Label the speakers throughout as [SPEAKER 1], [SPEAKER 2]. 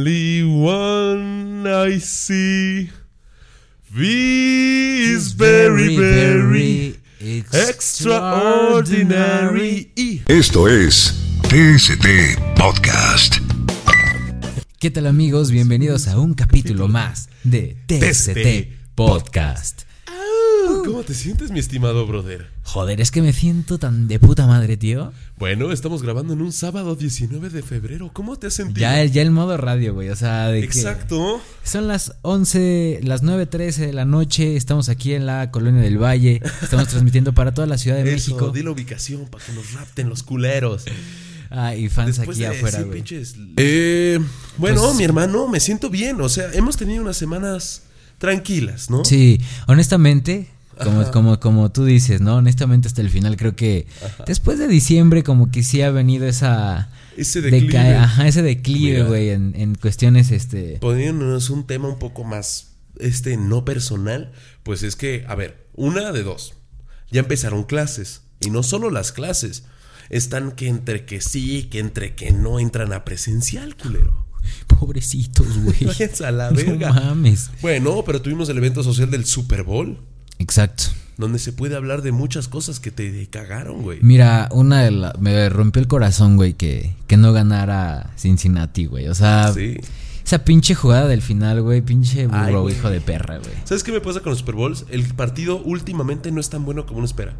[SPEAKER 1] only one I see. V is very, very extraordinary. Y
[SPEAKER 2] Esto es TST Podcast.
[SPEAKER 3] ¿Qué tal amigos? Bienvenidos a un capítulo más de TST Podcast.
[SPEAKER 1] ¿Cómo te sientes, mi estimado brother?
[SPEAKER 3] Joder, es que me siento tan de puta madre, tío.
[SPEAKER 1] Bueno, estamos grabando en un sábado 19 de febrero. ¿Cómo te has sentido?
[SPEAKER 3] Ya, ya el modo radio, güey. O sea, de que-
[SPEAKER 1] Exacto.
[SPEAKER 3] Son las 11, las 9.13 de la noche. Estamos aquí en la Colonia del Valle. Estamos transmitiendo para toda la Ciudad de
[SPEAKER 1] Eso,
[SPEAKER 3] México.
[SPEAKER 1] di la ubicación para que nos rapten los culeros.
[SPEAKER 3] Ah, y fans
[SPEAKER 1] Después
[SPEAKER 3] aquí
[SPEAKER 1] de-
[SPEAKER 3] afuera,
[SPEAKER 1] sí,
[SPEAKER 3] güey.
[SPEAKER 1] pinches- Eh, bueno,
[SPEAKER 3] Pues-
[SPEAKER 1] mi hermano, me siento bien. O sea, hemos tenido unas semanas tranquilas, ¿no?
[SPEAKER 3] Sí, honestamente, como, como, como tú dices, ¿no? Honestamente hasta el final creo que después de diciembre como que sí ha venido esa...
[SPEAKER 1] Ese
[SPEAKER 3] deca-
[SPEAKER 1] declive.
[SPEAKER 3] ajá, ese declive,
[SPEAKER 1] Mira.
[SPEAKER 3] güey, en, en cuestiones, este...
[SPEAKER 1] Poniéndonos un tema un poco más, este, no personal, pues es que, a ver, una de dos. Ya empezaron clases. Y no solo las clases. Están que entre que sí, que entre que no entran a presencial, culero.
[SPEAKER 3] Pobrecitos, güey.
[SPEAKER 1] Váyanse a la
[SPEAKER 3] No
[SPEAKER 1] verga.
[SPEAKER 3] mames.
[SPEAKER 1] Bueno, pero tuvimos el evento social del Super Bowl,
[SPEAKER 3] Exacto.
[SPEAKER 1] donde se puede hablar de muchas cosas que te cagaron, güey.
[SPEAKER 3] Mira, una de la- me rompió el corazón, güey, que, que no ganara Cincinnati, güey. O sea,
[SPEAKER 1] Sí.
[SPEAKER 3] esa pinche jugada del final, güey, pinche
[SPEAKER 1] Ay,
[SPEAKER 3] burro,
[SPEAKER 1] güey.
[SPEAKER 3] hijo de perra, güey.
[SPEAKER 1] ¿Sabes qué me pasa con los Super Bowls? El partido últimamente no es tan bueno como uno espera.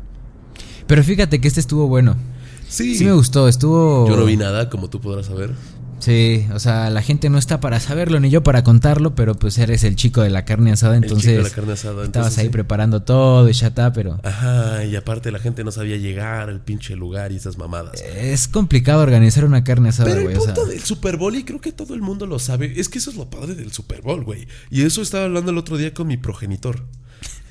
[SPEAKER 3] Pero fíjate que este estuvo bueno.
[SPEAKER 1] Sí.
[SPEAKER 3] Sí, me gustó, estuvo...
[SPEAKER 1] Yo no vi nada, como tú podrás saber.
[SPEAKER 3] Sí, o sea, la gente no está para saberlo ni yo para contarlo, pero pues eres el chico de la carne asada,
[SPEAKER 1] chico
[SPEAKER 3] entonces
[SPEAKER 1] de la carne asada,
[SPEAKER 3] estabas
[SPEAKER 1] entonces
[SPEAKER 3] ahí
[SPEAKER 1] sí.
[SPEAKER 3] preparando todo y ya está, pero
[SPEAKER 1] Ajá, y aparte la gente no sabía llegar al pinche lugar y esas mamadas.
[SPEAKER 3] es complicado organizar una carne asada,
[SPEAKER 1] Pero el
[SPEAKER 3] Eh, güey, o sea,
[SPEAKER 1] punto del Super Bowl, y creo que todo el mundo lo sabe, es que eso es lo padre del Super Bowl, güey. Y eso estaba hablando el otro día con mi progenitor.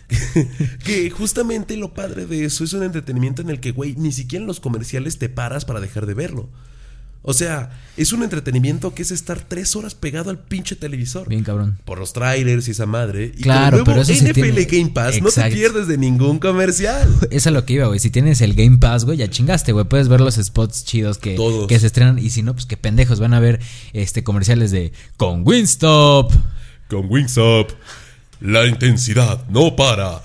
[SPEAKER 1] que justamente lo padre de eso es un entretenimiento en el que, güey, ni siquiera en los comerciales te paras para dejar de verlo. O sea, es un entretenimiento que es estar tres horas pegado al pinche televisor.
[SPEAKER 3] bien cabrón.
[SPEAKER 1] Por los trailers y esa madre. Y
[SPEAKER 3] Claro,
[SPEAKER 1] con el nuevo
[SPEAKER 3] pero eso se
[SPEAKER 1] NFL
[SPEAKER 3] tiene-
[SPEAKER 1] Game Pass no te
[SPEAKER 3] Exacto.
[SPEAKER 1] pierdes de ningún comercial.
[SPEAKER 3] Esa es lo que iba, güey. Si tienes el Game Pass, güey, ya chingaste, güey. Puedes ver los spots chidos que,
[SPEAKER 1] Todos.
[SPEAKER 3] que se estrenan. Y si no, pues qué pendejos. Van a ver este comerciales de con Winstop.
[SPEAKER 1] Con Wings Up, la intensidad no para.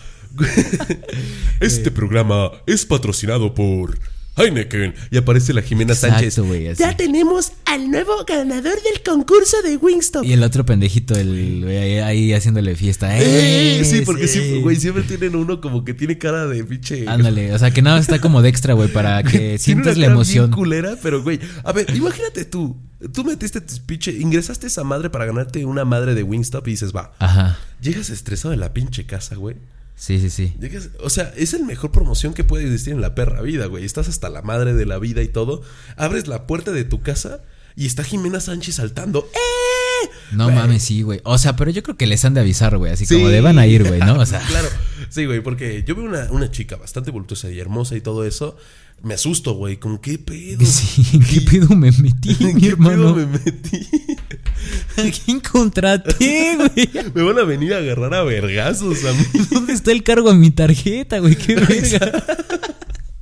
[SPEAKER 1] Este programa es patrocinado por Heineken. Y aparece la Jimena
[SPEAKER 3] Exacto,
[SPEAKER 1] Sánchez.
[SPEAKER 3] güey, así.
[SPEAKER 1] ya tenemos al nuevo ganador del concurso de Wingstop.
[SPEAKER 3] Y el otro pendejito, el güey, ahí, ahí haciéndole fiesta.
[SPEAKER 1] Eh,
[SPEAKER 3] ¡Eh!
[SPEAKER 1] sí, porque siempre,
[SPEAKER 3] sí.
[SPEAKER 1] güey, siempre tienen uno como que tiene cara de pinche.
[SPEAKER 3] Ándale, o sea que nada más está como de extra, güey, para que
[SPEAKER 1] Tiene una
[SPEAKER 3] sientas la
[SPEAKER 1] cara bien
[SPEAKER 3] emoción.
[SPEAKER 1] culera, pero güey, a ver, imagínate tú, tú metiste tus pinche, ingresaste esa madre para ganarte una madre de Wingstop y dices, va,
[SPEAKER 3] Ajá.
[SPEAKER 1] llegas estresado de la pinche casa, güey.
[SPEAKER 3] Sí, sí, sí.
[SPEAKER 1] Llegas- o sea, es el mejor promoción que puede existir en la perra vida, güey. Estás hasta la madre de la vida y todo. Abres la puerta de tu casa y está Jimena Sánchez saltando. ¡Eh!
[SPEAKER 3] No
[SPEAKER 1] Güey.
[SPEAKER 3] mames, sí, güey. O sea, pero yo creo que les han de avisar, güey. Así
[SPEAKER 1] Sí.
[SPEAKER 3] como deban a ir, güey, ¿no? O sea,
[SPEAKER 1] claro. Sí, güey, porque yo veo una, una chica bastante voluptuosa y hermosa y todo eso. Me asusto, güey. ¿Con qué pedo?
[SPEAKER 3] sí, ¿en qué pedo me metí,
[SPEAKER 1] ¿En
[SPEAKER 3] mi
[SPEAKER 1] qué pedo
[SPEAKER 3] hermano?
[SPEAKER 1] me metí?
[SPEAKER 3] ¿A quién contraté, güey?
[SPEAKER 1] Me van a venir a agarrar a vergazos a mí.
[SPEAKER 3] ¿Dónde está el cargo a mi tarjeta, güey? Qué verga.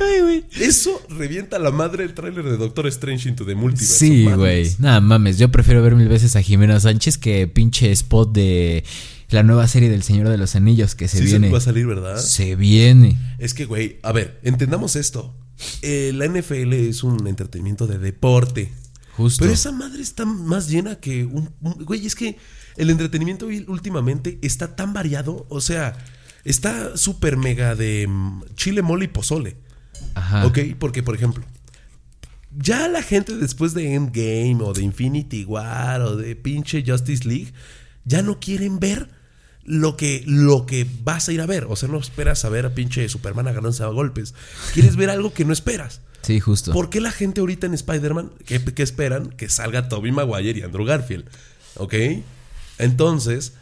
[SPEAKER 3] Ay, güey.
[SPEAKER 1] Eso revienta la madre el tráiler de Doctor Strange into the Multiverse.
[SPEAKER 3] Sí,
[SPEAKER 1] mames.
[SPEAKER 3] güey. Nada mames, yo prefiero ver mil veces a Jimena Sánchez que pinche spot de la nueva serie del Señor de los Anillos que se
[SPEAKER 1] Sí,
[SPEAKER 3] viene.
[SPEAKER 1] se va a salir, ¿verdad?
[SPEAKER 3] Se viene.
[SPEAKER 1] Es que, güey, a ver, entendamos esto. Eh, la NFL es un entretenimiento de deporte.
[SPEAKER 3] Justo.
[SPEAKER 1] Pero esa madre está más llena que un... un- Güey, es que el entretenimiento hoy últimamente está tan variado. O sea, está súper mega de mm, chile, mole y pozole.
[SPEAKER 3] Ajá.
[SPEAKER 1] ¿Ok? Porque, por ejemplo, ya la gente después de Endgame o de Infinity War o de pinche Justice League, ya no quieren ver lo que, lo que vas a ir a ver. O sea, no esperas a ver a pinche Superman agarrándose a golpes. Quieres ver algo que no esperas.
[SPEAKER 3] Sí, justo.
[SPEAKER 1] ¿Por qué la gente ahorita en Spider-Man, qué, qué esperan? Que salga Tobey Maguire y Andrew Garfield. ¿Ok? Entonces,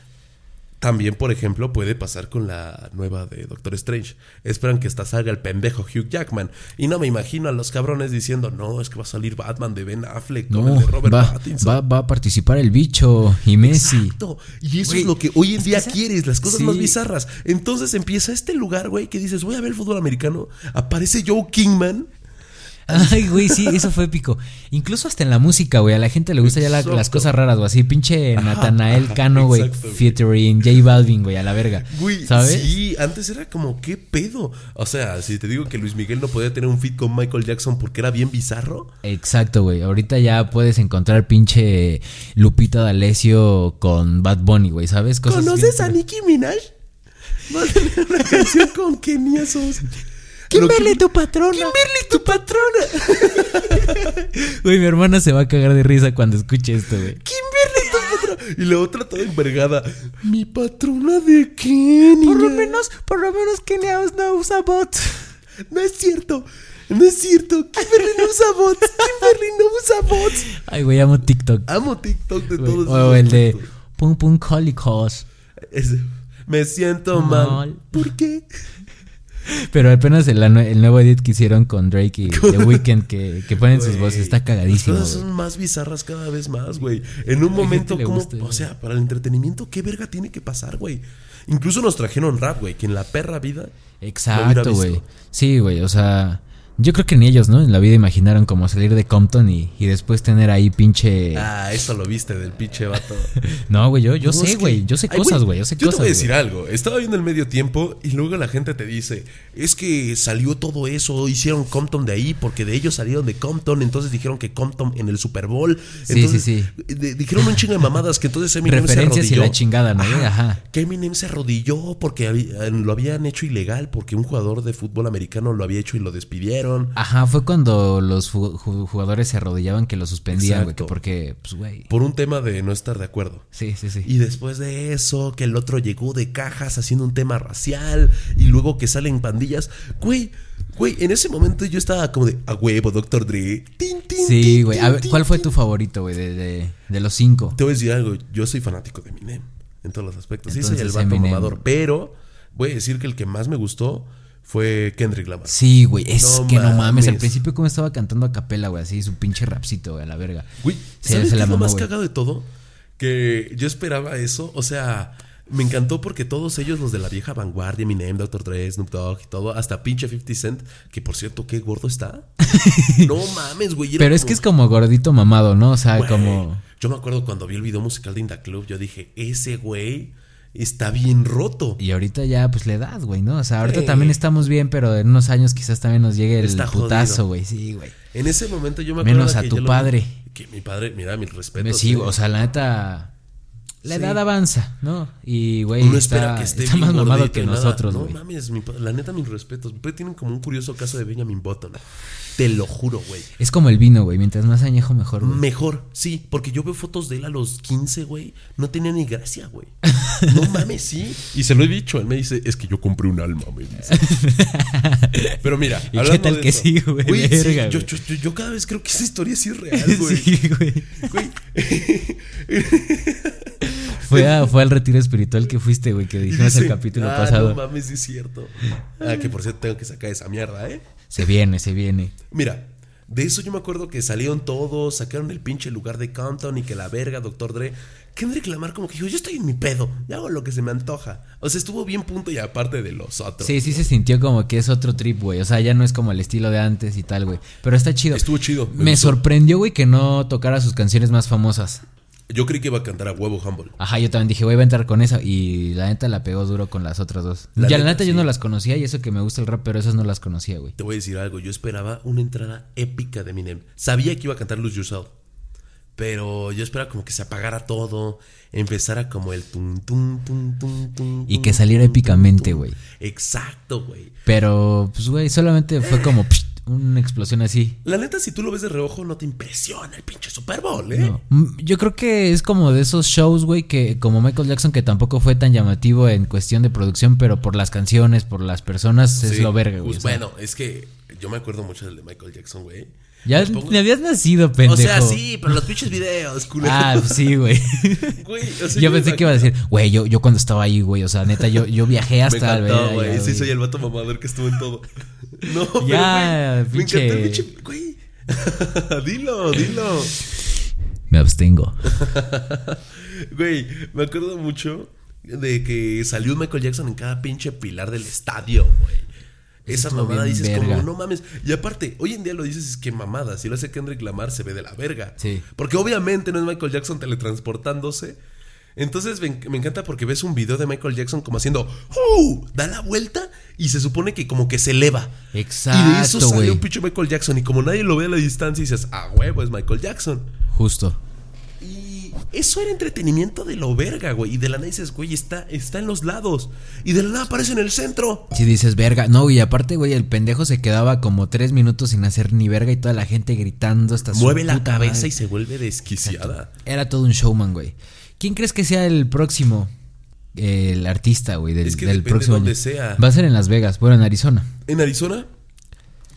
[SPEAKER 1] también, por ejemplo, puede pasar con la nueva de Doctor Strange. Esperan que esta salga el pendejo Hugh Jackman. Y no me imagino a los cabrones diciendo, no, es que va a salir Batman de Ben Affleck, con el
[SPEAKER 3] No,
[SPEAKER 1] de Robert
[SPEAKER 3] va,
[SPEAKER 1] Pattinson.
[SPEAKER 3] va, va a participar el bicho y Messi.
[SPEAKER 1] Exacto. Y eso
[SPEAKER 3] Güey,
[SPEAKER 1] es lo que hoy en
[SPEAKER 3] es que
[SPEAKER 1] día
[SPEAKER 3] esa-
[SPEAKER 1] quieres, las cosas más
[SPEAKER 3] Sí.
[SPEAKER 1] bizarras. Entonces empieza este lugar, güey, que dices, voy a ver el fútbol americano. Aparece Joe Kingman.
[SPEAKER 3] Ay, güey, sí, eso fue épico. Incluso hasta en la música, güey. A la gente le gusta ya la- las
[SPEAKER 1] Exacto.
[SPEAKER 3] cosas raras, güey. Así, pinche Natanael
[SPEAKER 1] ajá,
[SPEAKER 3] Cano, güey.
[SPEAKER 1] exacto, güey.
[SPEAKER 3] Featuring J Balvin, güey, a la verga.
[SPEAKER 1] Güey,
[SPEAKER 3] ¿Sabes?
[SPEAKER 1] sí, antes era como, ¿qué pedo? O sea, si te digo que Luis Miguel no podía tener un feat con Michael Jackson porque era bien bizarro.
[SPEAKER 3] Exacto, güey. Ahorita ya puedes encontrar pinche Lupita D'Alessio con Bad Bunny, güey, ¿sabes? Cosas bien-
[SPEAKER 1] ¿Conoces a Nicki Minaj? Va a tener una canción con Kenia Sosa. Lo que-
[SPEAKER 3] Kimberly, tu patrona. Kimberly, tu patrona. Güey, mi hermana se va a cagar de risa cuando escuche esto, güey.
[SPEAKER 1] Y la otra toda envergada. Mi patrona de Kenia.
[SPEAKER 3] por lo menos Kenia no usa bot.
[SPEAKER 1] No es cierto. No es cierto. Kimberly no usa bots. Kimberly no usa bots.
[SPEAKER 3] Ay, güey, amo TikTok.
[SPEAKER 1] Amo TikTok de
[SPEAKER 3] güey.
[SPEAKER 1] todos.
[SPEAKER 3] O
[SPEAKER 1] esos
[SPEAKER 3] el de
[SPEAKER 1] puntos.
[SPEAKER 3] Pum Pum Colicos.
[SPEAKER 1] Ese, Me siento
[SPEAKER 3] Mal.
[SPEAKER 1] mal. ¿Por qué?
[SPEAKER 3] Pero apenas el, anu- el nuevo edit que hicieron con Drake y The Weeknd que, que ponen sus
[SPEAKER 1] Güey,
[SPEAKER 3] voces. Está cagadísimo,
[SPEAKER 1] Las cosas
[SPEAKER 3] güey.
[SPEAKER 1] son más bizarras cada vez más, güey. En un
[SPEAKER 3] gente
[SPEAKER 1] momento
[SPEAKER 3] le
[SPEAKER 1] como,
[SPEAKER 3] gusta,
[SPEAKER 1] o
[SPEAKER 3] güey.
[SPEAKER 1] sea, para el entretenimiento, ¿qué verga tiene que pasar, güey? Incluso nos trajeron rap, güey, que en la perra vida. hubiera
[SPEAKER 3] Exacto,
[SPEAKER 1] visto.
[SPEAKER 3] güey. Sí, güey, o sea, yo creo que ni ellos, ¿no? En la vida imaginaron como salir de Compton y, y después tener ahí pinche...
[SPEAKER 1] Ah, eso lo viste del pinche vato.
[SPEAKER 3] No, güey, yo, yo
[SPEAKER 1] No, es que-
[SPEAKER 3] sé, güey, yo sé
[SPEAKER 1] Ay,
[SPEAKER 3] cosas, güey, yo sé
[SPEAKER 1] te
[SPEAKER 3] cosas.
[SPEAKER 1] voy a
[SPEAKER 3] güey.
[SPEAKER 1] decir algo. Estaba viendo el medio tiempo y luego la gente te dice: Es que salió todo eso, hicieron Compton de ahí porque de ellos salieron de Compton. Entonces dijeron que Compton en el Super Bowl.
[SPEAKER 3] Sí,
[SPEAKER 1] Entonces,
[SPEAKER 3] sí,
[SPEAKER 1] de- dijeron un chingo de mamadas que entonces Eminem se
[SPEAKER 3] Referencias y
[SPEAKER 1] arrodilló.
[SPEAKER 3] la chingada, ¿no? Ajá.
[SPEAKER 1] Que Eminem se arrodilló porque había- lo habían hecho ilegal, porque un jugador de fútbol americano lo había hecho y lo despidieron.
[SPEAKER 3] Ajá, fue cuando los ju- ju- jugadores se arrodillaban que lo suspendían, güey, que
[SPEAKER 1] Exacto.
[SPEAKER 3] porque, pues, güey.
[SPEAKER 1] Por un tema de no estar de acuerdo.
[SPEAKER 3] Sí, sí, sí.
[SPEAKER 1] Y después de eso, que el otro llegó de cajas haciendo un tema racial y luego que salen pandillas. Güey, güey, en ese momento yo estaba como de, a huevo, Dr. Dre. Tin, tin,
[SPEAKER 3] Sí,
[SPEAKER 1] tin,
[SPEAKER 3] güey.
[SPEAKER 1] tin,
[SPEAKER 3] A ver,
[SPEAKER 1] tin,
[SPEAKER 3] ¿cuál fue
[SPEAKER 1] tin.
[SPEAKER 3] tu favorito, güey, de, de- de los cinco?
[SPEAKER 1] Te voy a decir algo, yo soy fanático de Eminem en todos los aspectos. sí, soy el
[SPEAKER 3] Entonces,
[SPEAKER 1] vato
[SPEAKER 3] Eminem.
[SPEAKER 1] mamador, pero voy a decir que el que más me gustó fue Kendrick Lamar.
[SPEAKER 3] Sí, güey, es
[SPEAKER 1] No
[SPEAKER 3] que no mames. Al
[SPEAKER 1] mames.
[SPEAKER 3] principio como estaba cantando a capela, güey, así su pinche rapcito, güey, a la verga.
[SPEAKER 1] Güey,
[SPEAKER 3] Sí,
[SPEAKER 1] ¿sabes
[SPEAKER 3] se
[SPEAKER 1] qué
[SPEAKER 3] la
[SPEAKER 1] es lo
[SPEAKER 3] mamó,
[SPEAKER 1] más
[SPEAKER 3] güey.
[SPEAKER 1] cagado de todo? Que yo esperaba eso, o sea, me encantó porque todos ellos, los de la vieja vanguardia, Eminem, Dr. Dre, Snoop Dogg y todo, hasta pinche 50 Cent, que por cierto, qué gordo está. no mames, güey. era
[SPEAKER 3] Pero es
[SPEAKER 1] como,
[SPEAKER 3] que es como gordito mamado, ¿no? O sea,
[SPEAKER 1] güey,
[SPEAKER 3] como...
[SPEAKER 1] Yo me acuerdo cuando vi el video musical de Inda Club, yo dije, ese güey está bien roto.
[SPEAKER 3] Y ahorita ya, pues le das, güey, ¿no? O sea, ahorita
[SPEAKER 1] Sí.
[SPEAKER 3] también estamos bien, pero en unos años quizás también nos llegue el
[SPEAKER 1] Está jodido.
[SPEAKER 3] putazo, güey. Sí, güey.
[SPEAKER 1] En ese momento yo me acuerdo.
[SPEAKER 3] Menos a
[SPEAKER 1] que
[SPEAKER 3] tu
[SPEAKER 1] yo lo-
[SPEAKER 3] padre.
[SPEAKER 1] Que mi padre, mira, mis
[SPEAKER 3] Me
[SPEAKER 1] respetos.
[SPEAKER 3] Pues sí,
[SPEAKER 1] eh.
[SPEAKER 3] o sea, la neta. La
[SPEAKER 1] Sí.
[SPEAKER 3] edad avanza, ¿no? Y, güey,
[SPEAKER 1] Uno espera
[SPEAKER 3] está,
[SPEAKER 1] que esté
[SPEAKER 3] está
[SPEAKER 1] bien
[SPEAKER 3] más mamado
[SPEAKER 1] gordito
[SPEAKER 3] que
[SPEAKER 1] y nada.
[SPEAKER 3] nosotros,
[SPEAKER 1] No
[SPEAKER 3] güey.
[SPEAKER 1] mames, mi pa- la neta, mis respetos. Mi padre tiene como un curioso caso de Benjamin Button. Te lo juro, güey.
[SPEAKER 3] es como el vino, güey. Mientras más añejo, mejor, güey.
[SPEAKER 1] Mejor, sí, porque yo veo fotos de él a los 15, güey. No tenía ni gracia, güey. No mames, sí. Y se lo he dicho. Él me dice, es que yo compré un alma, me dice. Pero mira,
[SPEAKER 3] ¿Y qué
[SPEAKER 1] hablando
[SPEAKER 3] tal
[SPEAKER 1] de
[SPEAKER 3] que
[SPEAKER 1] eso,
[SPEAKER 3] sí, güey?
[SPEAKER 1] sí,
[SPEAKER 3] Verga,
[SPEAKER 1] yo,
[SPEAKER 3] güey.
[SPEAKER 1] yo- yo- yo cada vez creo que esa historia sí es real, güey.
[SPEAKER 3] Sí, güey.
[SPEAKER 1] Güey,
[SPEAKER 3] Fue, a- fue al retiro espiritual que fuiste, güey, que
[SPEAKER 1] y
[SPEAKER 3] dijimos
[SPEAKER 1] dice,
[SPEAKER 3] el capítulo
[SPEAKER 1] "Ah,
[SPEAKER 3] pasado.
[SPEAKER 1] No mames, sí es cierto. Ah, que por cierto tengo que sacar esa mierda, ¿eh?
[SPEAKER 3] se viene, se viene.
[SPEAKER 1] Mira, de eso yo me acuerdo que salieron todos, sacaron el pinche lugar de Compton y que la verga, Doctor Dre. Kendrick Lamar como que dijo, yo estoy en mi pedo, yo hago lo que se me antoja. O sea, estuvo bien punto y aparte de los otros.
[SPEAKER 3] Sí, sí se sintió como que es otro trip, güey. O sea, ya no es como el estilo de antes y tal, güey. Pero está chido.
[SPEAKER 1] Estuvo chido, me
[SPEAKER 3] Me,
[SPEAKER 1] gustó.
[SPEAKER 3] sorprendió, güey, que no tocara sus canciones más famosas.
[SPEAKER 1] Yo creí que iba a cantar a huevo Humble.
[SPEAKER 3] Ajá, yo también dije, voy a entrar con esa. Y la neta la pegó duro con las otras dos.
[SPEAKER 1] La
[SPEAKER 3] ya la
[SPEAKER 1] neta,
[SPEAKER 3] neta yo
[SPEAKER 1] sí.
[SPEAKER 3] no las conocía y eso que me gusta el rap, pero esas no las conocía, güey.
[SPEAKER 1] Te voy a decir algo, yo esperaba una entrada épica de Eminem. Sabía que iba a cantar Lose Yourself. Pero yo esperaba como que se apagara todo, empezara como el tum tum tum tum tum.
[SPEAKER 3] Y
[SPEAKER 1] tum,
[SPEAKER 3] que saliera
[SPEAKER 1] tum, tum,
[SPEAKER 3] épicamente,
[SPEAKER 1] tum.
[SPEAKER 3] güey.
[SPEAKER 1] Exacto, güey.
[SPEAKER 3] Pero, pues, güey, solamente fue como psh, una explosión así.
[SPEAKER 1] La neta, si tú lo ves de reojo, no te impresiona el pinche Super Bowl, ¿eh?
[SPEAKER 3] No. Mm, Yo creo que es como de esos shows, güey, que como Michael Jackson, que tampoco fue tan llamativo en cuestión de producción, pero por las canciones, por las personas, es
[SPEAKER 1] Sí,
[SPEAKER 3] lo verga, güey.
[SPEAKER 1] pues,
[SPEAKER 3] o sea.
[SPEAKER 1] bueno, es que yo me acuerdo mucho del de Michael Jackson, güey.
[SPEAKER 3] ya
[SPEAKER 1] Me pongo-
[SPEAKER 3] ni habías nacido, pendejo.
[SPEAKER 1] O sea, sí, pero los pinches videos, culero.
[SPEAKER 3] Ah, sí, güey.
[SPEAKER 1] Güey, o sea,
[SPEAKER 3] yo pensé que iba a
[SPEAKER 1] imagino-
[SPEAKER 3] decir, güey, yo, yo cuando estaba ahí, güey, o sea, neta, yo, yo viajé
[SPEAKER 1] Me
[SPEAKER 3] hasta...
[SPEAKER 1] encantó,
[SPEAKER 3] verga,
[SPEAKER 1] güey. Sí,
[SPEAKER 3] güey.
[SPEAKER 1] soy el vato mamador que estuvo en todo. No, pero,
[SPEAKER 3] Ya,
[SPEAKER 1] güey, Me encantó el
[SPEAKER 3] pinche-
[SPEAKER 1] pinche, güey. dilo, dilo.
[SPEAKER 3] Me abstengo.
[SPEAKER 1] Güey, me acuerdo mucho de que salió un Michael Jackson en cada pinche pilar del estadio, güey. Esa
[SPEAKER 3] estuvo
[SPEAKER 1] mamada
[SPEAKER 3] bien
[SPEAKER 1] dices
[SPEAKER 3] verga.
[SPEAKER 1] como, no mames. Y aparte, hoy en día lo dices, es que mamada. Si lo hace Kendrick Lamar, se ve de la verga.
[SPEAKER 3] Sí.
[SPEAKER 1] Porque obviamente no es Michael Jackson teletransportándose. Entonces me, en- me encanta porque ves un video de Michael Jackson como haciendo, ¡Uh! Da la vuelta y se supone que como que se eleva. y de eso
[SPEAKER 3] Exacto,
[SPEAKER 1] sale
[SPEAKER 3] güey.
[SPEAKER 1] un pinche Michael Jackson. Y como nadie lo ve a la distancia, dices, ¡Ah, huevo! Es Michael Jackson.
[SPEAKER 3] Justo.
[SPEAKER 1] Y eso era entretenimiento de lo verga, güey. Y de la nada dices, güey, está, está en los lados. Y de la nada aparece en el centro.
[SPEAKER 3] Si dices verga, no, y aparte, güey, el pendejo se quedaba como tres minutos sin hacer ni verga y toda la gente gritando hasta su
[SPEAKER 1] Mueve la
[SPEAKER 3] puta
[SPEAKER 1] cabeza
[SPEAKER 3] madre.
[SPEAKER 1] y se vuelve desquiciada.
[SPEAKER 3] Era todo un showman, güey. ¿Quién crees que sea el próximo? El artista, güey, del,
[SPEAKER 1] Es que
[SPEAKER 3] del
[SPEAKER 1] depende
[SPEAKER 3] próximo
[SPEAKER 1] dónde
[SPEAKER 3] año.
[SPEAKER 1] sea.
[SPEAKER 3] Va a ser en Las Vegas, bueno, en Arizona.
[SPEAKER 1] En Arizona,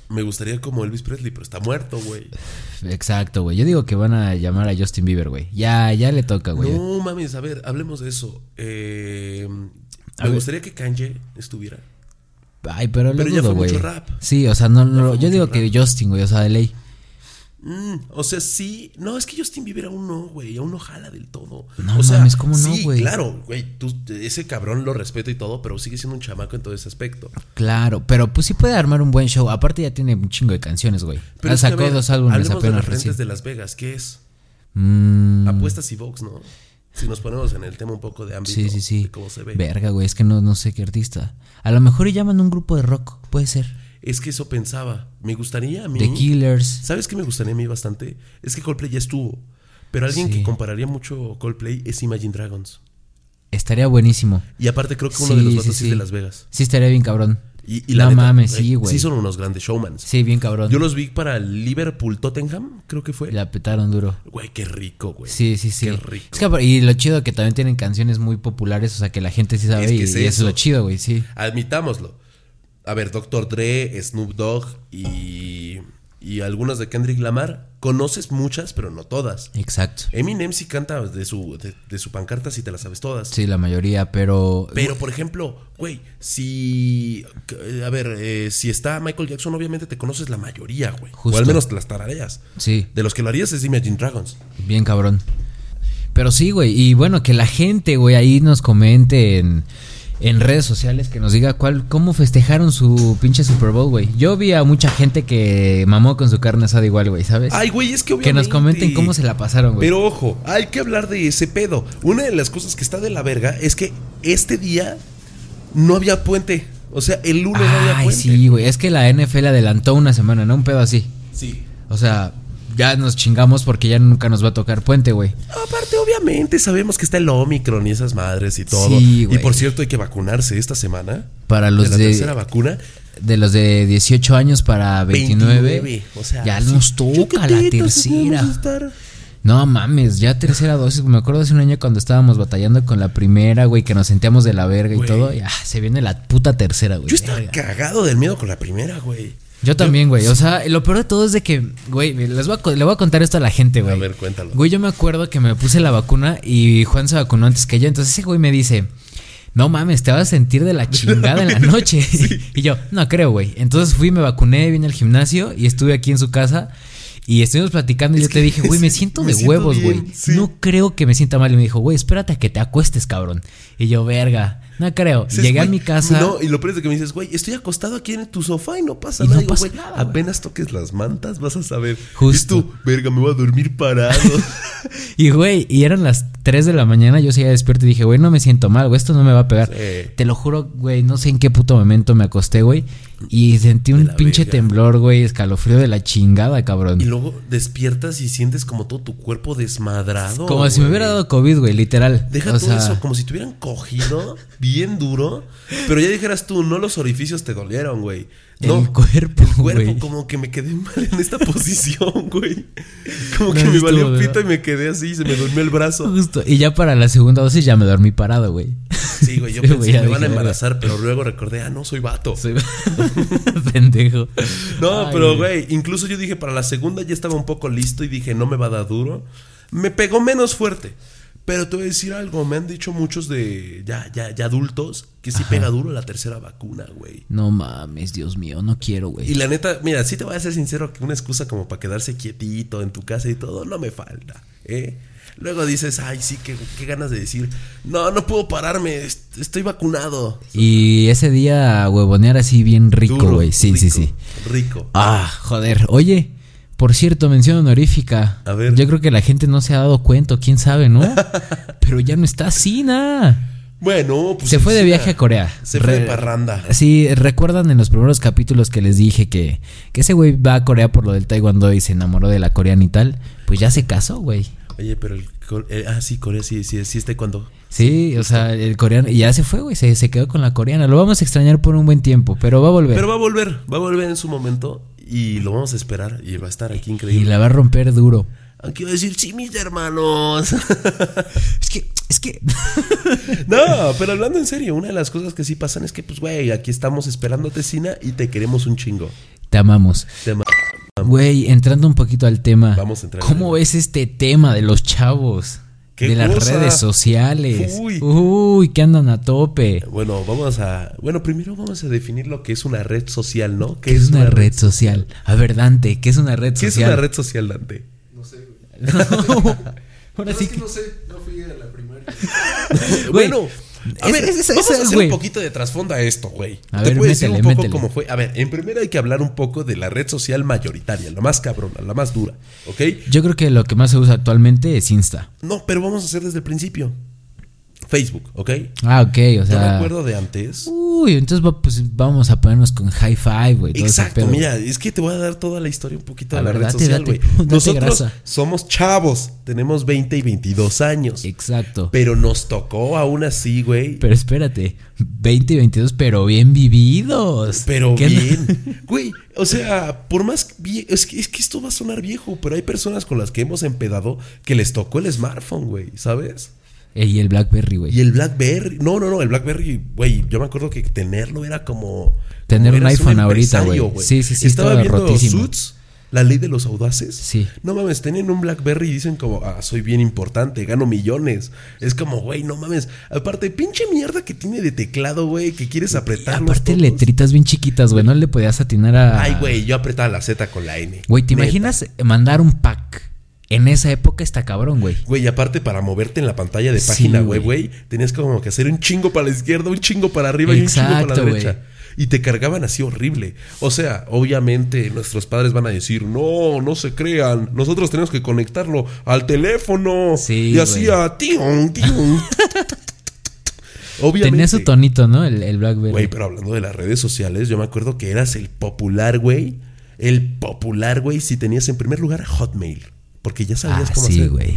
[SPEAKER 1] me gustaría como Elvis Presley, pero está muerto, güey.
[SPEAKER 3] Exacto, güey. Yo digo que van a llamar a Justin Bieber, güey. Ya, ya le toca, Ah, güey.
[SPEAKER 1] No mames, a ver, hablemos de eso. Eh,
[SPEAKER 3] A
[SPEAKER 1] me
[SPEAKER 3] ver.
[SPEAKER 1] gustaría que Kanye estuviera.
[SPEAKER 3] Ay, pero lo
[SPEAKER 1] Pero ya
[SPEAKER 3] dudo,
[SPEAKER 1] fue
[SPEAKER 3] güey.
[SPEAKER 1] mucho rap.
[SPEAKER 3] Sí, o sea, no, no,
[SPEAKER 1] fue
[SPEAKER 3] yo
[SPEAKER 1] mucho
[SPEAKER 3] digo
[SPEAKER 1] rap.
[SPEAKER 3] que Justin, güey, o sea, de ley.
[SPEAKER 1] Mm, o sea, sí. No, es que Justin Bieber aún no, güey. Aún no jala del todo.
[SPEAKER 3] No
[SPEAKER 1] o sea,
[SPEAKER 3] mames, ¿cómo no,
[SPEAKER 1] sí,
[SPEAKER 3] güey?
[SPEAKER 1] Claro, güey. tú- Ese cabrón lo respeto y todo, pero sigue siendo un chamaco en todo ese aspecto.
[SPEAKER 3] Claro, pero pues sí puede armar un buen show. Aparte ya tiene un chingo de canciones, güey.
[SPEAKER 1] Pero
[SPEAKER 3] Ya
[SPEAKER 1] es que, a
[SPEAKER 3] Ah, sacó
[SPEAKER 1] ver,
[SPEAKER 3] dos álbumes
[SPEAKER 1] hablemos de
[SPEAKER 3] apenas
[SPEAKER 1] las
[SPEAKER 3] recién.
[SPEAKER 1] rentes de Las Vegas, ¿qué es?
[SPEAKER 3] Mm,
[SPEAKER 1] Apuestas y box, ¿no? Si nos ponemos en el tema un poco de ámbito.
[SPEAKER 3] sí, sí, sí.
[SPEAKER 1] De cómo se ve.
[SPEAKER 3] Verga, güey, es que no, no sé qué artista. A lo mejor y llaman un grupo de rock, puede ser.
[SPEAKER 1] Es que eso pensaba. Me gustaría a mí.
[SPEAKER 3] The Killers.
[SPEAKER 1] ¿Sabes qué me gustaría a mí bastante? Es que Coldplay ya estuvo. Pero alguien
[SPEAKER 3] Sí.
[SPEAKER 1] que compararía mucho Coldplay es Imagine Dragons.
[SPEAKER 3] Estaría buenísimo.
[SPEAKER 1] Y aparte creo que uno de los
[SPEAKER 3] Sí,
[SPEAKER 1] vatos
[SPEAKER 3] sí,
[SPEAKER 1] sí es de
[SPEAKER 3] sí.
[SPEAKER 1] Las Vegas.
[SPEAKER 3] Sí, estaría bien cabrón.
[SPEAKER 1] Y, y la
[SPEAKER 3] no
[SPEAKER 1] neta, eh,
[SPEAKER 3] mames, sí, güey.
[SPEAKER 1] Sí son unos grandes showmans.
[SPEAKER 3] Sí, bien cabrón.
[SPEAKER 1] Yo los vi para Liverpool Tottenham, creo que fue.
[SPEAKER 3] La petaron duro.
[SPEAKER 1] Güey, qué rico, güey.
[SPEAKER 3] Sí, sí, sí.
[SPEAKER 1] Qué rico.
[SPEAKER 3] Es que, apar- y lo chido que también tienen canciones muy populares, o sea, que la gente sí sabe
[SPEAKER 1] Es que
[SPEAKER 3] y,
[SPEAKER 1] es
[SPEAKER 3] y eso es lo
[SPEAKER 1] eso.
[SPEAKER 3] chido, güey, sí.
[SPEAKER 1] Admitámoslo. A ver, Dr. Dre, Snoop Dogg y, y algunas de Kendrick Lamar. Conoces muchas, pero no todas.
[SPEAKER 3] Exacto.
[SPEAKER 1] Eminem sí canta de su, de, de su pancarta si te las sabes todas.
[SPEAKER 3] Sí, la mayoría, pero...
[SPEAKER 1] Pero, por ejemplo, güey, si. eh, A ver, eh, si está Michael Jackson, obviamente te conoces la mayoría, güey.
[SPEAKER 3] Justo.
[SPEAKER 1] O al menos las tarareas.
[SPEAKER 3] Sí,
[SPEAKER 1] De los que lo harías es Imagine Dragons.
[SPEAKER 3] bien cabrón. Pero sí, güey, y bueno, que la gente, güey, ahí nos comente en, en redes sociales que nos diga cuál, cómo festejaron su pinche Super Bowl, güey. Yo vi a mucha gente que mamó con su carne asada igual, güey, ¿sabes?
[SPEAKER 1] Ay, güey, es que
[SPEAKER 3] Pues, que
[SPEAKER 1] obviamente.
[SPEAKER 3] nos comenten cómo se la pasaron, güey.
[SPEAKER 1] Pero ojo, hay que hablar de ese pedo. Una de las cosas que está de la verga es que este día no había puente. O sea, el lunes no había
[SPEAKER 3] Ay,
[SPEAKER 1] puente.
[SPEAKER 3] sí, güey, es que la NFL adelantó una semana, ¿no? Un pedo así.
[SPEAKER 1] Sí.
[SPEAKER 3] O sea, ya nos chingamos porque ya nunca nos va a tocar puente, güey.
[SPEAKER 1] Aparte, obviamente, sabemos que está el Omicron y esas madres y todo.
[SPEAKER 3] Sí,
[SPEAKER 1] y
[SPEAKER 3] güey.
[SPEAKER 1] por cierto, hay que vacunarse esta semana.
[SPEAKER 3] Para los
[SPEAKER 1] de la
[SPEAKER 3] de-
[SPEAKER 1] tercera vacuna.
[SPEAKER 3] De los de 18 años para 29,
[SPEAKER 1] 29, o sea,
[SPEAKER 3] ya
[SPEAKER 1] sí,
[SPEAKER 3] nos toca la
[SPEAKER 1] chiquititos,
[SPEAKER 3] tercera.
[SPEAKER 1] debemos estar.
[SPEAKER 3] No mames, ya tercera dosis. Me acuerdo hace un año cuando estábamos batallando con la primera, güey, que nos sentíamos de la verga y
[SPEAKER 1] Güey.
[SPEAKER 3] todo. y, ah, se viene la puta tercera, güey.
[SPEAKER 1] Yo estaba
[SPEAKER 3] Pues verga.
[SPEAKER 1] cagado del miedo con la primera, güey.
[SPEAKER 3] Yo también, güey. O sea, lo peor de todo es de que, güey, les voy a, co- le voy a contar esto a la gente, güey.
[SPEAKER 1] ver, cuéntalo.
[SPEAKER 3] Güey, yo me acuerdo que me puse la vacuna y Juan se vacunó antes que yo. Entonces ese güey me dice, no mames, te vas a sentir de la chingada en la noche. y yo, no creo, güey. Entonces fui, me vacuné, vine al gimnasio y estuve aquí en su casa. Y estuvimos platicando y yo te dije, güey, me siento
[SPEAKER 1] me
[SPEAKER 3] de
[SPEAKER 1] siento
[SPEAKER 3] huevos,
[SPEAKER 1] bien,
[SPEAKER 3] güey.
[SPEAKER 1] sí.
[SPEAKER 3] No creo que me sienta mal. Y me dijo, güey, espérate a que te acuestes, cabrón. Y yo, verga, no creo.
[SPEAKER 1] Dices,
[SPEAKER 3] Llegué a
[SPEAKER 1] güey,
[SPEAKER 3] mi casa.
[SPEAKER 1] No, y lo peor es de que me dices, güey, estoy acostado aquí en tu sofá y no pasa
[SPEAKER 3] Y no
[SPEAKER 1] nada. Digo,
[SPEAKER 3] pasa
[SPEAKER 1] güey,
[SPEAKER 3] nada, güey.
[SPEAKER 1] apenas toques las mantas, vas a saber.
[SPEAKER 3] Justo.
[SPEAKER 1] Justo. verga, me voy a dormir parado.
[SPEAKER 3] Y güey, y eran las 3 de la mañana, yo seguía despierto y dije, güey, no me siento mal, güey, esto no me va a pegar.
[SPEAKER 1] Sí.
[SPEAKER 3] Te lo juro, güey, no sé en qué puto momento me acosté, güey, y sentí un
[SPEAKER 1] la
[SPEAKER 3] pinche
[SPEAKER 1] verga.
[SPEAKER 3] temblor, güey, escalofrío de la chingada, cabrón.
[SPEAKER 1] y luego despiertas y sientes como todo tu cuerpo desmadrado.
[SPEAKER 3] Como si me
[SPEAKER 1] güey.
[SPEAKER 3] hubiera dado COVID, güey, literal.
[SPEAKER 1] Deja
[SPEAKER 3] o
[SPEAKER 1] todo
[SPEAKER 3] sea,
[SPEAKER 1] eso, como si te hubieran cogido bien duro. Pero ya dijeras tú, no los orificios te dolieron, güey. No,
[SPEAKER 3] El cuerpo,
[SPEAKER 1] El cuerpo,
[SPEAKER 3] güey.
[SPEAKER 1] como que me quedé mal en esta posición, güey. Como que
[SPEAKER 3] No,
[SPEAKER 1] me
[SPEAKER 3] estuvo,
[SPEAKER 1] valió
[SPEAKER 3] ¿verdad?
[SPEAKER 1] pito y me quedé así, se me durmió el brazo.
[SPEAKER 3] justo. Y ya para la segunda dosis ya me dormí parado, güey.
[SPEAKER 1] Sí, güey, yo
[SPEAKER 3] Sí,
[SPEAKER 1] pensé,
[SPEAKER 3] ya
[SPEAKER 1] me van a
[SPEAKER 3] dije,
[SPEAKER 1] embarazar, pero luego recordé, ah, no, soy vato.
[SPEAKER 3] Soy pendejo.
[SPEAKER 1] No,
[SPEAKER 3] Ay,
[SPEAKER 1] pero güey, incluso yo dije para la segunda ya estaba un poco listo y dije no me va a dar duro. Me pegó menos fuerte. Pero te voy a decir algo, me han dicho muchos de ya, ya, ya adultos que sí pega duro la tercera vacuna, güey.
[SPEAKER 3] No mames, Dios mío, no quiero,
[SPEAKER 1] Y
[SPEAKER 3] güey.
[SPEAKER 1] la neta, mira, sí te voy a ser sincero que una excusa como para quedarse quietito en tu casa y todo, no me falta, ¿eh? Luego dices, ay, sí, qué, qué ganas de decir, no, no puedo pararme, est- estoy vacunado.
[SPEAKER 3] Y ese día huevonear así bien rico,
[SPEAKER 1] Duro,
[SPEAKER 3] güey. Sí, sí,
[SPEAKER 1] rico,
[SPEAKER 3] sí.
[SPEAKER 1] Rico.
[SPEAKER 3] Ah, joder. Oye, por cierto, mención honorífica.
[SPEAKER 1] A ver.
[SPEAKER 3] Yo creo que la gente no se ha dado cuenta, quién sabe, ¿no? Pero ya no está Sina.
[SPEAKER 1] Bueno, pues.
[SPEAKER 3] se fue de
[SPEAKER 1] sí,
[SPEAKER 3] viaje
[SPEAKER 1] ya.
[SPEAKER 3] a Corea.
[SPEAKER 1] Se fue de
[SPEAKER 3] Re-
[SPEAKER 1] parranda.
[SPEAKER 3] Sí, recuerdan en los primeros capítulos que les dije que, que ese güey va a Corea por lo del Taekwondo y se enamoró de la coreana y tal. Pues ya se casó, güey.
[SPEAKER 1] Oye, pero el. cor- eh, ah, sí, Corea, sí, sí, sí, está cuando.
[SPEAKER 3] Sí, o sea, el coreano. Y ya se fue, güey. Se, se quedó con la coreana. Lo vamos a extrañar por un buen tiempo, pero va a volver.
[SPEAKER 1] Pero va a volver, va a volver en su momento y lo vamos a esperar y va a estar aquí
[SPEAKER 3] y
[SPEAKER 1] increíble.
[SPEAKER 3] la va a romper duro.
[SPEAKER 1] Aquí iba a decir, sí, mis hermanos.
[SPEAKER 3] Es que, es que.
[SPEAKER 1] no, pero hablando en serio, una de las cosas que sí pasan es que, pues, güey, aquí estamos esperándote, Sina, y te queremos un chingo.
[SPEAKER 3] Te amamos.
[SPEAKER 1] Te ama-
[SPEAKER 3] Güey, entrando un poquito al tema.
[SPEAKER 1] Vamos a entrar al
[SPEAKER 3] ¿Cómo
[SPEAKER 1] tema.
[SPEAKER 3] ves este tema de los chavos?
[SPEAKER 1] ¿Qué
[SPEAKER 3] de las
[SPEAKER 1] cosa?
[SPEAKER 3] redes sociales.
[SPEAKER 1] Uy.
[SPEAKER 3] Uy, que andan a tope.
[SPEAKER 1] Bueno, vamos a. Bueno, primero vamos a definir lo que es una red social, ¿no?
[SPEAKER 3] ¿Qué es una red social? A ver, Dante, ¿qué es una red
[SPEAKER 1] ¿Qué es una
[SPEAKER 3] social?
[SPEAKER 1] red social, Dante?
[SPEAKER 4] No sé, güey. No,
[SPEAKER 3] Ahora sí
[SPEAKER 4] es que
[SPEAKER 3] que-
[SPEAKER 4] no sé, no fui a la primaria.
[SPEAKER 3] Güey,
[SPEAKER 1] bueno, a
[SPEAKER 3] es-
[SPEAKER 1] ver,
[SPEAKER 3] es- es-
[SPEAKER 1] vamos
[SPEAKER 3] es-
[SPEAKER 1] a hacer
[SPEAKER 3] güey.
[SPEAKER 1] un poquito de trasfondo a esto, güey.
[SPEAKER 3] A
[SPEAKER 1] Te
[SPEAKER 3] ver,
[SPEAKER 1] puedo decir un
[SPEAKER 3] métele,
[SPEAKER 1] poco
[SPEAKER 3] métele.
[SPEAKER 1] cómo fue. A ver, en primera hay que hablar un poco de la red social mayoritaria, la más cabrona, la más dura, ¿ok?
[SPEAKER 3] Yo creo que lo que más se usa actualmente es Insta.
[SPEAKER 1] No, pero vamos a hacer desde el principio. Facebook, ¿ok?
[SPEAKER 3] Ah, ok, o
[SPEAKER 1] Yo
[SPEAKER 3] sea.
[SPEAKER 1] me acuerdo de antes.
[SPEAKER 3] Uy, entonces va- pues vamos a ponernos con hi fi, güey. todo ese
[SPEAKER 1] Exacto,
[SPEAKER 3] pedo.
[SPEAKER 1] mira, es que te voy a dar toda la historia un poquito
[SPEAKER 3] A
[SPEAKER 1] de la
[SPEAKER 3] ver,
[SPEAKER 1] red
[SPEAKER 3] date,
[SPEAKER 1] social,
[SPEAKER 3] date,
[SPEAKER 1] güey.
[SPEAKER 3] date
[SPEAKER 1] Nosotros
[SPEAKER 3] grasa.
[SPEAKER 1] somos chavos, tenemos 20 y 22 años.
[SPEAKER 3] Exacto. Pero,
[SPEAKER 1] Pero nos tocó aún así, güey.
[SPEAKER 3] espérate, 20 y 22, pero bien vividos.
[SPEAKER 1] Pero
[SPEAKER 3] ¿Qué andan-
[SPEAKER 1] bien. Güey, o sea, por más vie- es que, es que esto va a sonar viejo, pero hay personas con las que hemos empedado que les tocó el smartphone, güey, ¿sabes?
[SPEAKER 3] Ey, y el Blackberry, güey.
[SPEAKER 1] Y el BlackBerry, no, no, no, el BlackBerry, güey, yo me acuerdo que tenerlo era como
[SPEAKER 3] Tener
[SPEAKER 1] como
[SPEAKER 3] un
[SPEAKER 1] eras
[SPEAKER 3] iPhone ahorita,
[SPEAKER 1] empresario,
[SPEAKER 3] güey. Sí, sí, sí,
[SPEAKER 1] Estaba
[SPEAKER 3] estaba
[SPEAKER 1] viendo
[SPEAKER 3] rotísimo.
[SPEAKER 1] Suits, La ley de los audaces.
[SPEAKER 3] Sí.
[SPEAKER 1] No mames, tienen un Blackberry y dicen como, ah, soy bien importante, gano millones. Es como, güey, no mames. Aparte, pinche mierda que tiene de teclado, güey, que quieres apretar. los
[SPEAKER 3] Aparte,
[SPEAKER 1] tonos.
[SPEAKER 3] letritas bien chiquitas, güey. No le podías atinar a.
[SPEAKER 1] Ay, güey, yo apretaba la Z con la N.
[SPEAKER 3] Ah. Güey, ¿te
[SPEAKER 1] Neta.
[SPEAKER 3] imaginas mandar un pack? En esa época está cabrón, güey.
[SPEAKER 1] Güey, aparte para moverte en la pantalla de
[SPEAKER 3] Sí,
[SPEAKER 1] página web,
[SPEAKER 3] güey.
[SPEAKER 1] güey, tenías como que hacer un chingo para la izquierda, un chingo para arriba y un chingo
[SPEAKER 3] Exacto,
[SPEAKER 1] para la
[SPEAKER 3] güey.
[SPEAKER 1] derecha. Y te cargaban así horrible. O sea, obviamente nuestros padres van a decir, no, no se crean, nosotros tenemos que conectarlo al teléfono.
[SPEAKER 3] Sí,
[SPEAKER 1] y así
[SPEAKER 3] güey.
[SPEAKER 1] a tión, tión. obviamente.
[SPEAKER 3] Tenía su tonito, ¿no? El, el Blackberry.
[SPEAKER 1] Güey, pero hablando de las redes sociales, yo me acuerdo que eras el popular, güey. El popular, güey, si tenías en primer lugar Hotmail. Porque ya
[SPEAKER 3] ah,
[SPEAKER 1] sabías cómo
[SPEAKER 3] sí,
[SPEAKER 1] hacer.
[SPEAKER 3] güey.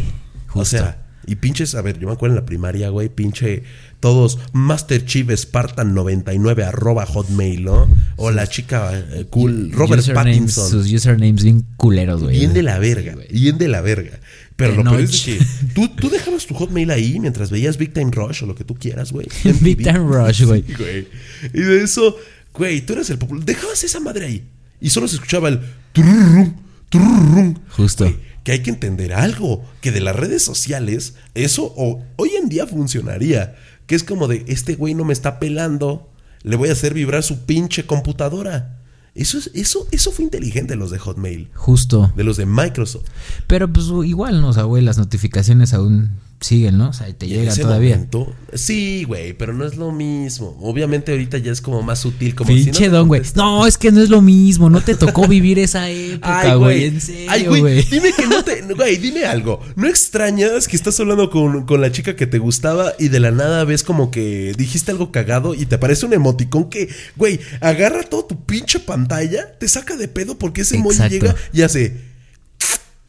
[SPEAKER 1] O sea, y pinches, a ver, yo me acuerdo en la primaria, güey, pinche todos Master Chief Spartan 99 arroba hotmail, ¿no? O la chica eh, cool, Robert
[SPEAKER 3] Usernames-
[SPEAKER 1] Pattinson.
[SPEAKER 3] Sus usernames bien culeros, güey.
[SPEAKER 1] Bien de la verga, bien de la verga. Pero
[SPEAKER 3] De
[SPEAKER 1] lo peor es
[SPEAKER 3] noche.
[SPEAKER 1] que tú, tú dejabas tu hotmail ahí mientras veías Big Time Rush o lo que tú quieras, güey. MTV.
[SPEAKER 3] Big Time Rush, güey.
[SPEAKER 1] Sí, güey. Y de eso, güey, tú eras el popular. Dejabas esa madre ahí. Y solo se escuchaba el tururrum, tururrum.
[SPEAKER 3] Justo.
[SPEAKER 1] Güey, que hay que entender algo. Que de las redes sociales, eso o- hoy en día funcionaría. Que es como de, este güey no me está pelando. Le voy a hacer vibrar su pinche computadora. Eso, es, eso, eso fue inteligente los de Hotmail
[SPEAKER 3] Justo.
[SPEAKER 1] de los de Microsoft.
[SPEAKER 3] Pero pues igual, ¿no? O sea, güey, las notificaciones aún siguen, ¿no? O sea, y te
[SPEAKER 1] Y en
[SPEAKER 3] llegan
[SPEAKER 1] ese
[SPEAKER 3] todavía.
[SPEAKER 1] momento- sí, güey, pero no es lo mismo. Obviamente ahorita ya es como más sutil, como si no
[SPEAKER 3] Pinche
[SPEAKER 1] te
[SPEAKER 3] don, güey.
[SPEAKER 1] contestas-
[SPEAKER 3] No, es que no es lo mismo. No te tocó vivir esa época,
[SPEAKER 1] Ay,
[SPEAKER 3] güey.
[SPEAKER 1] güey.
[SPEAKER 3] En serio,
[SPEAKER 1] Ay, güey.
[SPEAKER 3] güey.
[SPEAKER 1] Dime que no te. Güey, dime algo. ¿No extrañas que estás hablando con, con la chica que te gustaba y de la nada ves como que dijiste algo cagado y te aparece un emoticón que, güey, agarra todo tu pinche pantalla, te saca de pedo porque ese emoji
[SPEAKER 3] Exacto.
[SPEAKER 1] llega y hace.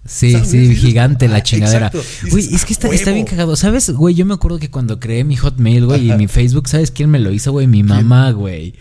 [SPEAKER 3] Sí,
[SPEAKER 1] ¿Sabes?
[SPEAKER 3] sí,
[SPEAKER 1] Dices,
[SPEAKER 3] gigante
[SPEAKER 1] ah,
[SPEAKER 3] la chingadera.
[SPEAKER 1] exacto. Dices,
[SPEAKER 3] Güey, es que está,
[SPEAKER 1] "A
[SPEAKER 3] está bien
[SPEAKER 1] huevo".
[SPEAKER 3] cagado. ¿Sabes, güey? Yo me acuerdo que cuando creé mi Hotmail, güey, y mi Facebook, ¿sabes quién me lo hizo, güey? Mi mamá, güey.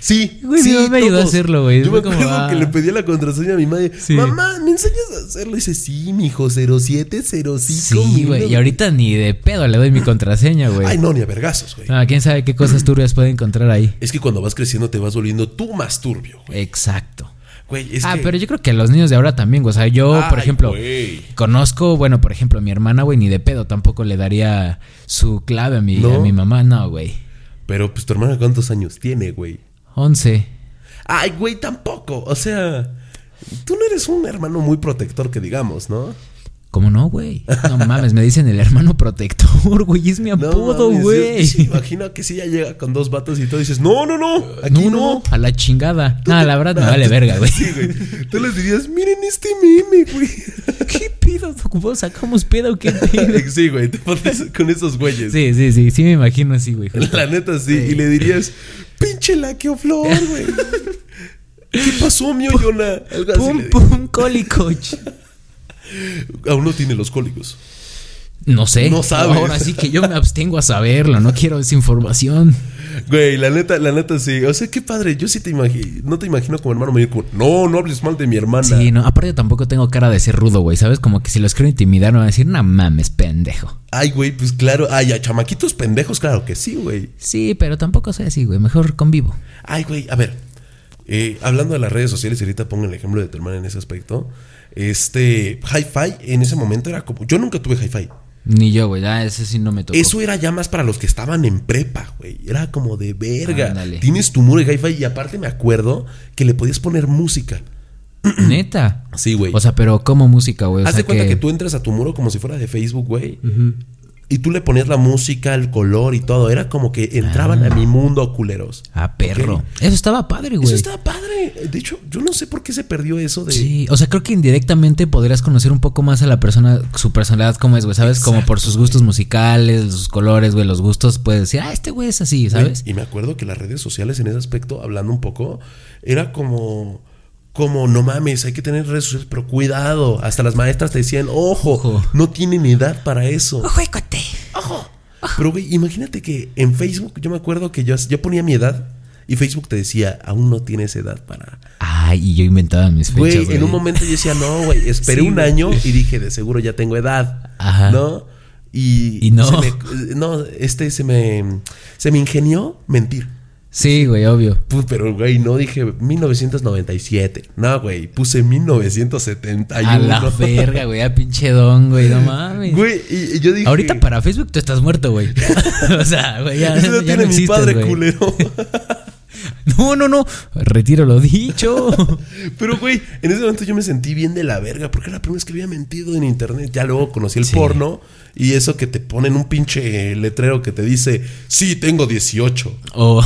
[SPEAKER 1] Sí,
[SPEAKER 3] Güey,
[SPEAKER 1] sí,
[SPEAKER 3] mi mamá me ayudó a
[SPEAKER 1] todos.
[SPEAKER 3] hacerlo, güey.
[SPEAKER 1] Yo me
[SPEAKER 3] Fue como,
[SPEAKER 1] acuerdo
[SPEAKER 3] ah.
[SPEAKER 1] que le pedí la contraseña a mi madre.
[SPEAKER 3] Sí.
[SPEAKER 1] Mamá, ¿me enseñas a hacerlo? Y dice, sí, mijo, 0705.
[SPEAKER 3] Sí, güey. Y ahorita ni de pedo le doy mi contraseña,
[SPEAKER 1] Ay,
[SPEAKER 3] güey.
[SPEAKER 1] no, ni a vergazos, güey.
[SPEAKER 3] Ah, quién sabe qué cosas turbias puede encontrar ahí.
[SPEAKER 1] Es que cuando vas creciendo te vas volviendo tú más turbio, güey.
[SPEAKER 3] Exacto.
[SPEAKER 1] Güey, es
[SPEAKER 3] ah,
[SPEAKER 1] que-
[SPEAKER 3] pero yo creo que los niños de ahora también, güey. O sea, yo, por
[SPEAKER 1] Ay,
[SPEAKER 3] ejemplo,
[SPEAKER 1] güey.
[SPEAKER 3] conozco, bueno, por ejemplo, a mi hermana, güey, ni de pedo tampoco le daría su clave a mi,
[SPEAKER 1] ¿No?
[SPEAKER 3] a mi mamá. No, güey.
[SPEAKER 1] Pero pues tu hermana, ¿cuántos años tiene, güey?
[SPEAKER 3] 11.
[SPEAKER 1] Ay, güey, tampoco. O sea, tú no eres un hermano muy protector, que digamos, ¿no?
[SPEAKER 3] ¿Cómo no, güey? No mames, me dicen el hermano protector, güey. Es mi apodo,
[SPEAKER 1] mames,
[SPEAKER 3] güey.
[SPEAKER 1] yo- yo sí imagino que si ya llega con dos vatos y todo dices, no, no, no, aquí
[SPEAKER 3] no,
[SPEAKER 1] no.
[SPEAKER 3] no, a la chingada. No, la verdad me
[SPEAKER 1] Ah,
[SPEAKER 3] vale
[SPEAKER 1] tú-
[SPEAKER 3] verga, güey.
[SPEAKER 1] Sí, güey. Tú les dirías, miren este meme, güey.
[SPEAKER 3] ¿Qué pedo? ¿Vos sacamos pedo o qué pedo?
[SPEAKER 1] sí, güey, te pones con esos güeyes.
[SPEAKER 3] Sí, sí, sí, sí me imagino así, güey. justo.
[SPEAKER 1] La neta, sí. Y le dirías, pinche laqueoflor, güey. ¿Qué pasó, mi Oyona? Algo así le
[SPEAKER 3] Pum,
[SPEAKER 1] dirías.
[SPEAKER 3] pum, colicoch.
[SPEAKER 1] Aún no tiene los cólicos.
[SPEAKER 3] No sé.
[SPEAKER 1] No sabes.
[SPEAKER 3] Ahora sí que yo me abstengo a saberlo, no quiero esa información.
[SPEAKER 1] Güey, la neta, la neta, sí. O sea, qué padre. Yo sí te imagino, no te imagino como hermano mayor. Como, no, no hables mal de mi hermana.
[SPEAKER 3] Sí, no, aparte tampoco tengo cara de ser rudo, güey, ¿sabes? Como que si los quiero intimidar me van a decir, no mames, pendejo.
[SPEAKER 1] Ay, güey, pues claro. Ay, a chamaquitos pendejos, claro que sí, güey.
[SPEAKER 3] Sí, pero tampoco soy así, güey, mejor convivo.
[SPEAKER 1] Ay, güey, a ver. eh, hablando de las redes sociales, y ahorita pongo el ejemplo de tu hermana en ese aspecto. Este, hi-fi en ese momento era como. Yo nunca tuve hi-fi.
[SPEAKER 3] Ni yo, güey, ya ese sí no me tocó.
[SPEAKER 1] Eso era ya más para los que estaban en prepa, güey. Era como de verga.
[SPEAKER 3] Ándale.
[SPEAKER 1] Tienes tu muro de hi-fi y aparte me acuerdo que le podías poner música.
[SPEAKER 3] Neta.
[SPEAKER 1] Sí, güey.
[SPEAKER 3] O sea, pero como música, güey. O
[SPEAKER 1] Haz
[SPEAKER 3] sea
[SPEAKER 1] de cuenta que... tú entras a tu muro como si fuera de Facebook, güey. Y tú le ponías la música, el color y todo. Era como que entraban a mi mundo, culeros.
[SPEAKER 3] Ah, perro.
[SPEAKER 1] Ok.
[SPEAKER 3] Eso estaba padre, güey.
[SPEAKER 1] Eso estaba padre. De hecho, yo no sé por qué se perdió eso de.
[SPEAKER 3] Sí, o sea, creo que indirectamente podrías conocer un poco más a la persona, su personalidad como es, güey, ¿sabes? como por sus gustos musicales, sus colores, güey, los gustos, puedes decir, ah, este güey es así,
[SPEAKER 1] Güey,
[SPEAKER 3] ¿sabes?
[SPEAKER 1] Y me acuerdo que las redes sociales en ese aspecto, hablando un poco, era como, como no mames, hay que tener redes sociales, pero cuidado. Hasta las maestras te decían, ojo,
[SPEAKER 3] Ojo.
[SPEAKER 1] no tienen edad para eso.
[SPEAKER 3] Juecote.
[SPEAKER 1] Ojo. Pero güey, imagínate que en Facebook, yo me acuerdo que yo, yo ponía mi edad y Facebook te decía, aún no tienes edad para.
[SPEAKER 3] Ay, y yo inventaba mis fechas,
[SPEAKER 1] Güey,
[SPEAKER 3] güey.
[SPEAKER 1] en un momento yo decía, no, güey, esperé
[SPEAKER 3] Sí,
[SPEAKER 1] un
[SPEAKER 3] güey.
[SPEAKER 1] año y dije, de seguro ya tengo edad.
[SPEAKER 3] Ajá.
[SPEAKER 1] ¿No? Y,
[SPEAKER 3] Y no.
[SPEAKER 1] se me- no, este se me, se me ingenió mentir.
[SPEAKER 3] Sí, güey, obvio.
[SPEAKER 1] Pues, pero, güey, no dije 1997. No, güey, puse
[SPEAKER 3] A
[SPEAKER 1] 1971.
[SPEAKER 3] la verga, güey, a pinche don, güey, no mames.
[SPEAKER 1] Güey, y, y yo dije.
[SPEAKER 3] Ahorita para Facebook tú estás muerto, güey. o sea, güey, ya,
[SPEAKER 1] Eso
[SPEAKER 3] ya
[SPEAKER 1] lo tiene
[SPEAKER 3] no
[SPEAKER 1] mi
[SPEAKER 3] existes,
[SPEAKER 1] padre,
[SPEAKER 3] güey.
[SPEAKER 1] culero.
[SPEAKER 3] No, no, no, retiro lo dicho.
[SPEAKER 1] Pero, güey, en ese momento yo me sentí bien de la verga, porque era la primera vez que había mentido en internet. Ya luego conocí el
[SPEAKER 3] Sí.
[SPEAKER 1] porno y eso que te ponen un pinche letrero que te dice, sí, tengo 18.
[SPEAKER 3] O,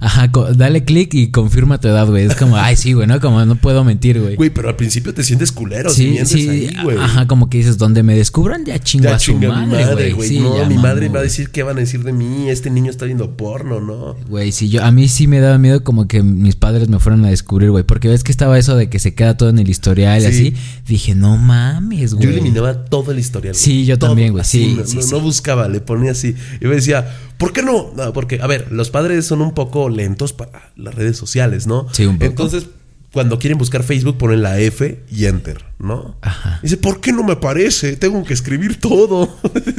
[SPEAKER 3] ajá, co- dale clic y confirma tu edad, güey. Es como, ay, sí, güey, ¿no? Como no puedo mentir, güey.
[SPEAKER 1] Güey, pero al principio te sientes culero si
[SPEAKER 3] Sí,
[SPEAKER 1] mientes
[SPEAKER 3] sí,
[SPEAKER 1] ahí, güey.
[SPEAKER 3] ajá, como que dices, donde me descubran, ya chingo
[SPEAKER 1] Ya
[SPEAKER 3] a su
[SPEAKER 1] chinga mi madre,
[SPEAKER 3] madre, güey.
[SPEAKER 1] güey.
[SPEAKER 3] Sí,
[SPEAKER 1] no,
[SPEAKER 3] ya
[SPEAKER 1] mi
[SPEAKER 3] mamó,
[SPEAKER 1] madre me va a
[SPEAKER 3] güey.
[SPEAKER 1] decir qué van a decir de mí. Este niño está viendo porno, ¿no?
[SPEAKER 3] Güey, sí, yo, a mí sí me daba miedo como que mis padres me fueran a descubrir, güey. Porque ves que estaba eso de que se queda todo en el historial y
[SPEAKER 1] Sí.
[SPEAKER 3] así. Dije, no mames, güey.
[SPEAKER 1] Yo eliminaba todo el historial. güey.
[SPEAKER 3] Mm. Sí, yo
[SPEAKER 1] Todo,
[SPEAKER 3] también, güey.
[SPEAKER 1] así,
[SPEAKER 3] Sí,
[SPEAKER 1] no,
[SPEAKER 3] sí,
[SPEAKER 1] no-
[SPEAKER 3] sí.
[SPEAKER 1] no buscaba, le ponía así. Y me decía, ¿por qué no? No, Porque, a ver, los padres son un poco lentos para las redes sociales, ¿no?
[SPEAKER 3] Sí, un poco.
[SPEAKER 1] Entonces, cuando quieren buscar Facebook, ponen la F y Enter, ¿no?
[SPEAKER 3] Ajá.
[SPEAKER 1] Dice, ¿por qué no me aparece? Tengo que escribir todo.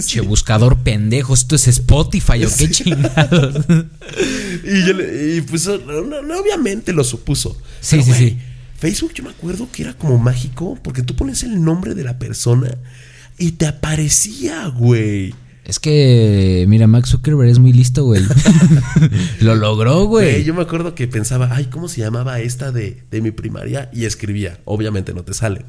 [SPEAKER 3] Che, buscador pendejo, esto es Spotify o qué
[SPEAKER 1] Sí.
[SPEAKER 3] chingados.
[SPEAKER 1] y, yo le- y pues, no, no, no, obviamente lo supuso.
[SPEAKER 3] Sí, sí, sí.
[SPEAKER 1] Facebook yo me acuerdo que era como mágico porque tú pones el nombre de la persona y te aparecía, güey.
[SPEAKER 3] es que, mira, Max Zuckerberg es muy listo, güey. Lo logró,
[SPEAKER 1] Güey,
[SPEAKER 3] güey.
[SPEAKER 1] yo me acuerdo que pensaba, ay, ¿cómo se llamaba esta de, de mi primaria? Y escribía, obviamente no te sale.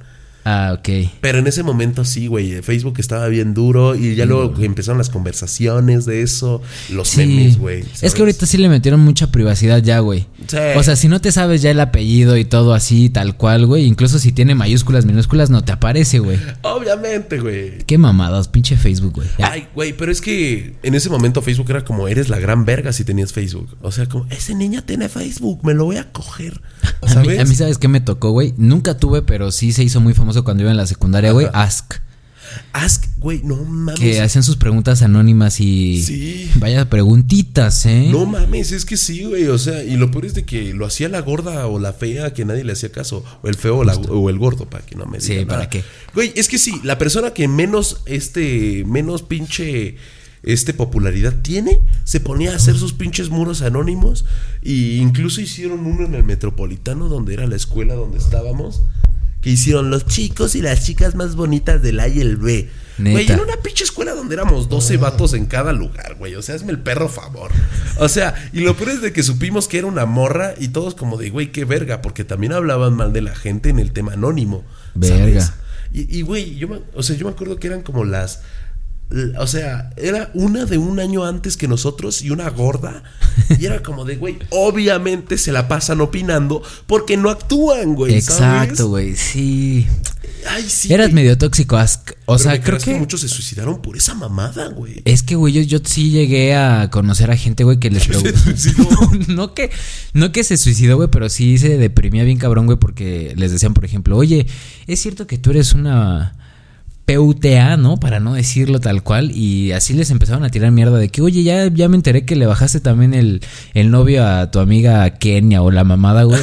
[SPEAKER 3] Ah, ok.
[SPEAKER 1] Pero en ese momento sí, güey, eh, Facebook estaba bien duro y ya luego empezaron las conversaciones de eso, los
[SPEAKER 3] Sí.
[SPEAKER 1] memes, güey.
[SPEAKER 3] Es
[SPEAKER 1] ¿sabes? Eh.
[SPEAKER 3] que ahorita sí le metieron mucha privacidad ya, güey.
[SPEAKER 1] Sí.
[SPEAKER 3] O sea, si no te sabes ya el apellido y todo así, tal cual, güey. Incluso si tiene mayúsculas, minúsculas, no te aparece, güey.
[SPEAKER 1] Obviamente, güey.
[SPEAKER 3] Qué mamadas, pinche Facebook, güey. Ya.
[SPEAKER 1] Ay, güey, pero es que en ese momento Facebook era como, eres la gran verga si tenías Facebook. O sea, como, ese niña tiene Facebook, me lo voy a coger.
[SPEAKER 3] A mí,
[SPEAKER 1] ¿Sabes?
[SPEAKER 3] a mí, ¿sabes qué me tocó, güey? Nunca tuve, pero sí se hizo muy famoso cuando iba en la secundaria, güey. Ask.
[SPEAKER 1] Ask, güey, Ah, no mames.
[SPEAKER 3] Que hacían sus preguntas anónimas y.
[SPEAKER 1] Sí.
[SPEAKER 3] Vaya preguntitas, ¿eh?
[SPEAKER 1] No mames, es que sí, güey. O sea, y lo peor es de que lo hacía la gorda o la fea que nadie le hacía caso. O el feo o, la- o el gordo, para que no me
[SPEAKER 3] Sí,
[SPEAKER 1] digan
[SPEAKER 3] ¿para
[SPEAKER 1] nada.
[SPEAKER 3] qué?
[SPEAKER 1] Güey, es que sí, la persona que menos, este, menos pinche, este popularidad tiene, se ponía a hacer sus pinches muros anónimos. Y incluso hicieron uno en el Metropolitano, donde era la escuela donde estábamos. Que hicieron los chicos y las chicas más bonitas del A y el B. Güey,
[SPEAKER 3] Neta.
[SPEAKER 1] era una pinche escuela donde éramos 12 vatos en cada lugar, güey. O sea, hazme el perro favor. O sea, y lo peor es de que supimos que era una morra y todos como de, güey, qué verga, porque también hablaban mal de la gente en el tema anónimo.
[SPEAKER 3] Verga.
[SPEAKER 1] ¿sabes? Y, y, güey, yo me, o sea, yo me acuerdo que eran como las. l- O sea, era una de un año antes que nosotros y una gorda. Y era como de, güey, obviamente se la pasan opinando porque no actúan, güey.
[SPEAKER 3] Exacto,
[SPEAKER 1] ¿sabes?
[SPEAKER 3] güey, sí.
[SPEAKER 1] Ay, sí.
[SPEAKER 3] Eras
[SPEAKER 1] güey.
[SPEAKER 3] medio tóxico. as- O
[SPEAKER 1] Pero
[SPEAKER 3] sea,
[SPEAKER 1] me
[SPEAKER 3] creo
[SPEAKER 1] creas que
[SPEAKER 3] que.
[SPEAKER 1] muchos se suicidaron por esa mamada, güey.
[SPEAKER 3] Es que, güey, yo, yo sí llegué a conocer a gente, güey, que les
[SPEAKER 1] ¿Que se
[SPEAKER 3] preguntó.
[SPEAKER 1] suicidó?
[SPEAKER 3] No, no que, no que se suicidó, güey, pero sí se deprimía bien cabrón, güey, porque les decían, por ejemplo, oye, es cierto que tú eres una PUTA, ¿no? Para no decirlo tal cual. Y así les empezaron a tirar mierda de que, oye, ya, ya me enteré que le bajaste también el, el novio a tu amiga Kenia o la mamada, güey.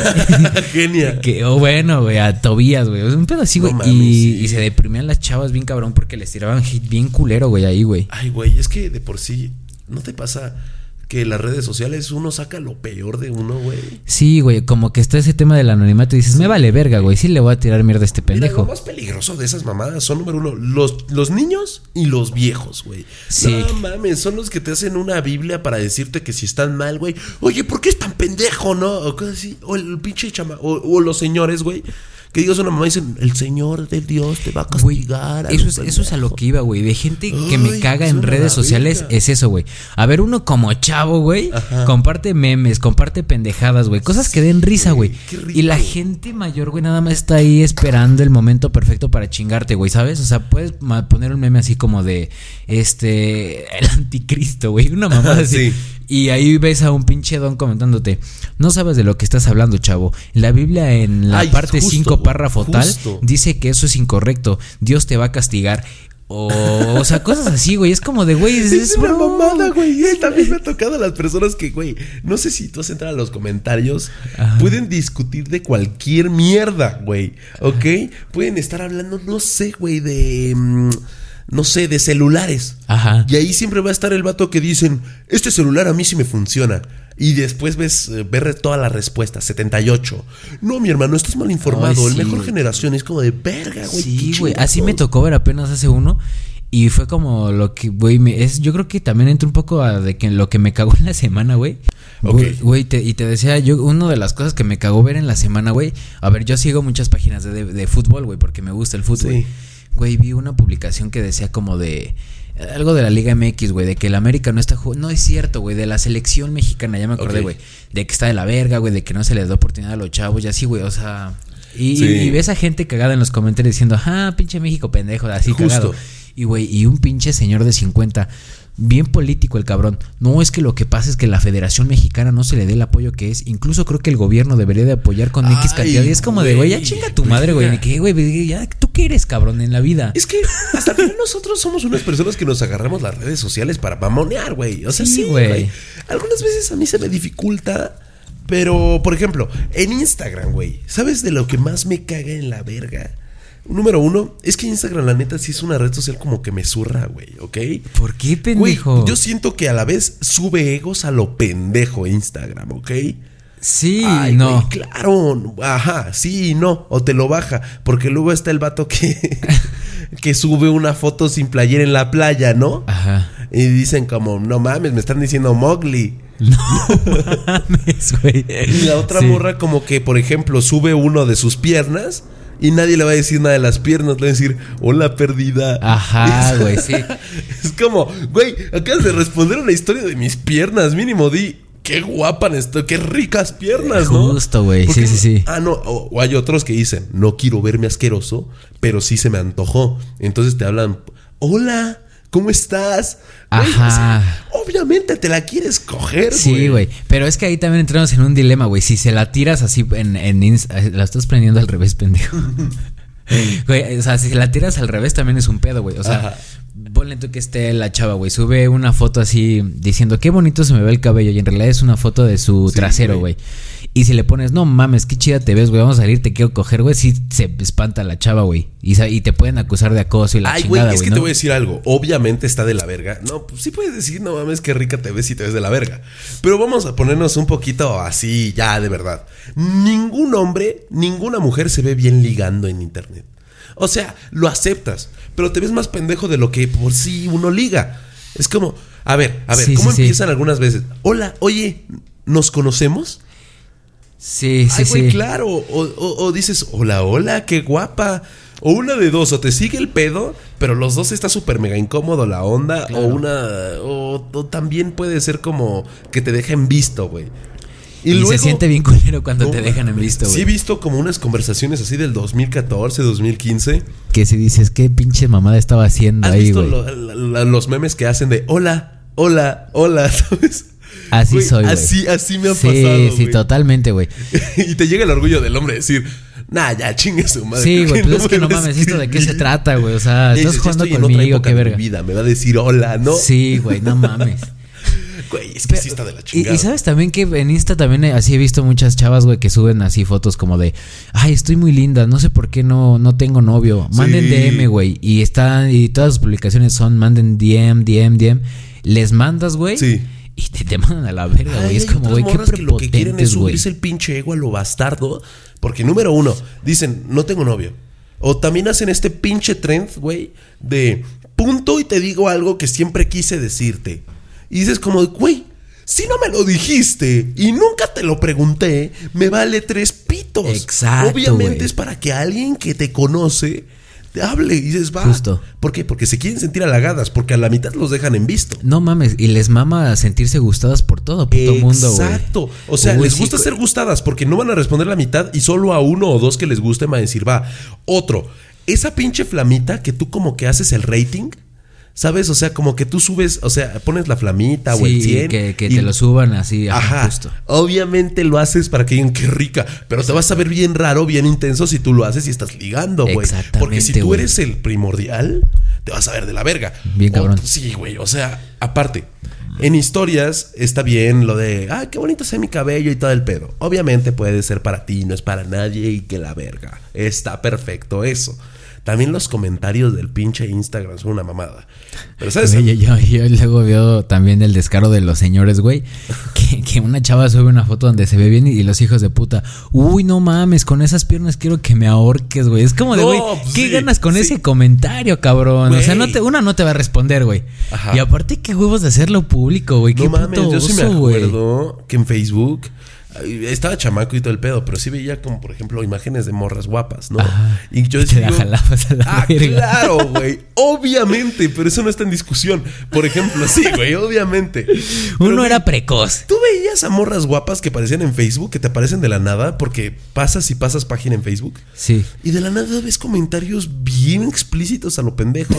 [SPEAKER 1] Genia.
[SPEAKER 3] Que, oh, bueno, güey, a Tobías, güey. Un pedo así,
[SPEAKER 1] No
[SPEAKER 3] güey.
[SPEAKER 1] mames,
[SPEAKER 3] y,
[SPEAKER 1] sí.
[SPEAKER 3] y se deprimían las chavas bien cabrón porque les tiraban hate bien culero, güey, ahí, güey.
[SPEAKER 1] Ay, güey, es que de por sí, ¿no te pasa que las redes sociales uno saca lo peor de uno, güey?
[SPEAKER 3] Sí, güey, como que está ese tema del anonimato y dices, me vale verga, güey, sí le voy a tirar mierda a este
[SPEAKER 1] Mira, lo
[SPEAKER 3] pendejo.
[SPEAKER 1] más peligroso de esas mamadas son, número uno, los, los niños y los viejos, güey.
[SPEAKER 3] Sí.
[SPEAKER 1] No mames, son los que te hacen una Biblia para decirte que si están mal, güey. Oye, ¿por qué es tan pendejo, no? O cosas así. O el pinche chama. O, o los señores, güey. Que digas una mamá y dicen, el Señor de Dios te va a
[SPEAKER 3] Güey,
[SPEAKER 1] castigar.
[SPEAKER 3] eso
[SPEAKER 1] lo
[SPEAKER 3] es, eso es a lo
[SPEAKER 1] pendejo".
[SPEAKER 3] que iba, güey. De gente que
[SPEAKER 1] Ay,
[SPEAKER 3] me caga
[SPEAKER 1] es
[SPEAKER 3] en
[SPEAKER 1] una
[SPEAKER 3] redes sociales
[SPEAKER 1] maravilla.
[SPEAKER 3] es eso, güey. A ver, uno como chavo, güey,
[SPEAKER 1] Ajá.
[SPEAKER 3] comparte memes, comparte pendejadas, güey. Cosas que den risa, güey.
[SPEAKER 1] qué rico.
[SPEAKER 3] Y la gente mayor, güey, nada más está ahí esperando el momento perfecto para chingarte, güey, ¿sabes? O sea, puedes ma- poner un meme así como de, este, el anticristo, güey. Una mamada
[SPEAKER 1] Ajá,
[SPEAKER 3] así.
[SPEAKER 1] sí.
[SPEAKER 3] Y ahí ves a un pinche don comentándote, no sabes de lo que estás hablando, chavo. La Biblia en la
[SPEAKER 1] Ay,
[SPEAKER 3] parte
[SPEAKER 1] justo,
[SPEAKER 3] 5,
[SPEAKER 1] güey,
[SPEAKER 3] párrafo tal,
[SPEAKER 1] justo.
[SPEAKER 3] dice que eso es incorrecto, Dios te va a castigar. O, o sea, cosas así, güey. Es como de, güey, es,
[SPEAKER 1] Es una
[SPEAKER 3] bro.
[SPEAKER 1] mamada, güey. Y También me ha tocado a las personas que, güey, no sé si tú has entrado a los comentarios. Pueden discutir de cualquier mierda, güey. ¿Ok? Pueden estar hablando, no sé, güey, de. mm, No sé, de celulares.
[SPEAKER 3] Ajá.
[SPEAKER 1] Y ahí siempre va a estar el vato que dicen, este celular a mí sí me funciona. Y después ves, eh, ver toda la respuesta, 78. No, mi hermano, estás mal informado.
[SPEAKER 3] Ay, sí,
[SPEAKER 1] el mejor
[SPEAKER 3] güey.
[SPEAKER 1] generación es como de verga, güey.
[SPEAKER 3] Sí,
[SPEAKER 1] qué
[SPEAKER 3] güey. Así me
[SPEAKER 1] chingados".
[SPEAKER 3] tocó ver apenas hace uno. Y fue como lo que, güey, me- es, yo creo que también entró un poco a de que lo que me cagó en la semana, güey.
[SPEAKER 1] Ok.
[SPEAKER 3] Güey, Güey, te- y te decía, yo, una de las cosas que me cagó ver en la semana, güey. A ver, yo sigo muchas páginas de, de- de fútbol, güey, porque me gusta el fútbol.
[SPEAKER 1] Sí.
[SPEAKER 3] Güey, vi una publicación que decía como de. Algo de la Liga MX, güey, de que el América no está jugando. No es cierto, güey, de la selección mexicana, ya me acordé,
[SPEAKER 1] Ok.
[SPEAKER 3] güey. De que está de la verga, güey, de que no se les da oportunidad a los chavos y así, güey, o sea. Y,
[SPEAKER 1] Sí.
[SPEAKER 3] y ves a gente cagada en los comentarios diciendo, ah, pinche México pendejo, así
[SPEAKER 1] Justo.
[SPEAKER 3] cagado. Y güey, y un pinche señor de 50, bien político el cabrón. No es que lo que pasa es que la Federación Mexicana no se le dé el apoyo que es. Incluso creo que el gobierno debería de apoyar con X
[SPEAKER 1] Ay,
[SPEAKER 3] cantidad. Y es como de, güey, ya
[SPEAKER 1] güey,
[SPEAKER 3] chinga tu madre, güey.
[SPEAKER 1] verga.
[SPEAKER 3] ¿Qué, güey? Ya, ¿Tú qué eres, cabrón, en la vida?
[SPEAKER 1] Es que hasta el final nosotros somos unas personas que nos agarramos las redes sociales para mamonear, güey. O sea,
[SPEAKER 3] Sí,
[SPEAKER 1] sí,
[SPEAKER 3] güey.
[SPEAKER 1] güey. Algunas veces a mí se me dificulta, pero por ejemplo, en Instagram, güey, ¿sabes de lo que más me caga en la verga? Número uno, es que Instagram, la neta, sí es una red social como que me zurra, güey, ¿ok?
[SPEAKER 3] ¿Por qué,
[SPEAKER 1] Güey,
[SPEAKER 3] pendejo?
[SPEAKER 1] yo siento que a la vez sube egos a lo pendejo Instagram, ¿ok?
[SPEAKER 3] sí,
[SPEAKER 1] Ay,
[SPEAKER 3] no.
[SPEAKER 1] güey, claro, ajá, sí y no, o te lo baja, porque luego está el vato que, que sube una foto sin playera en la playa, ¿no?
[SPEAKER 3] Ajá.
[SPEAKER 1] Y dicen como, no mames, me están diciendo Mowgli.
[SPEAKER 3] No mames, güey.
[SPEAKER 1] Y la otra
[SPEAKER 3] Sí.
[SPEAKER 1] morra como que, por ejemplo, sube uno de sus piernas y nadie le va a decir nada de las piernas, le va a decir, hola perdida.
[SPEAKER 3] Ajá, güey, sí.
[SPEAKER 1] Es como, güey, acabas de responder una historia de mis piernas, mínimo di. Qué guapan esto, qué ricas piernas, ¿no?
[SPEAKER 3] Justo, güey,
[SPEAKER 1] ¿Por
[SPEAKER 3] sí,
[SPEAKER 1] qué
[SPEAKER 3] sí,
[SPEAKER 1] no?
[SPEAKER 3] sí.
[SPEAKER 1] Ah, no, o, o hay otros que dicen, no quiero verme asqueroso, pero sí se me antojó. Entonces te hablan, hola, ¿cómo estás? Güey, o sea,
[SPEAKER 3] Ajá.
[SPEAKER 1] obviamente te la quieres coger, güey.
[SPEAKER 3] Sí, güey. Pero es que ahí también entramos en un dilema, güey. Si se la tiras así en, en Insta- La estás prendiendo al revés, pendejo. Güey, o sea, si la tiras al revés también es un pedo, güey. O sea,
[SPEAKER 1] Ajá.
[SPEAKER 3] ponle tú que esté la chava, güey. Sube una foto así diciendo qué bonito se me ve el cabello. Y en realidad es una foto de su
[SPEAKER 1] Sí,
[SPEAKER 3] trasero, güey.
[SPEAKER 1] güey.
[SPEAKER 3] Y si le pones, no mames, qué chida te ves, güey. Vamos a salir, te quiero coger, güey. Sí se espanta la chava, güey. Y, sa- y te pueden acusar de acoso y la
[SPEAKER 1] Ay, güey,
[SPEAKER 3] chingada,
[SPEAKER 1] es
[SPEAKER 3] güey.
[SPEAKER 1] que
[SPEAKER 3] ¿no?
[SPEAKER 1] te voy a decir algo. Obviamente está de la verga. No, pues sí puedes decir, no mames, qué rica te ves si te ves de la verga. Pero vamos a ponernos un poquito así, ya de verdad. Ningún hombre, ninguna mujer se ve bien ligando en internet. O sea, lo aceptas, pero te ves más pendejo de lo que por sí uno liga. Es como, a ver, a ver,
[SPEAKER 3] Sí,
[SPEAKER 1] ¿cómo
[SPEAKER 3] sí, sí.
[SPEAKER 1] empiezan algunas veces? Hola, oye, ¿nos conocemos?
[SPEAKER 3] Sí, sí,
[SPEAKER 1] Ay, güey,
[SPEAKER 3] sí.
[SPEAKER 1] claro. O, o- o dices, hola, hola, qué guapa. O una de dos, o te sigue el pedo, pero los dos está súper mega incómodo la onda. O una. O, o también puede ser como que te dejen visto, güey.
[SPEAKER 3] Y, se
[SPEAKER 1] luego-
[SPEAKER 3] siente bien culero cuando
[SPEAKER 1] No,
[SPEAKER 3] te dejan en visto,
[SPEAKER 1] Sí,
[SPEAKER 3] güey.
[SPEAKER 1] he visto como unas conversaciones así del 2014, 2015.
[SPEAKER 3] que si dices, ¿qué pinche mamada estaba haciendo
[SPEAKER 1] ¿Has
[SPEAKER 3] ahí,
[SPEAKER 1] visto
[SPEAKER 3] güey?
[SPEAKER 1] lo- la- la- los memes que hacen de hola, hola, hola, ¿sabes?
[SPEAKER 3] Así
[SPEAKER 1] Güey,
[SPEAKER 3] soy, güey.
[SPEAKER 1] Así, así me ha
[SPEAKER 3] sí,
[SPEAKER 1] pasado.
[SPEAKER 3] sí,
[SPEAKER 1] güey.
[SPEAKER 3] totalmente, güey.
[SPEAKER 1] y te llega el orgullo del hombre decir, nah, ya chingue su madre.
[SPEAKER 3] Sí,
[SPEAKER 1] creo
[SPEAKER 3] güey,
[SPEAKER 1] que
[SPEAKER 3] pues es que
[SPEAKER 1] me
[SPEAKER 3] no
[SPEAKER 1] va a
[SPEAKER 3] mames, ¿esto de qué se
[SPEAKER 1] escribir".
[SPEAKER 3] trata, güey? O sea,
[SPEAKER 1] Y
[SPEAKER 3] estás
[SPEAKER 1] dices, "Ya
[SPEAKER 3] jugando
[SPEAKER 1] estoy en otra
[SPEAKER 3] conmigo,
[SPEAKER 1] época
[SPEAKER 3] qué
[SPEAKER 1] de mi
[SPEAKER 3] verga.
[SPEAKER 1] vida, me va a decir hola, ¿no?
[SPEAKER 3] Sí, güey, no mames.
[SPEAKER 1] Güey, es que sí está de la
[SPEAKER 3] Y,
[SPEAKER 1] chingada.
[SPEAKER 3] y sabes también que en Insta también eh, así he visto muchas chavas, güey, que suben así fotos como de, ay, estoy muy linda, no sé por qué no, no tengo novio. Manden
[SPEAKER 1] Sí.
[SPEAKER 3] DM, güey. Y están, y todas las publicaciones son, manden DM, DM, DM. Les mandas, güey.
[SPEAKER 1] Sí.
[SPEAKER 3] Y te, te mandan a la verga,
[SPEAKER 1] Ay,
[SPEAKER 3] güey. Es
[SPEAKER 1] hay
[SPEAKER 3] como,
[SPEAKER 1] otras
[SPEAKER 3] güey, qué
[SPEAKER 1] morras que lo que quieren es
[SPEAKER 3] prepotentes, güey.
[SPEAKER 1] subirse el pinche ego a lo bastardo. Porque, número uno, dicen, no tengo novio. O también hacen este pinche trend, güey, de punto y te digo algo que siempre quise decirte. Y dices como, güey, si no me lo dijiste y nunca te lo pregunté, me vale tres pitos.
[SPEAKER 3] Exacto,
[SPEAKER 1] Obviamente
[SPEAKER 3] güey.
[SPEAKER 1] es para que alguien que te conoce te hable y dices, va.
[SPEAKER 3] Justo.
[SPEAKER 1] ¿Por qué? Porque se quieren sentir halagadas, porque a la mitad los dejan en visto.
[SPEAKER 3] No mames, y les mama sentirse gustadas por todo puto mundo, güey.
[SPEAKER 1] Exacto. O sea,
[SPEAKER 3] Uy,
[SPEAKER 1] les
[SPEAKER 3] sí,
[SPEAKER 1] gusta
[SPEAKER 3] güey.
[SPEAKER 1] ser gustadas porque no van a responder la mitad y solo a uno o dos que les guste van a decir, va. Otro, esa pinche flamita que tú como que haces el rating, ¿sabes? O sea, como que tú subes, o sea, pones la flamita o el
[SPEAKER 3] Sí,
[SPEAKER 1] 100.
[SPEAKER 3] que, que
[SPEAKER 1] y-
[SPEAKER 3] te lo suban así, ajá,
[SPEAKER 1] Ajá.
[SPEAKER 3] justo.
[SPEAKER 1] Obviamente lo haces para que digan qué rica, pero te vas a ver bien raro, bien intenso si tú lo haces y estás ligando, güey.
[SPEAKER 3] Exactamente,
[SPEAKER 1] Porque si tú
[SPEAKER 3] güey.
[SPEAKER 1] eres el primordial, te vas a ver de la verga.
[SPEAKER 3] Bien
[SPEAKER 1] O-
[SPEAKER 3] cabrón.
[SPEAKER 1] sí, güey. O sea, aparte, en historias está bien lo de, ah, qué bonito sea mi cabello y todo el pedo. Obviamente puede ser para ti, no es para nadie y que la verga. Está perfecto eso. También los comentarios del pinche Instagram son una mamada. Pero sabes,
[SPEAKER 3] Güey, yo, yo- yo luego veo también el descaro de los señores, güey. Que, que una chava sube una foto donde se ve bien y, y los hijos de puta. Uy, no mames, con esas piernas quiero que me ahorques, güey. Es como de,
[SPEAKER 1] No,
[SPEAKER 3] güey,
[SPEAKER 1] pues
[SPEAKER 3] ¿qué
[SPEAKER 1] sí,
[SPEAKER 3] ganas con
[SPEAKER 1] sí.
[SPEAKER 3] ese comentario, cabrón? O sea, no
[SPEAKER 1] Güey.
[SPEAKER 3] te, una no te va a responder, güey.
[SPEAKER 1] Ajá.
[SPEAKER 3] Y aparte, qué huevos de hacerlo público, güey. Qué
[SPEAKER 1] No mames,
[SPEAKER 3] puto
[SPEAKER 1] yo sí me
[SPEAKER 3] oso, güey.
[SPEAKER 1] acuerdo que en Facebook ay, estaba chamaco y todo el pedo, pero sí veía como, por ejemplo, imágenes de morras guapas, ¿no?
[SPEAKER 3] Ajá.
[SPEAKER 1] Y yo
[SPEAKER 3] Y te la
[SPEAKER 1] digo,
[SPEAKER 3] jalabas a la
[SPEAKER 1] ah,
[SPEAKER 3] verga".
[SPEAKER 1] claro, güey, obviamente, pero eso no está en discusión. Por ejemplo, sí, güey, obviamente.
[SPEAKER 3] Uno era precoz.
[SPEAKER 1] ¿Tú veías a morras guapas que aparecían en Facebook, que te aparecen de la nada, porque pasas y pasas página en Facebook?
[SPEAKER 3] Sí.
[SPEAKER 1] Y de la nada ves comentarios bien explícitos a lo pendejo,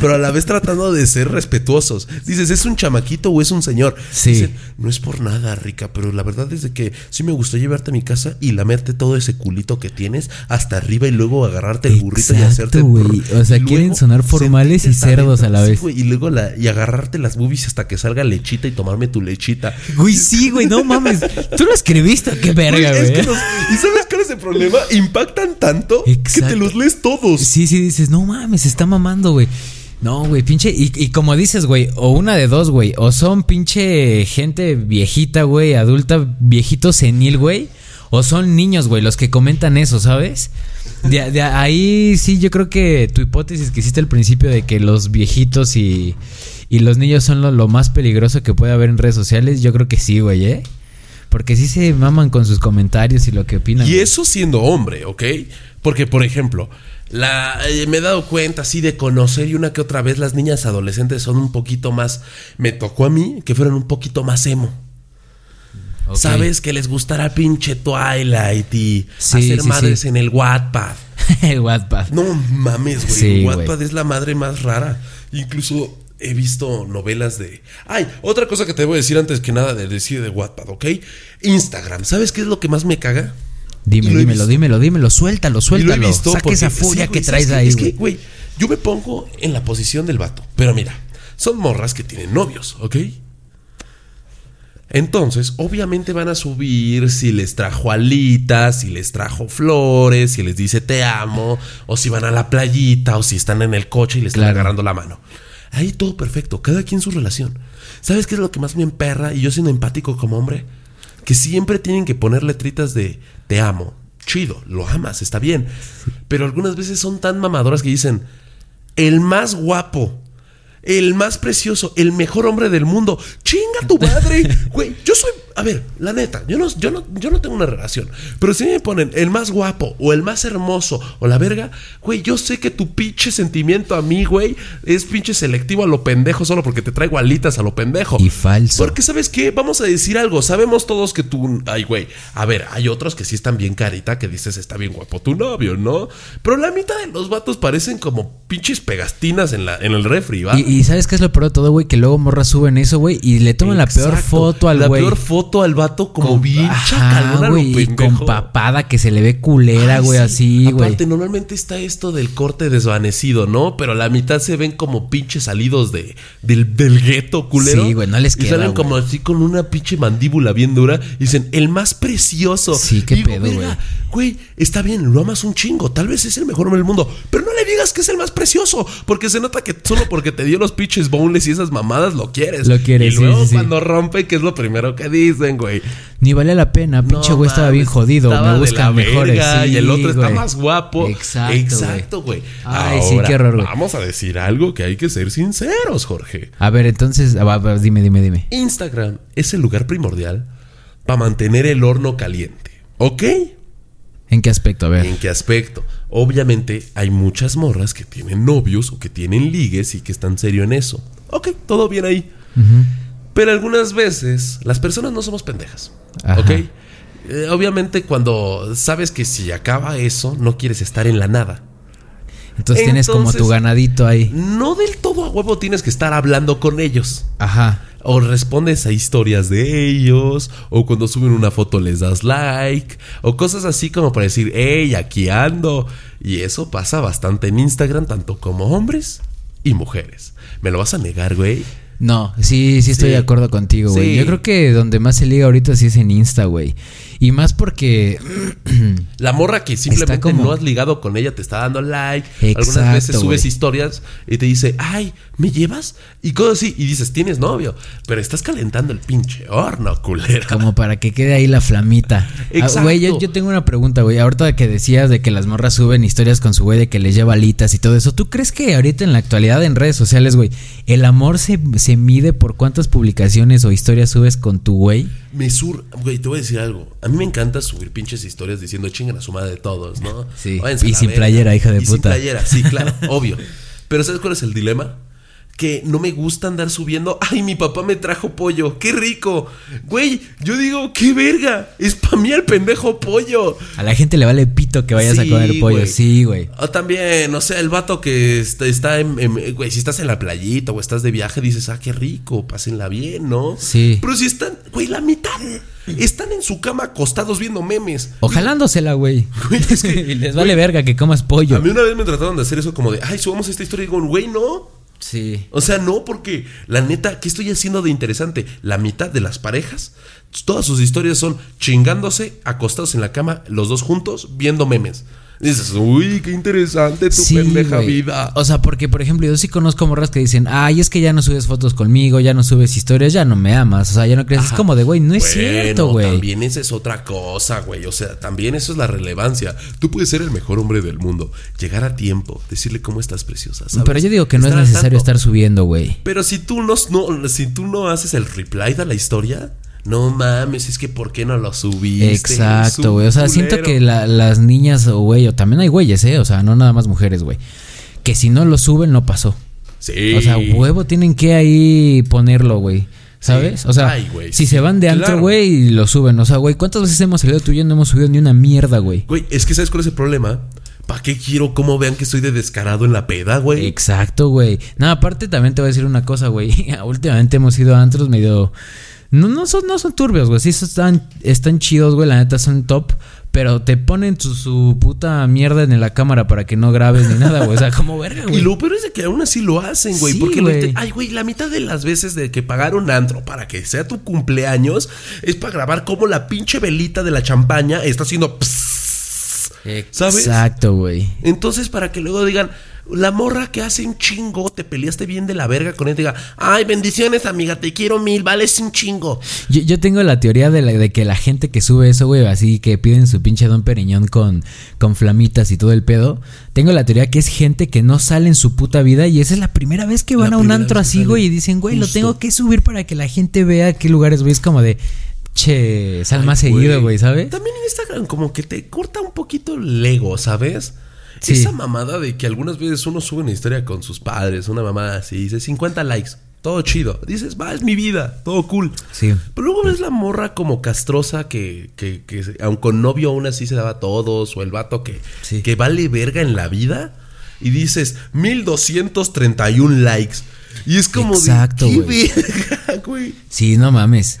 [SPEAKER 1] pero a la vez tratando de ser respetuosos. Dices, ¿es un chamaquito o es un señor?
[SPEAKER 3] Sí.
[SPEAKER 1] Dicen, no es por nada, rica, pero la verdad es de que sí me gustó llevarte a mi casa y lamerte todo ese culito que tienes hasta arriba y luego agarrarte el burrito y
[SPEAKER 3] Exacto,
[SPEAKER 1] hacerte.
[SPEAKER 3] güey.
[SPEAKER 1] brr".
[SPEAKER 3] O sea,
[SPEAKER 1] Y luego
[SPEAKER 3] quieren sonar formales y
[SPEAKER 1] sentirte
[SPEAKER 3] cerdos
[SPEAKER 1] adentro,
[SPEAKER 3] a la
[SPEAKER 1] sí,
[SPEAKER 3] vez.
[SPEAKER 1] güey, y luego la, y agarrarte las boobies hasta que salga lechita y tomarme tu lechita.
[SPEAKER 3] Güey, sí, güey, no mames. ¿Tú lo escribiste? Qué verga,
[SPEAKER 1] Güey,
[SPEAKER 3] güey.
[SPEAKER 1] es que los- ¿Y sabes cuál es el problema? Impactan tanto que
[SPEAKER 3] Exacto.
[SPEAKER 1] te los lees todos.
[SPEAKER 3] Sí, sí, dices, no mames, se está mamando, güey. No, güey, pinche. Y, y como dices, güey, o una de dos, güey. O son pinche gente viejita, güey, adulta, viejito senil, güey. O son niños, güey, los que comentan eso, ¿sabes? De, de ahí sí, yo creo que tu hipótesis que hiciste al principio de que los viejitos y, y los niños son lo, lo más peligroso que puede haber en redes sociales, yo creo que sí, güey, ¿eh? Porque sí se maman con sus comentarios y lo que opinan.
[SPEAKER 1] Y
[SPEAKER 3] güey.
[SPEAKER 1] eso siendo hombre, ¿ok? Porque, por ejemplo, la, eh, me he dado cuenta así de conocer y una que otra vez las niñas adolescentes son un poquito más. Me tocó a mí que fueran un poquito más emo.
[SPEAKER 3] Ok.
[SPEAKER 1] ¿Sabes? Que les gustará pinche Twilight y
[SPEAKER 3] Sí,
[SPEAKER 1] hacer
[SPEAKER 3] sí,
[SPEAKER 1] madres
[SPEAKER 3] sí.
[SPEAKER 1] en el Wattpad.
[SPEAKER 3] El Wattpad.
[SPEAKER 1] No mames, güey.
[SPEAKER 3] Sí,
[SPEAKER 1] Wattpad
[SPEAKER 3] güey.
[SPEAKER 1] es la madre más rara. Incluso he visto novelas de. Ay, otra cosa que te voy a decir antes que nada de decir de Wattpad, ¿ok? Instagram. ¿sabes qué es lo que más me caga? Y
[SPEAKER 3] Dime,
[SPEAKER 1] lo he
[SPEAKER 3] dímelo,
[SPEAKER 1] visto.
[SPEAKER 3] dímelo, dímelo, suéltalo,
[SPEAKER 1] Y lo he
[SPEAKER 3] suéltalo.
[SPEAKER 1] visto
[SPEAKER 3] Saca
[SPEAKER 1] porque-
[SPEAKER 3] esa
[SPEAKER 1] sí,
[SPEAKER 3] furia
[SPEAKER 1] güey,
[SPEAKER 3] que
[SPEAKER 1] ¿sabes
[SPEAKER 3] traes
[SPEAKER 1] qué?
[SPEAKER 3] ahí,
[SPEAKER 1] Es que,
[SPEAKER 3] güey.
[SPEAKER 1] güey, yo me pongo en la posición del vato. Pero mira, son morras que tienen novios, ¿ok? Entonces, obviamente van a subir si les trajo alitas, si les trajo flores, si les dice te amo, o si van a la playita, o si están en el coche y les
[SPEAKER 3] Claro.
[SPEAKER 1] están agarrando la mano. Ahí todo perfecto, cada quien su relación. ¿Sabes qué es lo que más me emperra? Y yo siendo empático como hombre, que siempre tienen que poner letritas de te amo, chido, lo amas, está bien. Pero algunas veces son tan mamadoras que dicen, el más guapo, el más precioso, el mejor hombre del mundo. Chinga tu madre, güey. Yo soy, a ver, la neta, yo no, yo no, yo no tengo una relación, pero si me ponen el más guapo o el más hermoso o la verga, güey, yo sé que tu pinche sentimiento a mí, güey, es pinche selectivo a lo pendejo solo porque te traigo alitas a lo pendejo.
[SPEAKER 3] Y falso.
[SPEAKER 1] Porque sabes qué, vamos a decir algo. Sabemos todos que tú, ay, güey, a ver, hay otros que sí están bien carita que dices está bien guapo tu novio, ¿no? Pero la mitad de los vatos parecen como pinches pegastinas en la, en el refri, ¿va?
[SPEAKER 3] Y, y ¿sabes qué es lo peor de todo, güey? Que luego morras suben eso, güey, y le toman la peor
[SPEAKER 1] Exacto.
[SPEAKER 3] foto al
[SPEAKER 1] La
[SPEAKER 3] güey.
[SPEAKER 1] peor foto al vato como
[SPEAKER 3] Con-
[SPEAKER 1] bien
[SPEAKER 3] Ajá,
[SPEAKER 1] chacalona, lo
[SPEAKER 3] güey, y
[SPEAKER 1] pendejo.
[SPEAKER 3] con papada que se le ve culera,
[SPEAKER 1] Ay,
[SPEAKER 3] güey,
[SPEAKER 1] sí.
[SPEAKER 3] así, güey.
[SPEAKER 1] Aparte, normalmente está esto del corte desvanecido, ¿no? Pero la mitad se ven como pinches salidos de, del, del gueto culero.
[SPEAKER 3] Sí, güey, no les
[SPEAKER 1] Y
[SPEAKER 3] queda,
[SPEAKER 1] salen
[SPEAKER 3] güey.
[SPEAKER 1] como así con una pinche mandíbula bien dura. Y dicen, el más precioso.
[SPEAKER 3] Sí, qué
[SPEAKER 1] Digo,
[SPEAKER 3] pedo,
[SPEAKER 1] "Verga,
[SPEAKER 3] güey".
[SPEAKER 1] Güey, está bien, lo amas un chingo. Tal vez es el mejor hombre del mundo. Pero no le digas que es el más precioso. Porque se nota que solo porque te dio los pinches boneless y esas mamadas lo quieres.
[SPEAKER 3] Lo quieres,
[SPEAKER 1] Y
[SPEAKER 3] sí,
[SPEAKER 1] luego
[SPEAKER 3] sí, sí.
[SPEAKER 1] cuando rompe, que es lo primero que dicen, güey.
[SPEAKER 3] Ni vale la pena, pinche
[SPEAKER 1] No
[SPEAKER 3] güey estaba bien
[SPEAKER 1] mames,
[SPEAKER 3] jodido,
[SPEAKER 1] estaba
[SPEAKER 3] me
[SPEAKER 1] de
[SPEAKER 3] buscan
[SPEAKER 1] la
[SPEAKER 3] mejores.
[SPEAKER 1] verga,
[SPEAKER 3] sí,
[SPEAKER 1] y el otro está
[SPEAKER 3] güey.
[SPEAKER 1] más guapo.
[SPEAKER 3] Exacto.
[SPEAKER 1] Exacto, güey.
[SPEAKER 3] Ay, sí, qué horror, güey.
[SPEAKER 1] Vamos a decir algo que hay que ser sinceros, Jorge.
[SPEAKER 3] güey. A ver, entonces, a- a- a- dime, dime, dime.
[SPEAKER 1] Instagram es el lugar primordial para mantener el horno caliente. ¿Ok?
[SPEAKER 3] ¿En qué aspecto? A ver.
[SPEAKER 1] ¿En qué aspecto? Obviamente hay muchas morras que tienen novios o que tienen ligues y que están serio en eso. Ok, todo bien ahí. Pero algunas veces las personas no somos pendejas.
[SPEAKER 3] Ajá.
[SPEAKER 1] ¿Ok? Eh, obviamente cuando sabes que si acaba eso, no quieres estar en la nada.
[SPEAKER 3] Entonces tienes como
[SPEAKER 1] Entonces-
[SPEAKER 3] tu ganadito ahí.
[SPEAKER 1] No del todo a huevo tienes que estar hablando con ellos.
[SPEAKER 3] Ajá.
[SPEAKER 1] O respondes a historias de ellos, o cuando suben una foto les das like, o cosas así como para decir, hey, aquí ando. Y eso pasa bastante en Instagram, tanto como hombres y mujeres. ¿Me lo vas a negar, güey?
[SPEAKER 3] No, sí, sí estoy
[SPEAKER 1] Sí.
[SPEAKER 3] de acuerdo contigo, güey.
[SPEAKER 1] Sí.
[SPEAKER 3] Yo creo que donde más se liga ahorita sí es en Insta, güey. Y más porque
[SPEAKER 1] La morra que simplemente
[SPEAKER 3] como-
[SPEAKER 1] no has ligado con ella te está dando like.
[SPEAKER 3] Exacto,
[SPEAKER 1] Algunas veces subes
[SPEAKER 3] güey.
[SPEAKER 1] historias y te dice, ay, ¿me llevas? Y cosas así. Y dices, tienes novio, pero estás calentando el pinche horno, culero.
[SPEAKER 3] Como para que quede ahí la flamita. Ah,
[SPEAKER 1] Exacto.
[SPEAKER 3] Güey, yo, yo tengo una pregunta, güey. Ahorita que decías de que las morras suben historias con su güey de que les lleva alitas y todo eso. ¿Tú crees que ahorita en la actualidad en redes sociales, güey, el amor se, se mide por cuántas publicaciones o historias subes con tu güey?
[SPEAKER 1] Me sur, güey, te voy a decir algo. A mí me encanta subir pinches historias diciendo chingan a su madre de todos, ¿no?
[SPEAKER 3] Sí,
[SPEAKER 1] Váyanse a
[SPEAKER 3] y
[SPEAKER 1] la
[SPEAKER 3] sin
[SPEAKER 1] verga.
[SPEAKER 3] playera, hija de
[SPEAKER 1] Y Sin
[SPEAKER 3] puta.
[SPEAKER 1] playera, sí, claro, obvio. Pero ¿sabes cuál es el dilema? Que no me gusta andar subiendo. Ay, mi papá me trajo pollo, qué rico. Güey, yo digo, qué verga. Es para mí el pendejo pollo.
[SPEAKER 3] A la gente le vale pito que vayas a
[SPEAKER 1] Sí,
[SPEAKER 3] comer pollo.
[SPEAKER 1] güey.
[SPEAKER 3] Sí, güey.
[SPEAKER 1] O también, o sea, el vato que está, está en, en- Güey, si estás en la playita o estás de viaje, dices, ah, qué rico, pásenla bien, ¿no?
[SPEAKER 3] Sí.
[SPEAKER 1] Pero si están, güey, la mitad están en su cama acostados viendo memes.
[SPEAKER 3] O jalándosela, güey.
[SPEAKER 1] Güey, es que-
[SPEAKER 3] Y les vale verga que comas
[SPEAKER 1] A
[SPEAKER 3] pollo.
[SPEAKER 1] mí una vez me trataron de hacer eso como de, ay, subamos esta historia y digo, güey, no.
[SPEAKER 3] Sí.
[SPEAKER 1] O sea, no, porque la neta, ¿qué estoy haciendo de interesante? La mitad de las parejas, todas sus historias son chingándose, acostados en la cama, los dos juntos, viendo memes. Dices, uy, qué interesante tu pendeja
[SPEAKER 3] güey.
[SPEAKER 1] vida.
[SPEAKER 3] O sea, porque, por ejemplo, yo sí conozco morras que dicen, ay, es que ya no subes fotos conmigo, ya no subes historias, ya no me amas. O sea, ya no crees. Es como de, güey, no es
[SPEAKER 1] Bueno,
[SPEAKER 3] cierto, güey.
[SPEAKER 1] También esa es otra cosa, güey. O sea, también eso es la relevancia. Tú puedes ser el mejor hombre del mundo, llegar a tiempo, decirle cómo estás preciosa. ¿sabes?
[SPEAKER 3] Pero yo digo que no
[SPEAKER 1] Estar
[SPEAKER 3] es
[SPEAKER 1] al
[SPEAKER 3] necesario
[SPEAKER 1] tanto.
[SPEAKER 3] estar subiendo, güey.
[SPEAKER 1] Pero si tú no, no- si tú no haces el reply de la historia, no mames, es que ¿por qué no lo subiste? Es
[SPEAKER 3] Exacto,
[SPEAKER 1] un
[SPEAKER 3] güey. O sea,
[SPEAKER 1] culero.
[SPEAKER 3] siento que la- las niñas, o güey, o también hay güeyes, ¿eh? O sea, no nada más mujeres, güey. Que si no lo suben, no pasó.
[SPEAKER 1] Sí.
[SPEAKER 3] O sea, huevo, tienen que ahí ponerlo, güey. ¿Sabes?
[SPEAKER 1] Sí.
[SPEAKER 3] O sea,
[SPEAKER 1] Ay, güey,
[SPEAKER 3] si
[SPEAKER 1] sí,
[SPEAKER 3] se van de antro,
[SPEAKER 1] claro.
[SPEAKER 3] güey, y lo suben. O sea, güey, ¿cuántas veces hemos salido tú y yo y no hemos subido ni una mierda, güey?
[SPEAKER 1] Güey, es que ¿sabes cuál es el problema? ¿Para qué quiero cómo vean que estoy de descarado en la peda, güey?
[SPEAKER 3] Exacto, güey. No, aparte también te voy a decir una cosa, güey. Últimamente hemos ido a antros medio... No, no, son, no son turbios, güey. Sí, son- están, están chidos, güey. La neta son top. Pero te ponen su, su puta mierda en la cámara para que no grabes ni nada, güey. O sea, como verga,
[SPEAKER 1] Y
[SPEAKER 3] güey.
[SPEAKER 1] lo peor es de que aún así lo hacen, güey.
[SPEAKER 3] Sí,
[SPEAKER 1] porque lo
[SPEAKER 3] güey.
[SPEAKER 1] inte- Ay, güey, la mitad de las veces de que pagaron antro para que sea tu cumpleaños es para grabar cómo la pinche velita de la champaña está haciendo. pss. ¿sabes?
[SPEAKER 3] Exacto, güey.
[SPEAKER 1] Entonces, para que luego digan, la morra que hace un chingo, te peleaste bien de la verga con él, te diga, ay, bendiciones, amiga, te quiero mil, vales un chingo.
[SPEAKER 3] Yo, yo tengo la teoría de, la- de que la gente que sube eso, güey, así que piden su pinche don Periñón con, con flamitas y todo el pedo. Tengo la teoría que es gente que no sale en su puta vida y esa es la primera vez que van
[SPEAKER 1] La
[SPEAKER 3] a un
[SPEAKER 1] primera
[SPEAKER 3] antro
[SPEAKER 1] vez que
[SPEAKER 3] así, güey, y
[SPEAKER 1] salen.
[SPEAKER 3] dicen, güey, lo
[SPEAKER 1] Justo.
[SPEAKER 3] tengo que subir para que la gente vea qué lugares, güey. Es como de, che, sal más
[SPEAKER 1] Ay,
[SPEAKER 3] seguido, güey, ¿sabes?
[SPEAKER 1] También Instagram como que te corta un poquito el ego, ¿sabes?
[SPEAKER 3] Sí.
[SPEAKER 1] Esa mamada de que algunas veces uno sube una historia con sus padres, una mamada así, dice 50 likes, todo chido. Dices, va, es mi vida, todo cool.
[SPEAKER 3] Sí.
[SPEAKER 1] Pero luego ves la morra como castrosa que, que, que se- aun con novio aún así se daba a todos, o el vato que,
[SPEAKER 3] Sí.
[SPEAKER 1] que vale verga en la vida, y dices 1231 likes. Y es como
[SPEAKER 3] Exacto,
[SPEAKER 1] de,
[SPEAKER 3] güey.
[SPEAKER 1] "¿Qué verga, güey?"
[SPEAKER 3] Sí, no mames.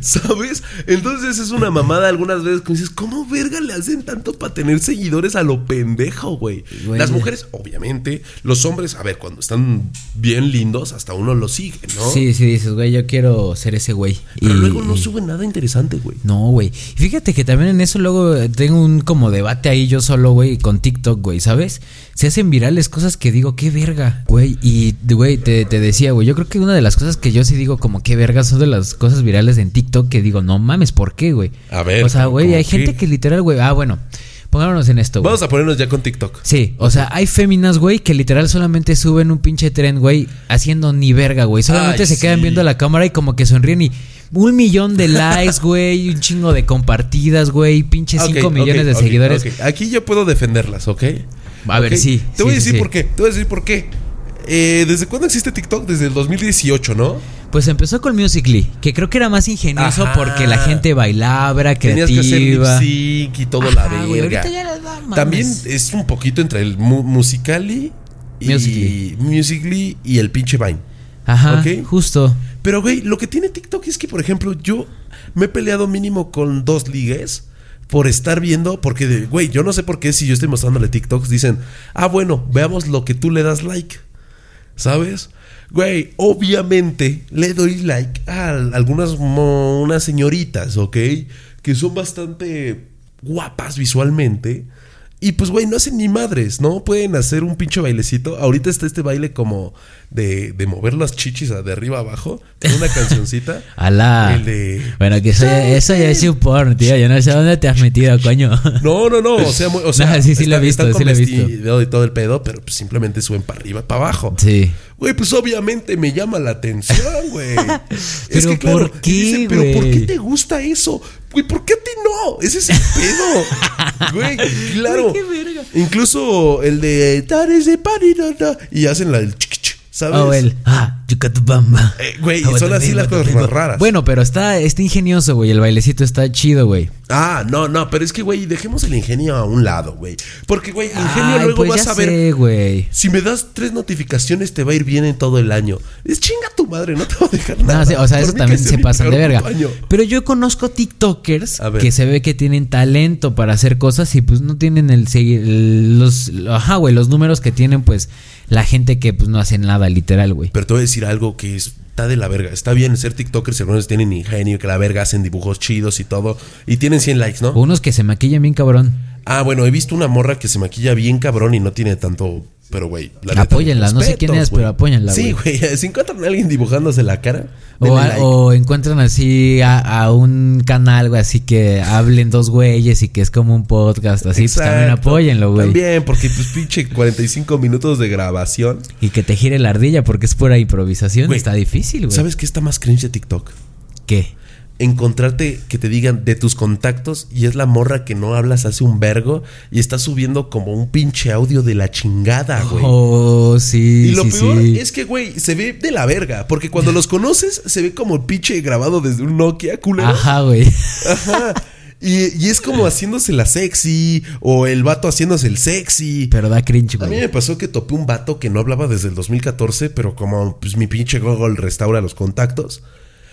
[SPEAKER 1] ¿Sabes? Entonces es una mamada algunas veces que dices, ¿cómo verga le hacen tanto para tener seguidores a lo pendejo, güey?
[SPEAKER 3] Güey.
[SPEAKER 1] Las mujeres, obviamente, los hombres, a ver, cuando están bien lindos, hasta uno los sigue, ¿no?
[SPEAKER 3] Sí, sí, dices, güey, yo quiero ser ese güey.
[SPEAKER 1] Pero
[SPEAKER 3] Y-
[SPEAKER 1] luego no
[SPEAKER 3] y-
[SPEAKER 1] suben nada interesante, güey.
[SPEAKER 3] No, güey. Y Fíjate que también en eso luego eh, tengo un como debate ahí yo solo, güey, con TikTok, güey, ¿sabes? Se hacen virales cosas que digo, qué verga, güey. Y, güey, te, te decía, güey, yo creo que una de las cosas que yo sí digo como qué verga son de las cosas virales en TikTok que digo, no mames, ¿por qué, güey?
[SPEAKER 1] A ver,
[SPEAKER 3] O sea, güey,
[SPEAKER 1] ¿cómo
[SPEAKER 3] hay
[SPEAKER 1] qué?
[SPEAKER 3] gente que literal, güey, ah, bueno, pongámonos en esto, güey.
[SPEAKER 1] Vamos a ponernos ya con TikTok.
[SPEAKER 3] Sí, o sea, hay féminas, güey, que literal solamente suben un pinche tren, güey, haciendo ni verga, güey. Solamente
[SPEAKER 1] Ay,
[SPEAKER 3] se quedan
[SPEAKER 1] sí.
[SPEAKER 3] viendo la cámara y como que sonríen y un millón de likes, güey, un chingo de compartidas, güey, pinche
[SPEAKER 1] Ok,
[SPEAKER 3] 5
[SPEAKER 1] ok,
[SPEAKER 3] millones de
[SPEAKER 1] ok,
[SPEAKER 3] seguidores.
[SPEAKER 1] ok. Aquí yo puedo defenderlas, ¿ok?
[SPEAKER 3] A ver,
[SPEAKER 1] Ok.
[SPEAKER 3] sí,
[SPEAKER 1] Te voy
[SPEAKER 3] sí,
[SPEAKER 1] a
[SPEAKER 3] sí,
[SPEAKER 1] decir
[SPEAKER 3] sí.
[SPEAKER 1] por qué. Te voy a decir por qué. Eh, ¿Desde cuándo existe TikTok? Desde el 2018, ¿no?
[SPEAKER 3] Pues empezó con Musically, que creo que era más ingenioso
[SPEAKER 1] Ajá.
[SPEAKER 3] porque la gente bailaba, era creativa.
[SPEAKER 1] Tenías que hacer lip sync y todo la
[SPEAKER 3] Ajá, güey,
[SPEAKER 1] verga.
[SPEAKER 3] ahorita ya les da mames.
[SPEAKER 1] También es un poquito entre el mu- Musicali y
[SPEAKER 3] Musical.ly.
[SPEAKER 1] Musically y el pinche Vine.
[SPEAKER 3] Ajá,
[SPEAKER 1] Ok.
[SPEAKER 3] justo.
[SPEAKER 1] Pero güey, lo que tiene TikTok es que, por ejemplo, yo me he peleado mínimo con dos ligues por estar viendo, porque de- güey, yo no sé por qué si yo estoy mostrándole TikToks dicen, "Ah, bueno, veamos lo que tú le das like." ¿Sabes? Güey, obviamente le doy like a al- algunas mo- unas señoritas, ¿ok? Que son bastante guapas visualmente. Y pues, güey, no hacen ni madres, ¿no? Pueden hacer un pinche bailecito. Ahorita está este baile como de, de mover las chichis a- de arriba abajo. con Una cancioncita.
[SPEAKER 3] Ah. Alá.
[SPEAKER 1] El de-
[SPEAKER 3] Bueno, que eso ya, eso ya es un porn, tío. Yo no sé dónde te has metido, coño.
[SPEAKER 1] No, no, no. O sea, muy- o sea
[SPEAKER 3] No, sí, sí lo he visto,
[SPEAKER 1] están con
[SPEAKER 3] sí lo he visto.
[SPEAKER 1] vestido y todo el pedo, pero pues, simplemente suben para arriba, para abajo.
[SPEAKER 3] Sí.
[SPEAKER 1] Güey, pues obviamente me llama la atención, güey. es
[SPEAKER 3] Pero
[SPEAKER 1] que claro,
[SPEAKER 3] ¿por
[SPEAKER 1] y dice,
[SPEAKER 3] qué,
[SPEAKER 1] pero ¿por qué
[SPEAKER 3] güey?
[SPEAKER 1] te gusta eso? Güey, ¿por qué a ti no? Ese es el pedo. Güey, claro.
[SPEAKER 3] Güey, qué verga.
[SPEAKER 1] Incluso el de Tares de Parirata y hacen la del chiqui, chiqui, ¿sabes?
[SPEAKER 3] O el, ah, Yucatubamba.
[SPEAKER 1] Eh, güey,
[SPEAKER 3] Ah,
[SPEAKER 1] son así las cosas
[SPEAKER 3] Guatemala, Guatemala.
[SPEAKER 1] más raras.
[SPEAKER 3] Bueno, pero está, está ingenioso, güey. El bailecito está chido, güey.
[SPEAKER 1] Ah, no, no, pero es que, güey, dejemos el ingenio a un lado, güey. Porque, güey, ingenio
[SPEAKER 3] Ay,
[SPEAKER 1] luego
[SPEAKER 3] pues
[SPEAKER 1] vas
[SPEAKER 3] ya
[SPEAKER 1] a ver.
[SPEAKER 3] sé, güey.
[SPEAKER 1] Si me das tres notificaciones, te va a ir bien en todo el año. Es chinga tu madre, no te va a dejar nada.
[SPEAKER 3] No, sí, o sea,
[SPEAKER 1] Por
[SPEAKER 3] eso
[SPEAKER 1] mí
[SPEAKER 3] también
[SPEAKER 1] que
[SPEAKER 3] se
[SPEAKER 1] mi
[SPEAKER 3] pasan de
[SPEAKER 1] peor
[SPEAKER 3] verga.
[SPEAKER 1] año.
[SPEAKER 3] Pero yo conozco TikTokers
[SPEAKER 1] A ver.
[SPEAKER 3] que se ve que tienen talento para hacer cosas y pues no tienen el, segui- el- los ajá, güey, los números que tienen pues la gente que pues no hace nada literal, güey.
[SPEAKER 1] Pero te voy a decir algo que está de la verga. Está bien ser TikTokers, algunos tienen ingenio, que la verga hacen dibujos chidos y todo. Y tienen 100 likes,
[SPEAKER 3] O
[SPEAKER 1] ¿no?
[SPEAKER 3] unos que se maquillan bien cabrón.
[SPEAKER 1] Ah, bueno, he visto una morra que se maquilla bien cabrón y no tiene tanto. Pero, güey, la neta,
[SPEAKER 3] Apóyenla, no sé
[SPEAKER 1] respetos,
[SPEAKER 3] quién es,
[SPEAKER 1] güey.
[SPEAKER 3] pero apóyenla,
[SPEAKER 1] Sí, güey, si encuentran a alguien dibujándose la cara.
[SPEAKER 3] O,
[SPEAKER 1] denle
[SPEAKER 3] a-
[SPEAKER 1] like.
[SPEAKER 3] o encuentran así a, a un canal, güey, así que hablen dos güeyes y que es como un podcast, así, pues también
[SPEAKER 1] Exacto.
[SPEAKER 3] apóyenlo, güey.
[SPEAKER 1] También, porque pues pinche 45 minutos de grabación.
[SPEAKER 3] Y que te gire la ardilla porque es pura improvisación,
[SPEAKER 1] Güey,
[SPEAKER 3] está difícil, güey.
[SPEAKER 1] ¿Sabes qué está más cringe de TikTok?
[SPEAKER 3] ¿Qué?
[SPEAKER 1] encontrarte que te digan de tus contactos y es la morra que no hablas hace un vergo y está subiendo como un pinche audio de la chingada, güey.
[SPEAKER 3] Oh, sí,
[SPEAKER 1] Y lo
[SPEAKER 3] sí,
[SPEAKER 1] peor
[SPEAKER 3] sí.
[SPEAKER 1] es que, güey, se ve de la verga. Porque cuando los conoces, se ve como el pinche grabado desde un Nokia, culero.
[SPEAKER 3] Ajá, güey.
[SPEAKER 1] Ajá. Y, y es como haciéndose la sexy. O el vato haciéndose el sexy.
[SPEAKER 3] Pero da cringe,
[SPEAKER 1] A mí
[SPEAKER 3] güey.
[SPEAKER 1] me pasó que topé un vato que no hablaba desde el 2014, pero como pues, mi pinche Google restaura los contactos,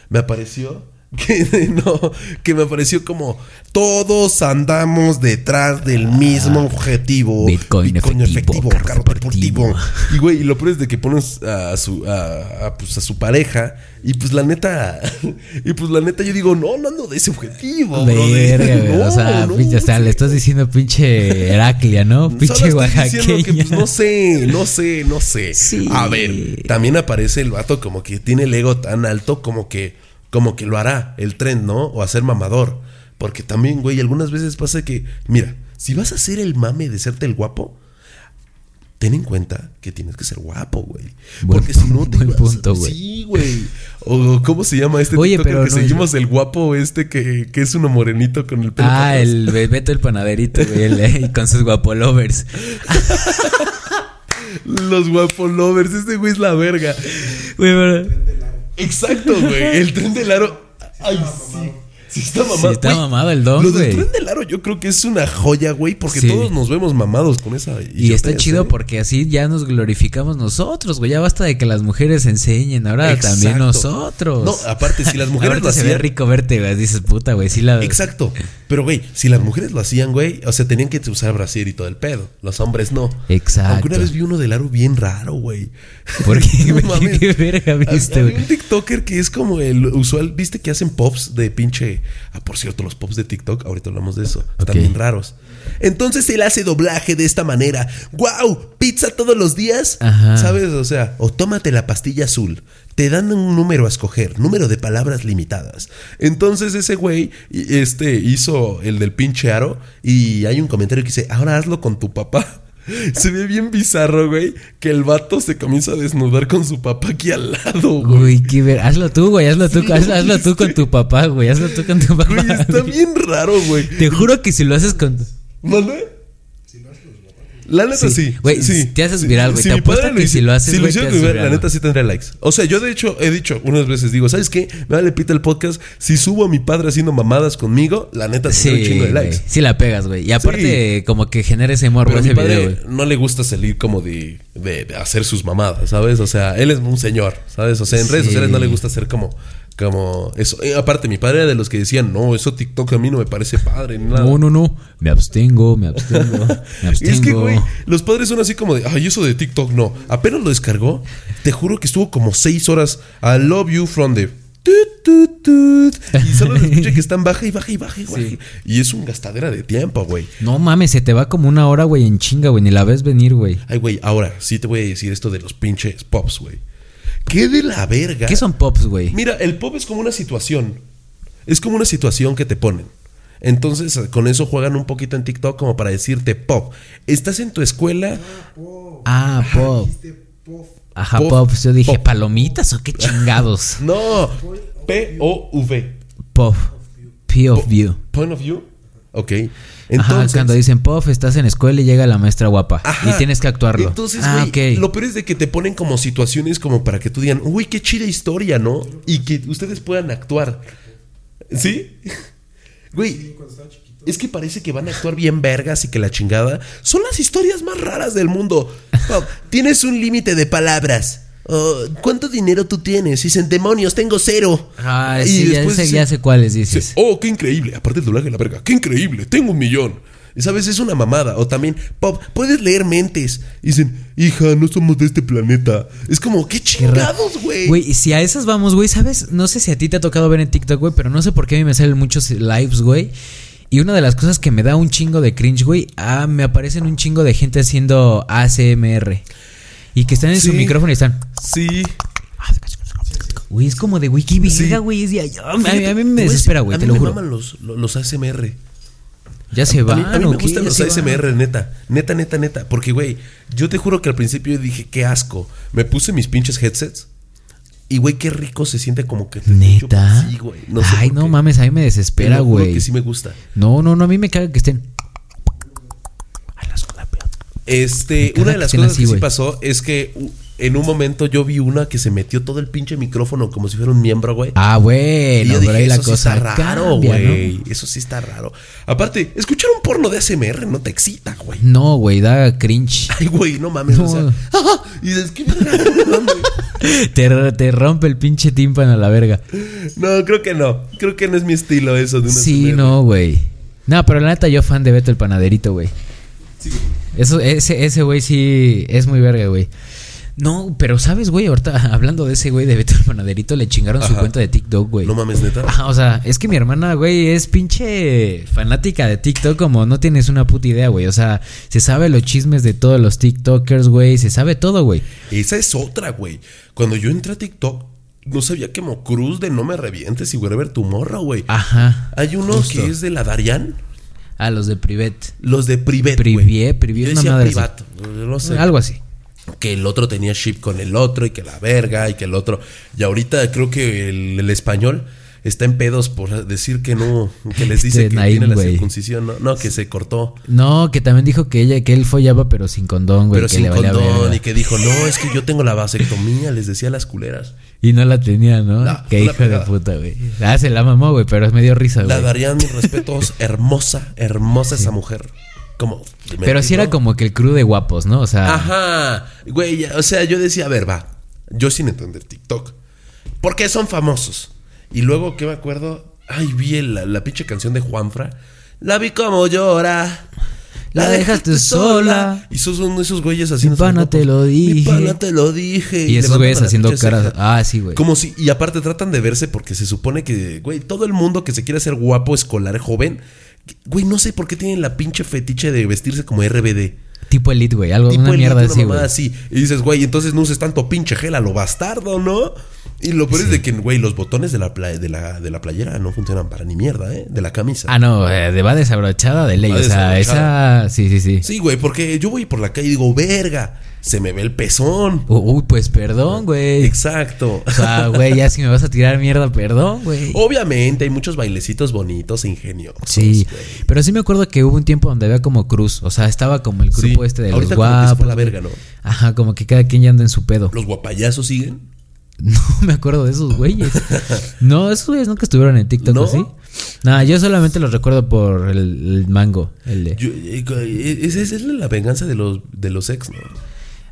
[SPEAKER 1] me apareció. que no, que me pareció como todos andamos detrás del mismo objetivo.
[SPEAKER 3] Ah, Bitcoin efectivo, carro deportivo.
[SPEAKER 1] Y güey, y lo peor es de que pones a su a, a, pues, a su pareja y pues la neta y pues la neta yo digo, "No, no ando de ese objetivo, brother.
[SPEAKER 3] Verga, güey,
[SPEAKER 1] No,
[SPEAKER 3] o sea,
[SPEAKER 1] no,
[SPEAKER 3] pinche- o sea, le estás diciendo pinche Heraclia, ¿no?
[SPEAKER 1] Solo
[SPEAKER 3] Pinche
[SPEAKER 1] estoy diciendo que,
[SPEAKER 3] oaxaqueña.
[SPEAKER 1] pues, no sé, no sé, no sé. A ver, también aparece el vato como que tiene el ego tan alto como que, como que lo hará el tren, ¿no? O hacer mamador. Porque también, güey, algunas veces pasa que, mira, si vas a hacer el mame de serte el guapo, ten en cuenta que tienes que ser guapo, güey.
[SPEAKER 3] Buen
[SPEAKER 1] Porque si no
[SPEAKER 3] punto,
[SPEAKER 1] te
[SPEAKER 3] buen
[SPEAKER 1] vas-
[SPEAKER 3] punto, güey.
[SPEAKER 1] Sí, güey. O cómo se llama este
[SPEAKER 3] Oye,
[SPEAKER 1] TikToker
[SPEAKER 3] pero
[SPEAKER 1] que
[SPEAKER 3] no,
[SPEAKER 1] seguimos el guapo este que, que es uno morenito con el pelo. para
[SPEAKER 3] Ah,
[SPEAKER 1] atrás?
[SPEAKER 3] el Bebeto el panaderito, güey, el- eh, con sus guapolovers.
[SPEAKER 1] Los guapolovers, este güey es la verga.
[SPEAKER 3] Güey, pero-
[SPEAKER 1] Exacto, güey. El tren del aro. Ay, sí. Sí, está mamado.
[SPEAKER 3] Sí, está
[SPEAKER 1] Güey,
[SPEAKER 3] mamado el don,
[SPEAKER 1] Lo del
[SPEAKER 3] güey.
[SPEAKER 1] tren del aro yo creo que es una joya, güey, porque
[SPEAKER 3] Sí.
[SPEAKER 1] todos nos vemos mamados con esa.
[SPEAKER 3] Y está
[SPEAKER 1] idiotez,
[SPEAKER 3] chido
[SPEAKER 1] ¿eh?
[SPEAKER 3] porque así ya nos glorificamos nosotros, güey. Ya basta de que las mujeres enseñen, ahora
[SPEAKER 1] Exacto.
[SPEAKER 3] también nosotros.
[SPEAKER 1] No, aparte, si las mujeres
[SPEAKER 3] Ahorita
[SPEAKER 1] lo
[SPEAKER 3] se ve
[SPEAKER 1] hacían-
[SPEAKER 3] rico verte, güey. Dices, puta, güey. Sí la...
[SPEAKER 1] Exacto. Pero, güey, si las mujeres lo hacían, güey, o sea, tenían que usar brasier y todo el pedo. Los hombres no.
[SPEAKER 3] Exacto.
[SPEAKER 1] Aunque una vez vi uno del aro bien raro, güey.
[SPEAKER 3] ¿Por qué,
[SPEAKER 1] No
[SPEAKER 3] güey?
[SPEAKER 1] mames.
[SPEAKER 3] ¿Qué verga viste,
[SPEAKER 1] Había
[SPEAKER 3] güey?
[SPEAKER 1] un TikToker que es como el usual, viste que hacen pops de pinche. Ah, por cierto, los pops de TikTok, ahorita hablamos de eso. Están
[SPEAKER 3] Ok.
[SPEAKER 1] bien raros. Entonces él hace doblaje de esta manera. ¡Wow! Pizza todos los días.
[SPEAKER 3] Ajá.
[SPEAKER 1] ¿Sabes? Pues, O sea, o tómate la pastilla azul. Te dan un número a escoger, número de palabras limitadas. Entonces ese güey y- este, hizo el del pinche aro y hay un comentario que dice, ahora hazlo con tu papá. Se ve bien bizarro, güey, que el vato se comienza a desnudar con su papá aquí al lado, güey.
[SPEAKER 3] Uy, qué ver... Hazlo tú, güey. Hazlo tú, hazlo, hazlo tú con tu papá, güey. Hazlo tú con tu papá.
[SPEAKER 1] Güey, está
[SPEAKER 3] güey.
[SPEAKER 1] bien raro, güey.
[SPEAKER 3] Te juro que si lo haces con...
[SPEAKER 1] ¿Mande? La neta
[SPEAKER 3] Sí.
[SPEAKER 1] sí.
[SPEAKER 3] Güey,
[SPEAKER 1] sí.
[SPEAKER 3] te haces viral, güey. Te
[SPEAKER 1] mi
[SPEAKER 3] apuesto
[SPEAKER 1] padre
[SPEAKER 3] que si lo haces,
[SPEAKER 1] si
[SPEAKER 3] güey, te
[SPEAKER 1] hiciera
[SPEAKER 3] haces
[SPEAKER 1] viral,
[SPEAKER 3] viral.
[SPEAKER 1] la neta sí tendría likes. O sea, yo de hecho he dicho unas veces, digo, ¿sabes qué? Me vale pita el podcast. Si subo a mi padre haciendo mamadas conmigo, la neta sí,
[SPEAKER 3] Sí,
[SPEAKER 1] tendría un chingo de
[SPEAKER 3] güey.
[SPEAKER 1] likes.
[SPEAKER 3] sí la pegas, güey. Y aparte, como que genera ese morbo
[SPEAKER 1] Pero a mi
[SPEAKER 3] ese video,
[SPEAKER 1] padre
[SPEAKER 3] güey.
[SPEAKER 1] no le gusta salir como de, de- de hacer sus mamadas, ¿sabes? O sea, él es un señor, ¿sabes? O sea, en redes
[SPEAKER 3] Sí.
[SPEAKER 1] sociales no le gusta hacer como, como eso. Eh, aparte, mi padre era de los que decían, no, eso TikTok a mí no me parece padre ni nada.
[SPEAKER 3] No, no, no. Me abstengo, me abstengo, me abstengo.
[SPEAKER 1] Es que, güey, los padres son así como de, ay, eso de TikTok no. Apenas lo descargó, te juro que estuvo como seis horas. I love you from the. tut, tut, tut. Y solo se escucha que están baja y baja y baja y baja. Y es un gastadera de tiempo, güey.
[SPEAKER 3] No mames, se te va como una hora, güey, en chinga, güey. Ni la ves venir, güey.
[SPEAKER 1] Ay, güey, ahora sí te voy a decir esto de los pinches pops, güey. ¿Qué de la verga?
[SPEAKER 3] ¿Qué son pops, güey?
[SPEAKER 1] Mira, el pop es como una situación. Es como una situación que te ponen. Entonces, con eso juegan un poquito en TikTok como para decirte pop. Estás en tu escuela.
[SPEAKER 3] Ah, pop. Ajá,
[SPEAKER 1] Pop,
[SPEAKER 3] pops. Yo dije,
[SPEAKER 1] pop.
[SPEAKER 3] ¿palomitas o qué chingados?
[SPEAKER 1] No, P-O-V.
[SPEAKER 3] Pop. P of view.
[SPEAKER 1] Point of view. Ok.
[SPEAKER 3] Ajá,
[SPEAKER 1] Entonces.
[SPEAKER 3] cuando dicen pop, estás en escuela y llega la maestra guapa.
[SPEAKER 1] Ajá.
[SPEAKER 3] Y tienes que actuarlo.
[SPEAKER 1] Entonces,
[SPEAKER 3] ah,
[SPEAKER 1] güey,
[SPEAKER 3] ok.
[SPEAKER 1] lo peor es de que te ponen como situaciones como para que tú digan, uy, qué chida historia, ¿no? Y que ustedes puedan actuar. ¿Sí? Güey, es que parece que van a actuar bien vergas y que la chingada. Son las historias más raras del mundo. Pau, tienes un límite de palabras. Oh, ¿Cuánto dinero tú tienes? Dicen, demonios, tengo cero.
[SPEAKER 3] Ah,
[SPEAKER 1] Y
[SPEAKER 3] sí, ya
[SPEAKER 1] después
[SPEAKER 3] sé,
[SPEAKER 1] dicen,
[SPEAKER 3] ya sé cuáles dices.
[SPEAKER 1] Sí. Oh, qué increíble. Aparte el doblaje de la verga. Qué increíble. Tengo un millón. Y, ¿Sabes? Es una mamada. O también, Pop, puedes leer mentes. Y dicen, hija, no somos de este planeta. Es como, qué chingados, güey.
[SPEAKER 3] Güey, y si a esas vamos, güey, ¿sabes? No sé si a ti te ha tocado ver en TikTok, güey, pero no sé por qué a mí me salen muchos lives, güey. Y una de las cosas que me da un chingo de cringe, güey, ah, me aparecen un chingo de gente haciendo ACMR. Y que están en su
[SPEAKER 1] Sí.
[SPEAKER 3] micrófono y están.
[SPEAKER 1] Sí.
[SPEAKER 3] Ah, Güey, es como de wiki verga, güey. es de- ay, A mí, a mí me desespera, güey,
[SPEAKER 1] A
[SPEAKER 3] te
[SPEAKER 1] mí
[SPEAKER 3] lo
[SPEAKER 1] me
[SPEAKER 3] juro.
[SPEAKER 1] maman los, los, los ASMR.
[SPEAKER 3] Ya se
[SPEAKER 1] a mí,
[SPEAKER 3] van,
[SPEAKER 1] a mí me
[SPEAKER 3] ¿o qué?
[SPEAKER 1] gustan
[SPEAKER 3] Ya
[SPEAKER 1] los
[SPEAKER 3] se van.
[SPEAKER 1] ASMR, neta. Neta, neta, neta. Porque, güey, yo te juro que al principio dije, qué asco. Me puse mis pinches headsets. Y, güey, qué rico se siente como que te
[SPEAKER 3] Neta.
[SPEAKER 1] chupan. Sí, güey. No sé
[SPEAKER 3] Ay,
[SPEAKER 1] por
[SPEAKER 3] no
[SPEAKER 1] qué.
[SPEAKER 3] mames, a mí me
[SPEAKER 1] Te
[SPEAKER 3] desespera,
[SPEAKER 1] lo juro
[SPEAKER 3] güey.
[SPEAKER 1] Que sí me gusta.
[SPEAKER 3] No, no, no, a mí me caga que estén.
[SPEAKER 1] Este,
[SPEAKER 3] Me
[SPEAKER 1] una
[SPEAKER 3] caga
[SPEAKER 1] de
[SPEAKER 3] que
[SPEAKER 1] las
[SPEAKER 3] estén
[SPEAKER 1] cosas
[SPEAKER 3] así,
[SPEAKER 1] que sí
[SPEAKER 3] güey.
[SPEAKER 1] pasó es que u- En un momento yo vi una que se metió todo el pinche micrófono como si fuera un miembro, güey.
[SPEAKER 3] Ah,
[SPEAKER 1] Y yo
[SPEAKER 3] bueno, por
[SPEAKER 1] dije,
[SPEAKER 3] ahí la
[SPEAKER 1] eso
[SPEAKER 3] cosa
[SPEAKER 1] sí está raro,
[SPEAKER 3] cambia, ¿no?
[SPEAKER 1] güey. Eso sí está raro. Aparte, escuchar un porno de ASMR no te excita, güey.
[SPEAKER 3] No, güey, da cringe.
[SPEAKER 1] Ay, güey, no mames. O sea,
[SPEAKER 3] No.
[SPEAKER 1] ¡ah! y dices, ¿qué pedo?
[SPEAKER 3] te, te rompe el pinche tímpano a la verga.
[SPEAKER 1] No, creo que no. Creo que no es mi estilo eso de una
[SPEAKER 3] Sí,
[SPEAKER 1] ASMR.
[SPEAKER 3] no, güey. No, pero la neta, yo fan de Beto el Panaderito, güey. Eso, ese, ese güey sí es muy verga, güey. No, pero sabes, güey, ahorita hablando de ese güey de Beto el Panaderito, le chingaron su
[SPEAKER 1] Ajá.
[SPEAKER 3] cuenta de TikTok, güey.
[SPEAKER 1] No mames, neta.
[SPEAKER 3] Ajá, o sea, es que mi hermana, güey, es pinche fanática de TikTok, como no tienes una puta idea, güey. O sea, se sabe los chismes de todos los TikTokers, güey. Se sabe todo, güey.
[SPEAKER 1] Esa es otra, güey. Cuando yo entré a TikTok, no sabía que Mocruz de No Me Revientes y Wherever tu morra, güey.
[SPEAKER 3] Ajá.
[SPEAKER 1] Hay uno
[SPEAKER 3] justo.
[SPEAKER 1] que es de la Darian,
[SPEAKER 3] A los de Privet.
[SPEAKER 1] los de Privet, güey.
[SPEAKER 3] Privé, Privé,
[SPEAKER 1] Yo
[SPEAKER 3] una
[SPEAKER 1] decía
[SPEAKER 3] madre
[SPEAKER 1] Privat, no sé.
[SPEAKER 3] Algo así.
[SPEAKER 1] Que el otro tenía ship con el otro y que la verga y que el otro. Y ahorita creo que el, el español está en pedos por decir que no, que les dice
[SPEAKER 3] Este,
[SPEAKER 1] que
[SPEAKER 3] Naim,
[SPEAKER 1] tiene la
[SPEAKER 3] güey.
[SPEAKER 1] circuncisión. No, no, que se cortó.
[SPEAKER 3] No, que también dijo que ella, que él follaba, pero sin condón, güey.
[SPEAKER 1] pero
[SPEAKER 3] que
[SPEAKER 1] sin
[SPEAKER 3] le valía
[SPEAKER 1] condón
[SPEAKER 3] verga.
[SPEAKER 1] y que dijo, no, es que yo tengo la vasectomía, les decía a las culeras.
[SPEAKER 3] Y no la tenía, ¿no?
[SPEAKER 1] No,
[SPEAKER 3] Qué
[SPEAKER 1] una
[SPEAKER 3] hijo de
[SPEAKER 1] pegada.
[SPEAKER 3] puta, güey. Ah, se la mamó, güey, pero me dio risa,
[SPEAKER 1] La
[SPEAKER 3] Ah, güey.
[SPEAKER 1] darían mis respetos. Hermosa, hermosa esa mujer. Como. me
[SPEAKER 3] Pero sí era
[SPEAKER 1] digo.
[SPEAKER 3] como que el crew de guapos, ¿no? O sea,
[SPEAKER 1] Ah. Ajá. Güey, ya, o sea, yo decía, a ver, va. Yo sin entender TikTok. ¿Por qué son famosos? Y luego, ¿qué me acuerdo? Ay, vi el- la, la pinche canción de Juanfra. La vi como llora.
[SPEAKER 3] La dejaste sola.
[SPEAKER 1] Y esos son esos güeyes haciendo.
[SPEAKER 3] pana
[SPEAKER 1] sus
[SPEAKER 3] te
[SPEAKER 1] guapos.
[SPEAKER 3] lo
[SPEAKER 1] Mi
[SPEAKER 3] dije.
[SPEAKER 1] pana te lo dije.
[SPEAKER 3] y esos
[SPEAKER 1] levantan
[SPEAKER 3] güeyes
[SPEAKER 1] la
[SPEAKER 3] haciendo
[SPEAKER 1] pinche
[SPEAKER 3] caras.
[SPEAKER 1] ceja.
[SPEAKER 3] Ah, sí, güey.
[SPEAKER 1] Como si, y aparte tratan de verse porque se supone que, güey, todo el mundo que se quiere hacer guapo, escolar, joven, güey, no sé por qué tienen la pinche fetiche de vestirse como RBD.
[SPEAKER 3] Tipo elite, güey. Algo, una
[SPEAKER 1] el-
[SPEAKER 3] mierda
[SPEAKER 1] una
[SPEAKER 3] así,
[SPEAKER 1] mamada
[SPEAKER 3] güey.
[SPEAKER 1] así. Y dices, güey, entonces no uses tanto pinche gel a lo bastardo, ¿no? Y lo peor es de que, güey, los botones de la, pla- de, la, de la playera no funcionan para ni mierda, ¿eh? De la camisa.
[SPEAKER 3] Ah, no, eh, de- va desabrochada de ley.
[SPEAKER 1] Va
[SPEAKER 3] o sea,
[SPEAKER 1] desabrochada.
[SPEAKER 3] esa. Sí, sí, sí.
[SPEAKER 1] Sí, güey, porque yo voy por la calle y digo, verga, se me ve el pezón.
[SPEAKER 3] U- Uy, pues perdón, güey.
[SPEAKER 1] Exacto.
[SPEAKER 3] O sea, güey, ya si me vas a tirar mierda, perdón, güey.
[SPEAKER 1] Oh, Obviamente hay muchos bailecitos bonitos, e ingeniosos.
[SPEAKER 3] Sí,
[SPEAKER 1] güey.
[SPEAKER 3] pero sí me acuerdo que hubo un tiempo donde había como cruz, o sea, estaba como el grupo
[SPEAKER 1] Sí.
[SPEAKER 3] este de los
[SPEAKER 1] Ahorita como que se fue
[SPEAKER 3] guapos.
[SPEAKER 1] a la verga, ¿no?
[SPEAKER 3] Ajá, como que cada quien ya anda en su pedo.
[SPEAKER 1] Los guapayazos siguen.
[SPEAKER 3] No me acuerdo de esos güeyes. No, esos güeyes nunca estuvieron en TikTok,
[SPEAKER 1] ¿No?
[SPEAKER 3] ¿o ¿sí? Nada, yo solamente los recuerdo por el, el mango, el de.
[SPEAKER 1] Yo- eh, eh, Esa esa es la venganza de los, de los ex, ¿no?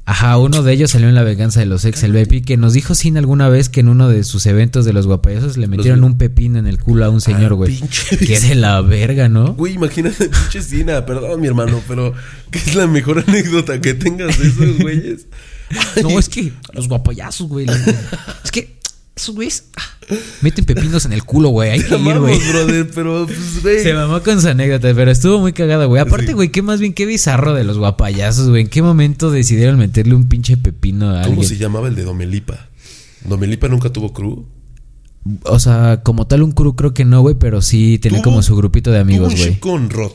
[SPEAKER 3] Ajá, uno de ellos salió en la venganza de los ex, el Bepi, que nos dijo sin alguna vez que en uno de sus eventos de los guapayazos le metieron un pepino en el culo a un señor, güey.
[SPEAKER 1] Ah, pinche
[SPEAKER 3] Que de la verga, ¿no?
[SPEAKER 1] Güey, imagínate, pinche Sina, perdón, mi hermano, pero ¿qué es la mejor anécdota que tengas de esos güeyes?
[SPEAKER 3] No, es que los guapayazos, güey. los- Es que esos güeyes ah, meten pepinos en el culo, güey. Hay que
[SPEAKER 1] Te
[SPEAKER 3] ir,
[SPEAKER 1] amamos,
[SPEAKER 3] güey.
[SPEAKER 1] brother, pero pues, güey.
[SPEAKER 3] Se mamó con su anécdota, pero estuvo muy cagada, güey. Aparte, güey, qué más bien, qué bizarro de los guapayazos, güey. ¿En qué momento decidieron meterle un pinche pepino a
[SPEAKER 1] ¿Cómo se
[SPEAKER 3] alguien?
[SPEAKER 1] llamaba el de Domelipa? ¿Domelipa nunca tuvo crew?
[SPEAKER 3] O sea, como tal un crew creo que no, güey, pero sí tenía
[SPEAKER 1] Tuvo-
[SPEAKER 3] como su grupito de amigos,
[SPEAKER 1] Tuvo un
[SPEAKER 3] güey.
[SPEAKER 1] ship con Rod,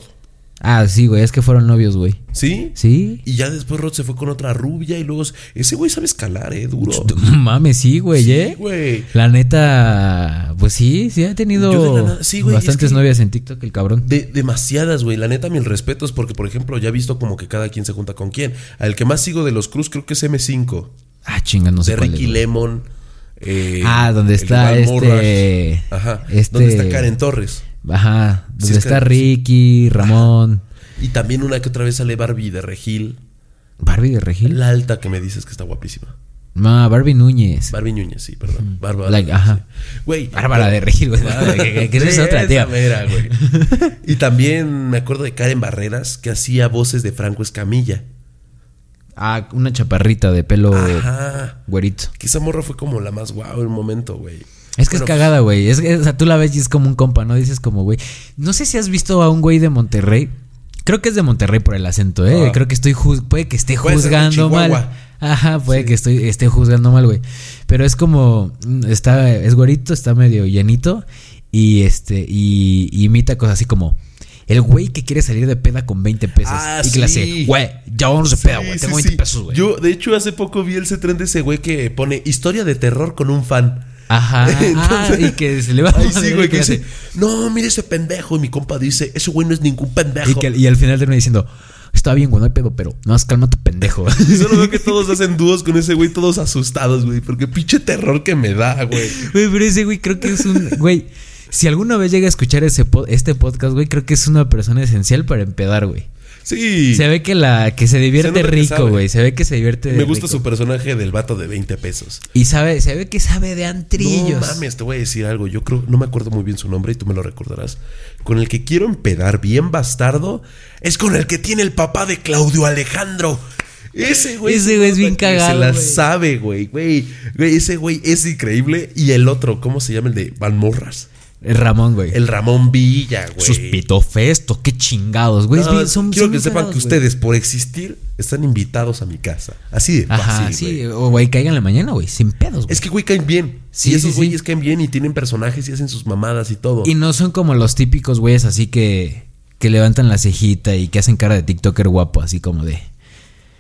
[SPEAKER 3] Ah, sí, güey, es que fueron novios, güey.
[SPEAKER 1] ¿sí?
[SPEAKER 3] ¿Sí?
[SPEAKER 1] Y ya después Rod se fue con otra rubia y luego... Ese güey sabe escalar, eh, duro.
[SPEAKER 3] Mames, sí, güey,
[SPEAKER 1] Sí,
[SPEAKER 3] ¿eh?
[SPEAKER 1] güey.
[SPEAKER 3] La neta, pues sí, sí
[SPEAKER 1] Yo de
[SPEAKER 3] ha
[SPEAKER 1] la
[SPEAKER 3] tenido
[SPEAKER 1] nada- sí, güey, es
[SPEAKER 3] bastantes
[SPEAKER 1] que-
[SPEAKER 3] novias en TikTok, el cabrón.
[SPEAKER 1] De- demasiadas, güey. La neta, mil respetos, porque, por ejemplo, ya he visto como que cada quien se junta con quién. Al que más sigo de los Cruz creo que es M5.
[SPEAKER 3] Ah, chinga, no sé
[SPEAKER 1] de
[SPEAKER 3] cuál es,
[SPEAKER 1] Ricky
[SPEAKER 3] güey.
[SPEAKER 1] Lemon. eh,
[SPEAKER 3] Ah, donde
[SPEAKER 1] el
[SPEAKER 3] está
[SPEAKER 1] Iván
[SPEAKER 3] este-
[SPEAKER 1] Morras. Ajá.
[SPEAKER 3] este-
[SPEAKER 1] Donde está Karen Torres.
[SPEAKER 3] Ajá, donde
[SPEAKER 1] Sí, es que-
[SPEAKER 3] está Ricky, Ramón,
[SPEAKER 1] Y también una que otra vez sale Barbie de Regil.
[SPEAKER 3] Barbie de Regil.
[SPEAKER 1] La alta que me dices que está guapísima.
[SPEAKER 3] No, Barbie Núñez.
[SPEAKER 1] Barbie Núñez, sí, perdón. Bárbara.
[SPEAKER 3] Mm. Like, ajá.
[SPEAKER 1] sí. Güey.
[SPEAKER 3] Bárbara de Regil, güey.
[SPEAKER 1] Bárbara-
[SPEAKER 3] Que- que esa es otra, tía.
[SPEAKER 1] mera, güey. Y también me acuerdo de Karen Barreras, que hacía voces de Franco Escamilla.
[SPEAKER 3] Ah, una chaparrita de pelo
[SPEAKER 1] Ajá.
[SPEAKER 3] güerito.
[SPEAKER 1] Que esa morra fue como la más guau en un momento, güey.
[SPEAKER 3] Es que es
[SPEAKER 1] Bueno,
[SPEAKER 3] cagada, güey. Es, es- o sea, tú la ves y es como un compa, ¿no? Dices como, güey. No sé si has visto a un güey de Monterrey. Creo que es de Monterrey por el acento, ¿eh?
[SPEAKER 1] Ah.
[SPEAKER 3] Creo que estoy juz- puede que esté
[SPEAKER 1] Puede ser de
[SPEAKER 3] juzgando mal.
[SPEAKER 1] Chihuahua.
[SPEAKER 3] Ajá, puede que estoy, esté juzgando mal, güey. Pero es como, mm, está, es güerito, está medio llenito y este, y, y imita cosas así como... El güey que quiere salir de peda con 20 pesos.
[SPEAKER 1] Ah,
[SPEAKER 3] y que le hace,
[SPEAKER 1] sí.
[SPEAKER 3] güey, ya vamos de
[SPEAKER 1] Sí,
[SPEAKER 3] peda, güey.
[SPEAKER 1] sí,
[SPEAKER 3] Tengo 20
[SPEAKER 1] sí.
[SPEAKER 3] pesos, güey.
[SPEAKER 1] Yo, de hecho, hace poco vi ese tren de ese güey que pone historia de terror con un fan.
[SPEAKER 3] Ajá. ah,
[SPEAKER 1] Entonces-
[SPEAKER 3] y que se le va
[SPEAKER 1] Ay,
[SPEAKER 3] a
[SPEAKER 1] sí,
[SPEAKER 3] poner
[SPEAKER 1] güey,
[SPEAKER 3] y
[SPEAKER 1] que
[SPEAKER 3] le hace,
[SPEAKER 1] dice, no, mire ese pendejo. Y mi compa dice, ese güey no es ningún pendejo.
[SPEAKER 3] Y, que- y al final termina diciendo, Estaba bien, güey, no hay pedo, pero no más calma tu pendejo.
[SPEAKER 1] Y solo veo que todos hacen dúos con ese güey, todos asustados, güey. Porque pinche terror que me da, güey.
[SPEAKER 3] Güey, pero ese güey creo que es un. Güey, si alguna vez llega a escuchar ese po- este podcast, güey, creo que es una persona esencial para empedar, güey.
[SPEAKER 1] Sí.
[SPEAKER 3] Se ve que la que se divierte
[SPEAKER 1] nota que
[SPEAKER 3] rico,
[SPEAKER 1] sabe.
[SPEAKER 3] güey. Se ve que se divierte.
[SPEAKER 1] me gusta
[SPEAKER 3] rico.
[SPEAKER 1] su personaje del vato de 20 pesos.
[SPEAKER 3] Y sabe, se ve que sabe de antrillos.
[SPEAKER 1] No mames, te voy a decir algo. Yo creo, no me acuerdo muy bien su nombre y tú me lo recordarás. Con el que quiero empedar bien bastardo es con el que tiene el papá de Claudio Alejandro. Ese güey.
[SPEAKER 3] Ese
[SPEAKER 1] se
[SPEAKER 3] güey es
[SPEAKER 1] nota
[SPEAKER 3] bien
[SPEAKER 1] que
[SPEAKER 3] cagado,
[SPEAKER 1] Se la
[SPEAKER 3] güey.
[SPEAKER 1] sabe, güey. Güey, güey, ese güey es increíble. Y el otro, ¿cómo se llama? El de Van Morras.
[SPEAKER 3] El Eh, Ramón, güey.
[SPEAKER 1] El Ramón Villa, güey.
[SPEAKER 3] Sus pitofestos, qué chingados, güey. es
[SPEAKER 1] No,
[SPEAKER 3] bien- son-
[SPEAKER 1] quiero
[SPEAKER 3] son
[SPEAKER 1] que
[SPEAKER 3] bien
[SPEAKER 1] sepan
[SPEAKER 3] cagados,
[SPEAKER 1] que
[SPEAKER 3] güey.
[SPEAKER 1] ustedes, por existir, están invitados a mi casa. Así de
[SPEAKER 3] Ajá,
[SPEAKER 1] fácil. güey.
[SPEAKER 3] sí. O, güey, caigan la mañana, güey. Sin pedos, güey.
[SPEAKER 1] Es que, güey, caen bien.
[SPEAKER 3] Sí,
[SPEAKER 1] y esos
[SPEAKER 3] sí, sí.
[SPEAKER 1] güeyes caen bien y tienen personajes y hacen sus mamadas y todo.
[SPEAKER 3] Y no son como los típicos güeyes así que, que levantan la cejita y que hacen cara de TikToker guapo, así como de.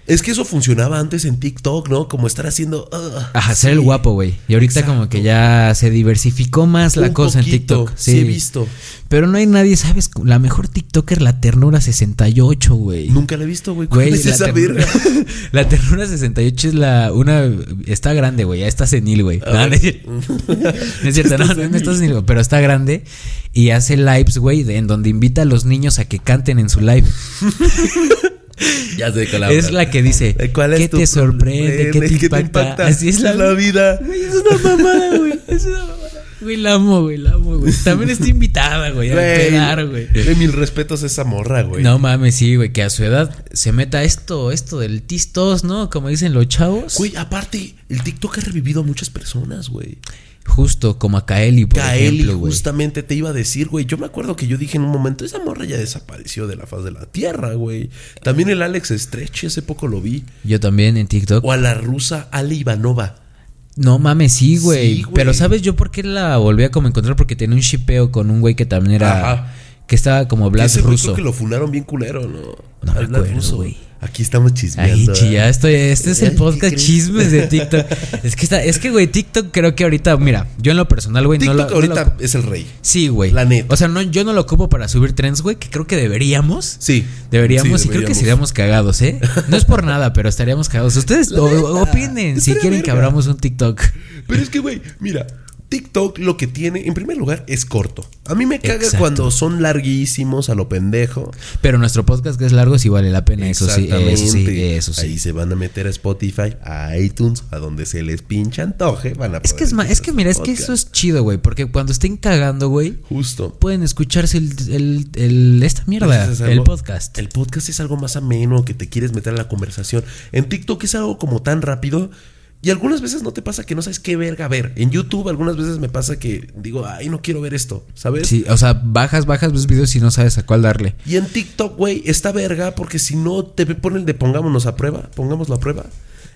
[SPEAKER 1] Es que eso funcionaba antes en TikTok, ¿no? Como estar haciendo. ah,
[SPEAKER 3] Ajá,
[SPEAKER 1] sí,
[SPEAKER 3] ser el guapo, güey. Y ahorita como que ya se diversificó más la
[SPEAKER 1] un
[SPEAKER 3] cosa
[SPEAKER 1] poquito,
[SPEAKER 3] en TikTok.
[SPEAKER 1] Sí. he visto.
[SPEAKER 3] Pero no hay nadie, ¿sabes? La mejor TikToker, la ternura 68, güey.
[SPEAKER 1] Nunca la he visto, güey. ¿Cuál
[SPEAKER 3] Güey,
[SPEAKER 1] es
[SPEAKER 3] la,
[SPEAKER 1] esa
[SPEAKER 3] ternura,
[SPEAKER 1] verga?
[SPEAKER 3] la ternura 68 es la una está grande, güey, ya está senil, güey. No, no es cierto, No es cierto, no, no, no está senil, güey, pero está grande y hace lives, güey, de- en donde invita a los niños a que canten en su live.
[SPEAKER 1] ya sé de cuál
[SPEAKER 3] es
[SPEAKER 1] hablas.
[SPEAKER 3] la que dice,
[SPEAKER 1] Eh, ¿Cuál es
[SPEAKER 3] ¿qué
[SPEAKER 1] tu
[SPEAKER 3] te sorprende? ¿Qué
[SPEAKER 1] problema?
[SPEAKER 3] te
[SPEAKER 1] ¿Qué
[SPEAKER 3] impacta? Así es la,
[SPEAKER 1] la vida.
[SPEAKER 3] Güey, es una mamada, güey. Es una mamada. Güey, la amo, güey, la amo, güey. También está invitada, güey, a quedar, güey.
[SPEAKER 1] Güey, güey, mil respetos a esa morra, güey.
[SPEAKER 3] No mames, sí, güey, que a su edad se meta esto, esto del tistos, ¿no? Como dicen los chavos.
[SPEAKER 1] Güey, aparte, el TikTok ha revivido a muchas personas, güey.
[SPEAKER 3] Justo como a Kaeli, por
[SPEAKER 1] Kaeli,
[SPEAKER 3] ejemplo, güey.
[SPEAKER 1] justamente te iba a decir, güey. Yo me acuerdo que yo dije en un momento, esa morra ya desapareció de la faz de la tierra, güey. También el Alex Stretch, hace poco lo vi.
[SPEAKER 3] Yo también en TikTok.
[SPEAKER 1] O a la rusa Ale Ivanova.
[SPEAKER 3] No mames, sí, güey.
[SPEAKER 1] Sí, güey.
[SPEAKER 3] Pero ¿sabes yo por qué la volví a como encontrar? Porque tenía un shipeo con un güey que también era...
[SPEAKER 1] Ajá.
[SPEAKER 3] Que estaba como Blas
[SPEAKER 1] Ese güey
[SPEAKER 3] ruso.
[SPEAKER 1] creo que lo funaron bien culero, ¿no?
[SPEAKER 3] No me
[SPEAKER 1] Al
[SPEAKER 3] acuerdo,
[SPEAKER 1] ruso.
[SPEAKER 3] güey.
[SPEAKER 1] Aquí estamos
[SPEAKER 3] Ay,
[SPEAKER 1] chismeando.
[SPEAKER 3] chi, ya
[SPEAKER 1] ¿eh?
[SPEAKER 3] estoy. Este es
[SPEAKER 1] Ay,
[SPEAKER 3] el
[SPEAKER 1] ¿qué
[SPEAKER 3] podcast
[SPEAKER 1] crees?
[SPEAKER 3] chismes de TikTok. Es que está, es que, güey, TikTok creo que ahorita, mira, yo en lo personal, güey, no
[SPEAKER 1] TikTok
[SPEAKER 3] lo. no lo
[SPEAKER 1] ahorita
[SPEAKER 3] ocupo.
[SPEAKER 1] es el rey.
[SPEAKER 3] sí, güey.
[SPEAKER 1] La neta.
[SPEAKER 3] O sea, no, yo no lo ocupo para subir trends, güey, que creo que deberíamos.
[SPEAKER 1] Sí.
[SPEAKER 3] Deberíamos,
[SPEAKER 1] Sí,
[SPEAKER 3] y creo que
[SPEAKER 1] deberíamos.
[SPEAKER 3] seríamos cagados, ¿eh? No es por nada, pero estaríamos cagados. Ustedes o- opinen si
[SPEAKER 1] estaría
[SPEAKER 3] quieren que
[SPEAKER 1] verga.
[SPEAKER 3] abramos un TikTok.
[SPEAKER 1] Pero es que, güey, mira, TikTok lo que tiene, en primer lugar, es corto. A mí me caga
[SPEAKER 3] Exacto.
[SPEAKER 1] cuando son larguísimos a lo pendejo.
[SPEAKER 3] Pero nuestro podcast que es largo sí vale la pena, eso sí, eso sí,
[SPEAKER 1] Exactamente.
[SPEAKER 3] eso sí.
[SPEAKER 1] Ahí se van a meter a Spotify, a iTunes, a donde se les pincha antoje, van a
[SPEAKER 3] Es que es ma-
[SPEAKER 1] poder
[SPEAKER 3] es que mira, es que
[SPEAKER 1] podcast.
[SPEAKER 3] eso es chido, güey, porque cuando estén cagando, güey,
[SPEAKER 1] Justo.
[SPEAKER 3] pueden escucharse el, el- el- esta mierda,
[SPEAKER 1] Entonces es
[SPEAKER 3] el
[SPEAKER 1] algo-
[SPEAKER 3] podcast.
[SPEAKER 1] El podcast es algo más ameno que te quieres meter a la conversación. En TikTok es algo como tan rápido. Y algunas veces no te pasa que no sabes qué verga ver. En YouTube algunas veces me pasa que digo, ay, no quiero ver esto, ¿sabes?
[SPEAKER 3] Sí, o sea, bajas, bajas los videos y no sabes a cuál darle.
[SPEAKER 1] Y en TikTok, güey, está verga porque si no te ponen de pongámonos a prueba, pongámoslo a prueba.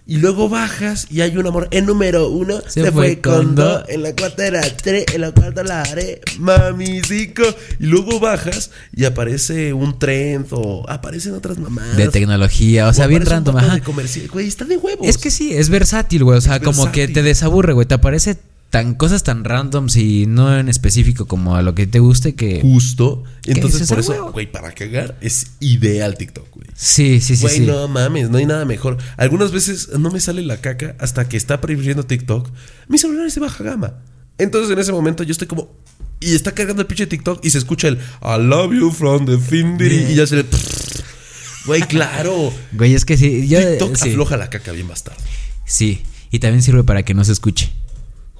[SPEAKER 1] Y luego bajas y hay un amor. En número uno se, fue, con dos, en la cuarta era tres, en la cuarta la haré, mami cinco. Y luego bajas y aparece un trend o aparecen otras mamadas.
[SPEAKER 3] De tecnología, o sea, bien
[SPEAKER 1] aparece un
[SPEAKER 3] random,
[SPEAKER 1] vato
[SPEAKER 3] ajá.
[SPEAKER 1] de comercial. Güey, está de huevos.
[SPEAKER 3] Es que sí, es versátil, güey. O sea,
[SPEAKER 1] Es
[SPEAKER 3] como que
[SPEAKER 1] versátil.
[SPEAKER 3] te desaburre, güey. Te aparece tan cosas tan randoms y no en específico como a lo que te guste que.
[SPEAKER 1] justo. Entonces,
[SPEAKER 3] dices,
[SPEAKER 1] por
[SPEAKER 3] "Ah,
[SPEAKER 1] eso,
[SPEAKER 3] huevo".
[SPEAKER 1] güey, para cagar es ideal TikTok, güey.
[SPEAKER 3] Sí, sí, sí,
[SPEAKER 1] Güey,
[SPEAKER 3] sí.
[SPEAKER 1] no mames, no hay nada mejor. Algunas veces no me sale la caca hasta que está prefiriendo TikTok. Mi celular es de baja gama. Entonces en ese momento yo estoy como. Y está cargando el pinche TikTok y se escucha el I love you from the Findiri. Y ya se le. Güey, claro.
[SPEAKER 3] Güey, es que sí. yo-
[SPEAKER 1] TikTok
[SPEAKER 3] sí,
[SPEAKER 1] afloja la caca bien bastardo.
[SPEAKER 3] sí. Y también sirve para que no se escuche.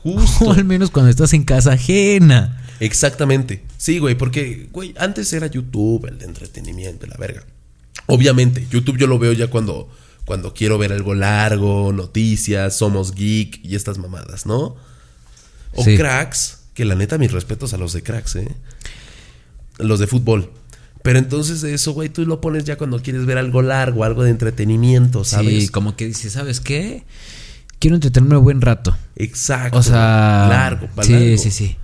[SPEAKER 3] O
[SPEAKER 1] Justo.
[SPEAKER 3] al menos cuando estás en casa ajena.
[SPEAKER 1] Exactamente. Sí, güey, porque, güey, antes era YouTube, el de entretenimiento, la verga. Obviamente, YouTube yo lo veo ya cuando, cuando quiero ver algo largo, noticias, somos geek y estas mamadas, ¿no? O
[SPEAKER 3] Sí.
[SPEAKER 1] cracks, que la neta, mis respetos a los de cracks, ¿eh? Los de fútbol. Pero entonces de eso, güey, tú lo pones ya cuando quieres ver algo largo, algo de entretenimiento, ¿sabes?
[SPEAKER 3] Sí, como que dices, ¿sabes qué? Quiero entretenerme un buen rato.
[SPEAKER 1] Exacto.
[SPEAKER 3] O sea.
[SPEAKER 1] largo, para
[SPEAKER 3] Sí,
[SPEAKER 1] largo.
[SPEAKER 3] sí, sí.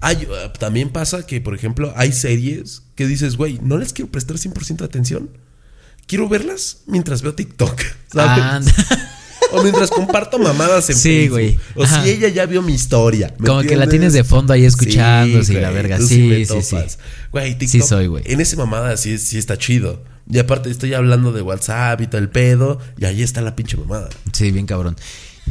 [SPEAKER 1] Hay, eh, también pasa que, por ejemplo, hay series que dices, güey, no les quiero prestar 100% de atención. Quiero verlas mientras veo TikTok, ¿sabes?
[SPEAKER 3] Ah, anda.
[SPEAKER 1] O mientras comparto mamadas en
[SPEAKER 3] Sí,
[SPEAKER 1] Facebook.
[SPEAKER 3] güey.
[SPEAKER 1] O
[SPEAKER 3] Ajá.
[SPEAKER 1] si ella ya vio mi historia. ¿me
[SPEAKER 3] Como que la
[SPEAKER 1] entiendes?
[SPEAKER 3] tienes de fondo ahí escuchando, sí, la
[SPEAKER 1] güey,
[SPEAKER 3] verga.
[SPEAKER 1] tú
[SPEAKER 3] Sí,
[SPEAKER 1] me
[SPEAKER 3] sí, sí.
[SPEAKER 1] topas. Güey, TikTok.
[SPEAKER 3] soy, güey.
[SPEAKER 1] En ese mamada sí, sí está chido. Y aparte estoy hablando de WhatsApp y todo el pedo. Y ahí está la pinche mamada.
[SPEAKER 3] Sí, bien cabrón.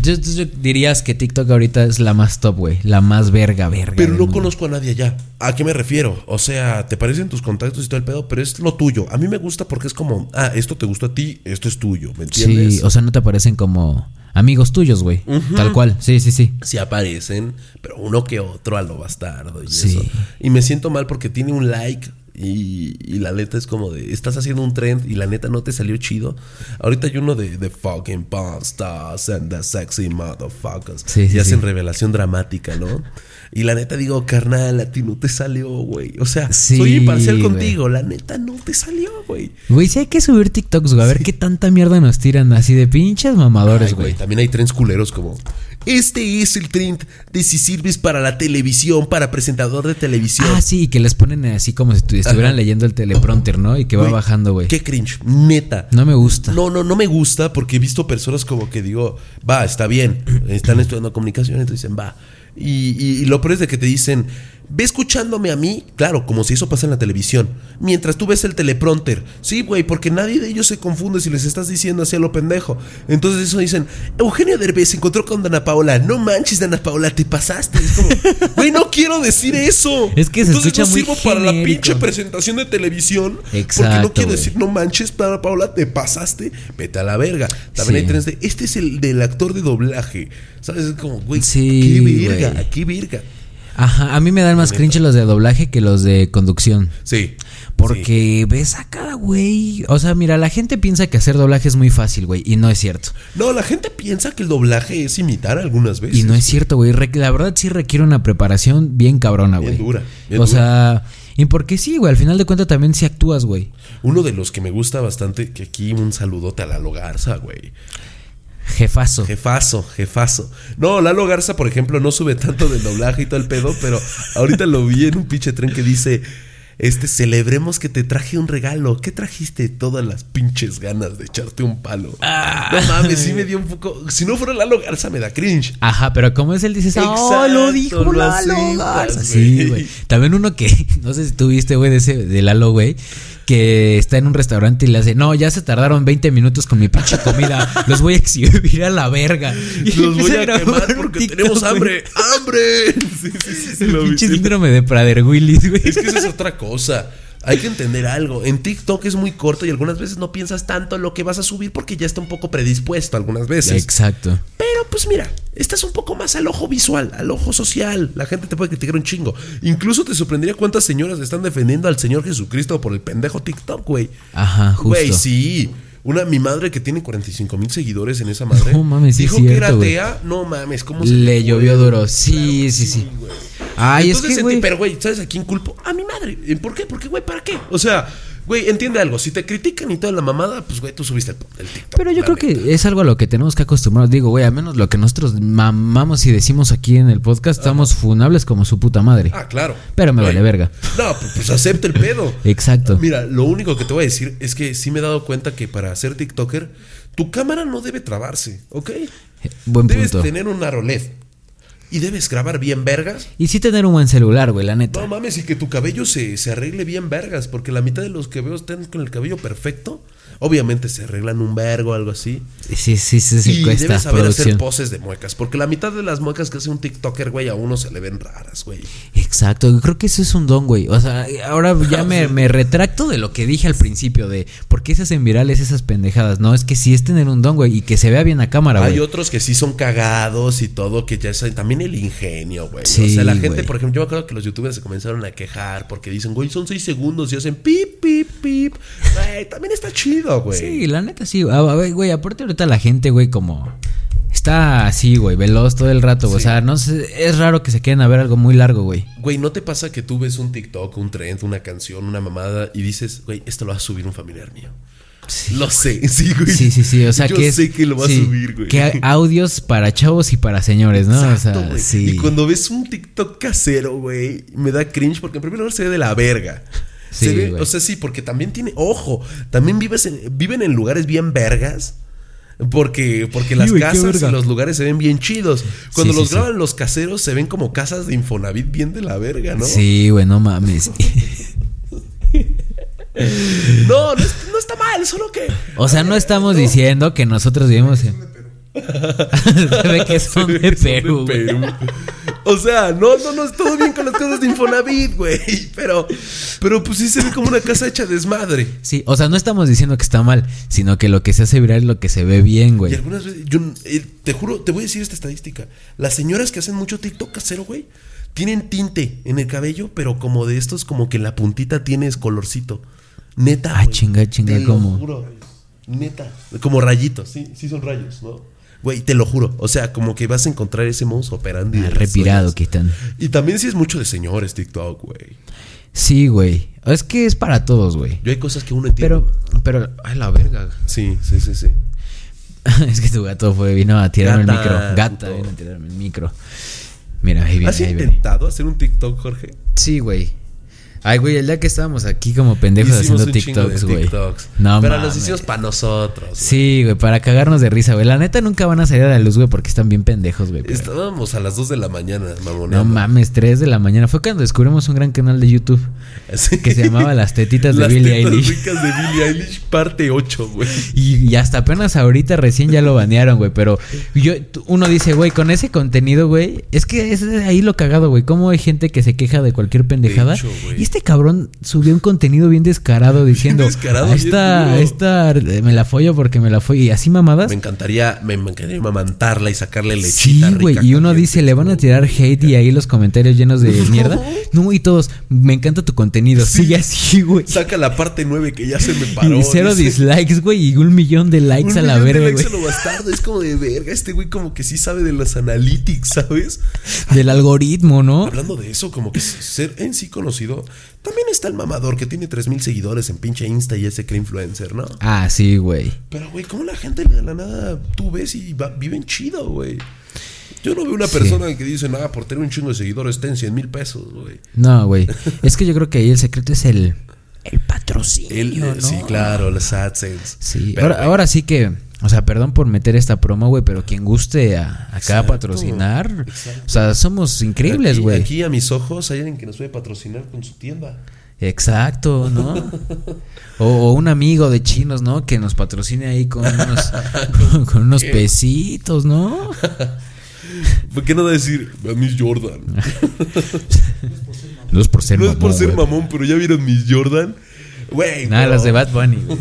[SPEAKER 3] Yo, yo- yo dirías que TikTok ahorita es la más top, güey. La más verga, verga.
[SPEAKER 1] Pero
[SPEAKER 3] del
[SPEAKER 1] no
[SPEAKER 3] mundo.
[SPEAKER 1] conozco a nadie allá. ¿A qué me refiero? O sea, te parecen tus contactos y todo el pedo, pero es lo tuyo. A mí me gusta porque es como, ah, esto te gustó a ti, esto es tuyo, ¿me entiendes?
[SPEAKER 3] Sí, o sea, no te aparecen como amigos tuyos, güey. Tal cual. Sí, sí, sí.
[SPEAKER 1] sí aparecen, pero uno que otro a lo bastardo y
[SPEAKER 3] Sí.
[SPEAKER 1] eso. Y me siento mal porque tiene un like y, y la neta es como de, estás haciendo un trend y la neta no te salió chido. Ahorita hay uno de The Fucking Pawn Stars and the Sexy Motherfuckers.
[SPEAKER 3] Sí,
[SPEAKER 1] y
[SPEAKER 3] sí,
[SPEAKER 1] hacen
[SPEAKER 3] sí.
[SPEAKER 1] revelación dramática, ¿no? Y la neta digo, carnal, a ti no te salió, güey. O sea,
[SPEAKER 3] Sí,
[SPEAKER 1] soy imparcial
[SPEAKER 3] güey.
[SPEAKER 1] contigo, la neta no te salió, güey.
[SPEAKER 3] Güey, sí hay que subir TikToks, güey. A ver qué tanta mierda nos tiran así de pinches mamadores,
[SPEAKER 1] Ay,
[SPEAKER 3] güey.
[SPEAKER 1] También hay trends culeros como. Este es el trend de si sirves para la televisión, para presentador de televisión.
[SPEAKER 3] Ah, sí, y que les ponen así como si tu- estuvieran leyendo el teleprompter, ¿no? Y que va
[SPEAKER 1] Güey,
[SPEAKER 3] bajando, güey.
[SPEAKER 1] Qué cringe, neta.
[SPEAKER 3] No me gusta.
[SPEAKER 1] No, no, no me gusta porque he visto personas como que digo, va, está bien, están estudiando comunicación, entonces dicen, va. Y, y- y lo peor es de que te dicen, ve escuchándome a mí, claro, como si eso pasa en la televisión, mientras tú ves el teleprompter. Sí, güey, porque nadie de ellos se confunde si les estás diciendo así a lo pendejo. Entonces eso dicen, Eugenio Derbez se encontró con Dana Paola, no manches, Dana Paola, te pasaste. Es como, güey, no quiero decir eso.
[SPEAKER 3] Es que se
[SPEAKER 1] Entonces
[SPEAKER 3] escucha
[SPEAKER 1] no
[SPEAKER 3] muy
[SPEAKER 1] sirvo para la
[SPEAKER 3] genérico.
[SPEAKER 1] pinche presentación de televisión. porque
[SPEAKER 3] Exacto,
[SPEAKER 1] no quiero
[SPEAKER 3] güey.
[SPEAKER 1] decir, no manches, Dana Paola, te pasaste, vete a la verga. También
[SPEAKER 3] Sí.
[SPEAKER 1] hay trenes de, este es el del actor de doblaje. ¿Sabes? Es como, güey,
[SPEAKER 3] Sí,
[SPEAKER 1] qué verga,
[SPEAKER 3] güey.
[SPEAKER 1] qué verga.
[SPEAKER 3] Ajá, a mí me dan más cringe los de doblaje que los de conducción.
[SPEAKER 1] Sí. sí.
[SPEAKER 3] Porque ves a cada güey. O sea, mira, la gente piensa que hacer doblaje es muy fácil, güey. Y no es cierto.
[SPEAKER 1] No, la gente piensa que el doblaje es imitar algunas veces.
[SPEAKER 3] Y no es cierto, güey. Re- La verdad sí requiere una preparación bien cabrona, güey.
[SPEAKER 1] Bien dura, bien
[SPEAKER 3] o
[SPEAKER 1] dura.
[SPEAKER 3] sea, y porque sí, güey. Al final de cuentas también sí actúas, güey.
[SPEAKER 1] Uno de los que me gusta bastante, que aquí un saludote a Lalo Garza, güey.
[SPEAKER 3] Jefazo.
[SPEAKER 1] Jefazo, jefazo. No, Lalo Garza, por ejemplo, no sube tanto del doblaje y todo el pedo, pero ahorita lo vi en un pinche tren que dice. Este, celebremos que te traje un regalo. ¿Qué trajiste? Todas las pinches ganas de echarte un palo.
[SPEAKER 3] Ah.
[SPEAKER 1] No mames, sí me dio un poco. Si no fuera Lalo Garza, me da cringe.
[SPEAKER 3] Ajá, pero como es él dices, "Ah,
[SPEAKER 1] Exacto,
[SPEAKER 3] lo dijo
[SPEAKER 1] lo
[SPEAKER 3] Lalo
[SPEAKER 1] aceptas,
[SPEAKER 3] Garza".
[SPEAKER 1] güey.
[SPEAKER 3] Sí, güey. También uno que, no sé si tú viste, güey, de ese, de Lalo, güey, que está en un restaurante y le hace, no, ya se tardaron 20 minutos con mi pinche comida, los voy a exhibir a la verga. Y
[SPEAKER 1] Los voy
[SPEAKER 3] empieza
[SPEAKER 1] a
[SPEAKER 3] grabar
[SPEAKER 1] quemar
[SPEAKER 3] un
[SPEAKER 1] porque
[SPEAKER 3] TikTok,
[SPEAKER 1] tenemos
[SPEAKER 3] güey.
[SPEAKER 1] hambre. ¡Hambre! Sí, sí, sí, sí,
[SPEAKER 3] El
[SPEAKER 1] lo vi.
[SPEAKER 3] pinche síndrome de Prader Willis, güey.
[SPEAKER 1] Es que esa es otra cosa. Hay que entender algo. En TikTok es muy corto y algunas veces no piensas tanto en lo que vas a subir porque ya está un poco predispuesto algunas veces.
[SPEAKER 3] Exacto.
[SPEAKER 1] Pero pues mira, estás un poco más al ojo visual, al ojo social. La gente te puede criticar un chingo. Incluso te sorprendería cuántas señoras están defendiendo al Señor Jesucristo por el pendejo TikTok, güey.
[SPEAKER 3] Ajá, justo.
[SPEAKER 1] Güey, sí. Una, mi madre que tiene 45 mil seguidores en esa madre.
[SPEAKER 3] No mames, sí es
[SPEAKER 1] Dijo que era
[SPEAKER 3] cierto, güey.
[SPEAKER 1] atea. No mames, ¿cómo se
[SPEAKER 3] Le
[SPEAKER 1] te
[SPEAKER 3] llovió
[SPEAKER 1] ocurre?
[SPEAKER 3] duro. Sí, sí, sí. Ay,
[SPEAKER 1] Entonces,
[SPEAKER 3] es que,
[SPEAKER 1] sentí-
[SPEAKER 3] güey.
[SPEAKER 1] pero güey, ¿sabes a quién culpo? A mi madre. ¿Y ¿Por qué? ¿Por qué, güey? ¿Para qué? O sea, güey, entiende algo. Si te critican y toda la mamada, pues güey, tú subiste el, el TikTok.
[SPEAKER 3] Pero yo
[SPEAKER 1] la
[SPEAKER 3] creo
[SPEAKER 1] neta.
[SPEAKER 3] que es algo a lo que tenemos que acostumbrarnos. Digo, güey, al menos lo que nosotros mamamos y decimos aquí en el podcast, estamos funables como su puta madre.
[SPEAKER 1] Ah, claro.
[SPEAKER 3] Pero me
[SPEAKER 1] Güey.
[SPEAKER 3] vale verga.
[SPEAKER 1] No, pues, pues acepta el pedo.
[SPEAKER 3] Exacto.
[SPEAKER 1] Mira, lo único que te voy a decir es que sí me he dado cuenta que para ser TikToker, tu cámara no debe trabarse, ¿ok?
[SPEAKER 3] Eh, Buen
[SPEAKER 1] debes
[SPEAKER 3] punto.
[SPEAKER 1] tener un AROLED y debes grabar bien vergas.
[SPEAKER 3] Y sí tener un buen celular, güey, la
[SPEAKER 1] No
[SPEAKER 3] neta.
[SPEAKER 1] mames, y que tu cabello se, se arregle bien vergas, porque la mitad de los que veo están con el cabello perfecto. Obviamente se arreglan un vergo o algo así.
[SPEAKER 3] Sí, sí, sí, sí,
[SPEAKER 1] y
[SPEAKER 3] cuesta
[SPEAKER 1] debes saber hacer
[SPEAKER 3] producción.
[SPEAKER 1] poses de muecas, porque la mitad de las muecas que hace un TikToker, güey, a uno se le ven raras, güey.
[SPEAKER 3] Exacto, yo creo que eso es un don, güey. O sea, ahora ya me, me retracto de lo que dije al principio de por qué se hacen virales esas pendejadas. No, es que sí es tener un don, güey, y que se vea bien a cámara,
[SPEAKER 1] Hay
[SPEAKER 3] güey.
[SPEAKER 1] otros que sí son cagados y todo, que ya saben, también el ingenio, güey. o
[SPEAKER 3] Sí,
[SPEAKER 1] sea, la gente,
[SPEAKER 3] güey.
[SPEAKER 1] por ejemplo, yo me acuerdo que los youtubers se comenzaron a quejar porque dicen, güey, son seis segundos y hacen pip, pip, pip. Güey, también está chido, güey.
[SPEAKER 3] Sí, la neta sí. A- a ver, Güey, aparte ahorita la gente, güey, como... Está así, güey, veloz todo el rato, güey. O sea, no sé, es raro que se queden a ver algo muy largo, güey.
[SPEAKER 1] Güey, ¿no te pasa que tú ves un TikTok, un trend, una canción, una mamada y dices, güey, esto lo va a subir un familiar mío? lo sé, sí, güey.
[SPEAKER 3] Sí, sí, sí, o sea
[SPEAKER 1] Yo
[SPEAKER 3] que es-
[SPEAKER 1] sé que lo va
[SPEAKER 3] sí,
[SPEAKER 1] a subir, güey.
[SPEAKER 3] Que hay audios para chavos y para señores, ¿no?
[SPEAKER 1] Exacto,
[SPEAKER 3] o sea,
[SPEAKER 1] güey.
[SPEAKER 3] sí.
[SPEAKER 1] Y cuando ves un TikTok casero, güey, me da cringe porque en primer lugar se ve de la verga.
[SPEAKER 3] Sí,
[SPEAKER 1] se ve,
[SPEAKER 3] güey.
[SPEAKER 1] o sea, sí, porque también tiene, ojo, también vives en- viven en lugares bien vergas. Porque, porque las
[SPEAKER 3] Sí, güey, qué
[SPEAKER 1] casas
[SPEAKER 3] verga.
[SPEAKER 1] y los lugares se ven bien chidos. Cuando
[SPEAKER 3] Sí,
[SPEAKER 1] los
[SPEAKER 3] sí,
[SPEAKER 1] graban los caseros se ven como casas de Infonavit bien de la verga, ¿no?
[SPEAKER 3] Sí, güey, no mames.
[SPEAKER 1] No, no es, no está mal, solo que.
[SPEAKER 3] O sea, no estamos diciendo que nosotros vivimos en. Se ve que son
[SPEAKER 1] Son
[SPEAKER 3] de Perú. güey.
[SPEAKER 1] Perú. O sea, no, no, no, todo bien con las cosas de Infonavit, güey. Pero, pero pues sí se ve como una casa hecha desmadre.
[SPEAKER 3] Sí, o sea, no estamos diciendo que está mal, sino que lo que se hace viral es lo que se ve bien,
[SPEAKER 1] Y
[SPEAKER 3] güey.
[SPEAKER 1] algunas veces, yo eh, te juro, te voy a decir esta estadística. Las señoras que hacen mucho TikTok casero, güey, tienen tinte en el cabello, pero como de estos, como que la puntita tienes colorcito. Neta.
[SPEAKER 3] Ah,
[SPEAKER 1] güey.
[SPEAKER 3] chinga, chinga,
[SPEAKER 1] Te
[SPEAKER 3] ¿cómo?
[SPEAKER 1] Lo juro. Neta. Como rayitos, sí, sí son rayos, ¿no? Güey, te lo juro. O sea, como que vas a encontrar ese modus operandi. de
[SPEAKER 3] Ah,
[SPEAKER 1] las
[SPEAKER 3] Repirado
[SPEAKER 1] señoras.
[SPEAKER 3] que están.
[SPEAKER 1] Y también sí es mucho de señores TikTok, güey.
[SPEAKER 3] Sí, güey. Es que es para todos, güey.
[SPEAKER 1] Yo hay cosas que uno entiende.
[SPEAKER 3] Pero, pero, ay, la verga.
[SPEAKER 1] Sí, sí, sí, sí.
[SPEAKER 3] es que tu gato fue, vino a tirarme
[SPEAKER 1] Gata,
[SPEAKER 3] el micro. Gata,
[SPEAKER 1] puto. ¿Ah,
[SPEAKER 3] vino a tirarme el micro. Mira, ahí viene,
[SPEAKER 1] ¿Has
[SPEAKER 3] ahí viene.
[SPEAKER 1] intentado hacer un TikTok, Jorge?
[SPEAKER 3] Sí, güey. Ay, güey, el día que estábamos aquí como pendejos
[SPEAKER 1] Hicimos
[SPEAKER 3] haciendo
[SPEAKER 1] un chingo de
[SPEAKER 3] TikToks, güey.
[SPEAKER 1] TikToks.
[SPEAKER 3] No,
[SPEAKER 1] Pero
[SPEAKER 3] mames.
[SPEAKER 1] los hicimos para nosotros. güey.
[SPEAKER 3] Sí, güey, para cagarnos de risa, güey. La neta nunca van a salir a la luz, güey, porque están bien pendejos, güey. pero-
[SPEAKER 1] Estábamos a las 2 de la mañana,
[SPEAKER 3] No
[SPEAKER 1] mamoneando.
[SPEAKER 3] mames, 3 de la mañana. Fue cuando descubrimos un gran canal de YouTube
[SPEAKER 1] Sí.
[SPEAKER 3] que se llamaba Las Tetitas de
[SPEAKER 1] Las
[SPEAKER 3] Billie
[SPEAKER 1] tetas
[SPEAKER 3] Eilish.
[SPEAKER 1] ricas de Billie Eilish, parte 8, güey.
[SPEAKER 3] Y, y hasta apenas ahorita recién ya lo banearon, güey. Pero yo, tú- uno dice, güey, con ese contenido, güey, es que es ahí lo cagado, güey. ¿Cómo hay gente que se queja de cualquier pendejada?
[SPEAKER 1] hecho, güey.
[SPEAKER 3] y este cabrón subió un contenido bien descarado diciendo,
[SPEAKER 1] descarado,
[SPEAKER 3] "A
[SPEAKER 1] bien
[SPEAKER 3] esta,
[SPEAKER 1] duro".
[SPEAKER 3] a esta eh, me la follo porque me la follo. Y así mamadas.
[SPEAKER 1] Me encantaría, me encantaría mamantarla y sacarle
[SPEAKER 3] Sí,
[SPEAKER 1] lechita
[SPEAKER 3] güey,
[SPEAKER 1] rica
[SPEAKER 3] y uno
[SPEAKER 1] caliente.
[SPEAKER 3] dice, le van a tirar hate y ahí los comentarios llenos de mierda. No, y todos, me encanta tu contenido, sigue así, güey.
[SPEAKER 1] Saca la parte 9 que ya se me paró.
[SPEAKER 3] Y cero
[SPEAKER 1] dice.
[SPEAKER 3] dislikes, güey, y un millón de likes
[SPEAKER 1] Un
[SPEAKER 3] a la
[SPEAKER 1] millón de
[SPEAKER 3] verga,
[SPEAKER 1] likes
[SPEAKER 3] güey.
[SPEAKER 1] a lo bastardo. Es como de verga. Este güey como que sí sabe de las analytics, ¿sabes?
[SPEAKER 3] Del algoritmo, ¿no?
[SPEAKER 1] Hablando de eso, como que ser en sí conocido. También está el mamador que tiene 3000 seguidores en pinche Insta y ese cree influencer, ¿no?
[SPEAKER 3] Ah, sí, güey.
[SPEAKER 1] Pero, güey, ¿cómo la gente de la nada tú ves y va- viven chido, güey? Yo no veo una persona que dice, nada, por tener un chingo de seguidores, ten 100 mil pesos, güey.
[SPEAKER 3] No, güey. Es que yo creo que ahí el secreto es el, el patrocinio,
[SPEAKER 1] Él, eh,
[SPEAKER 3] ¿no?
[SPEAKER 1] sí, claro, las AdSense.
[SPEAKER 3] Sí,
[SPEAKER 1] Pero,
[SPEAKER 3] ahora,
[SPEAKER 1] güey,
[SPEAKER 3] ahora sí que, o sea, perdón por meter esta promo, güey, pero quien guste a, acá
[SPEAKER 1] Exacto,
[SPEAKER 3] patrocinar, o sea, somos increíbles,
[SPEAKER 1] aquí-
[SPEAKER 3] güey.
[SPEAKER 1] Aquí a mis ojos hay alguien que nos puede patrocinar con su tienda.
[SPEAKER 3] Exacto, ¿no? O, o un amigo de chinos, ¿no? Que nos patrocine ahí con unos, con, con unos pesitos, ¿no?
[SPEAKER 1] ¿Por qué no decir, a mis Jordan?
[SPEAKER 3] No es por ser
[SPEAKER 1] no es por ser
[SPEAKER 3] güey.
[SPEAKER 1] mamón, pero ya vieron mis Jordan. Güey,
[SPEAKER 3] Nada,
[SPEAKER 1] no.
[SPEAKER 3] las de Bad Bunny, güey.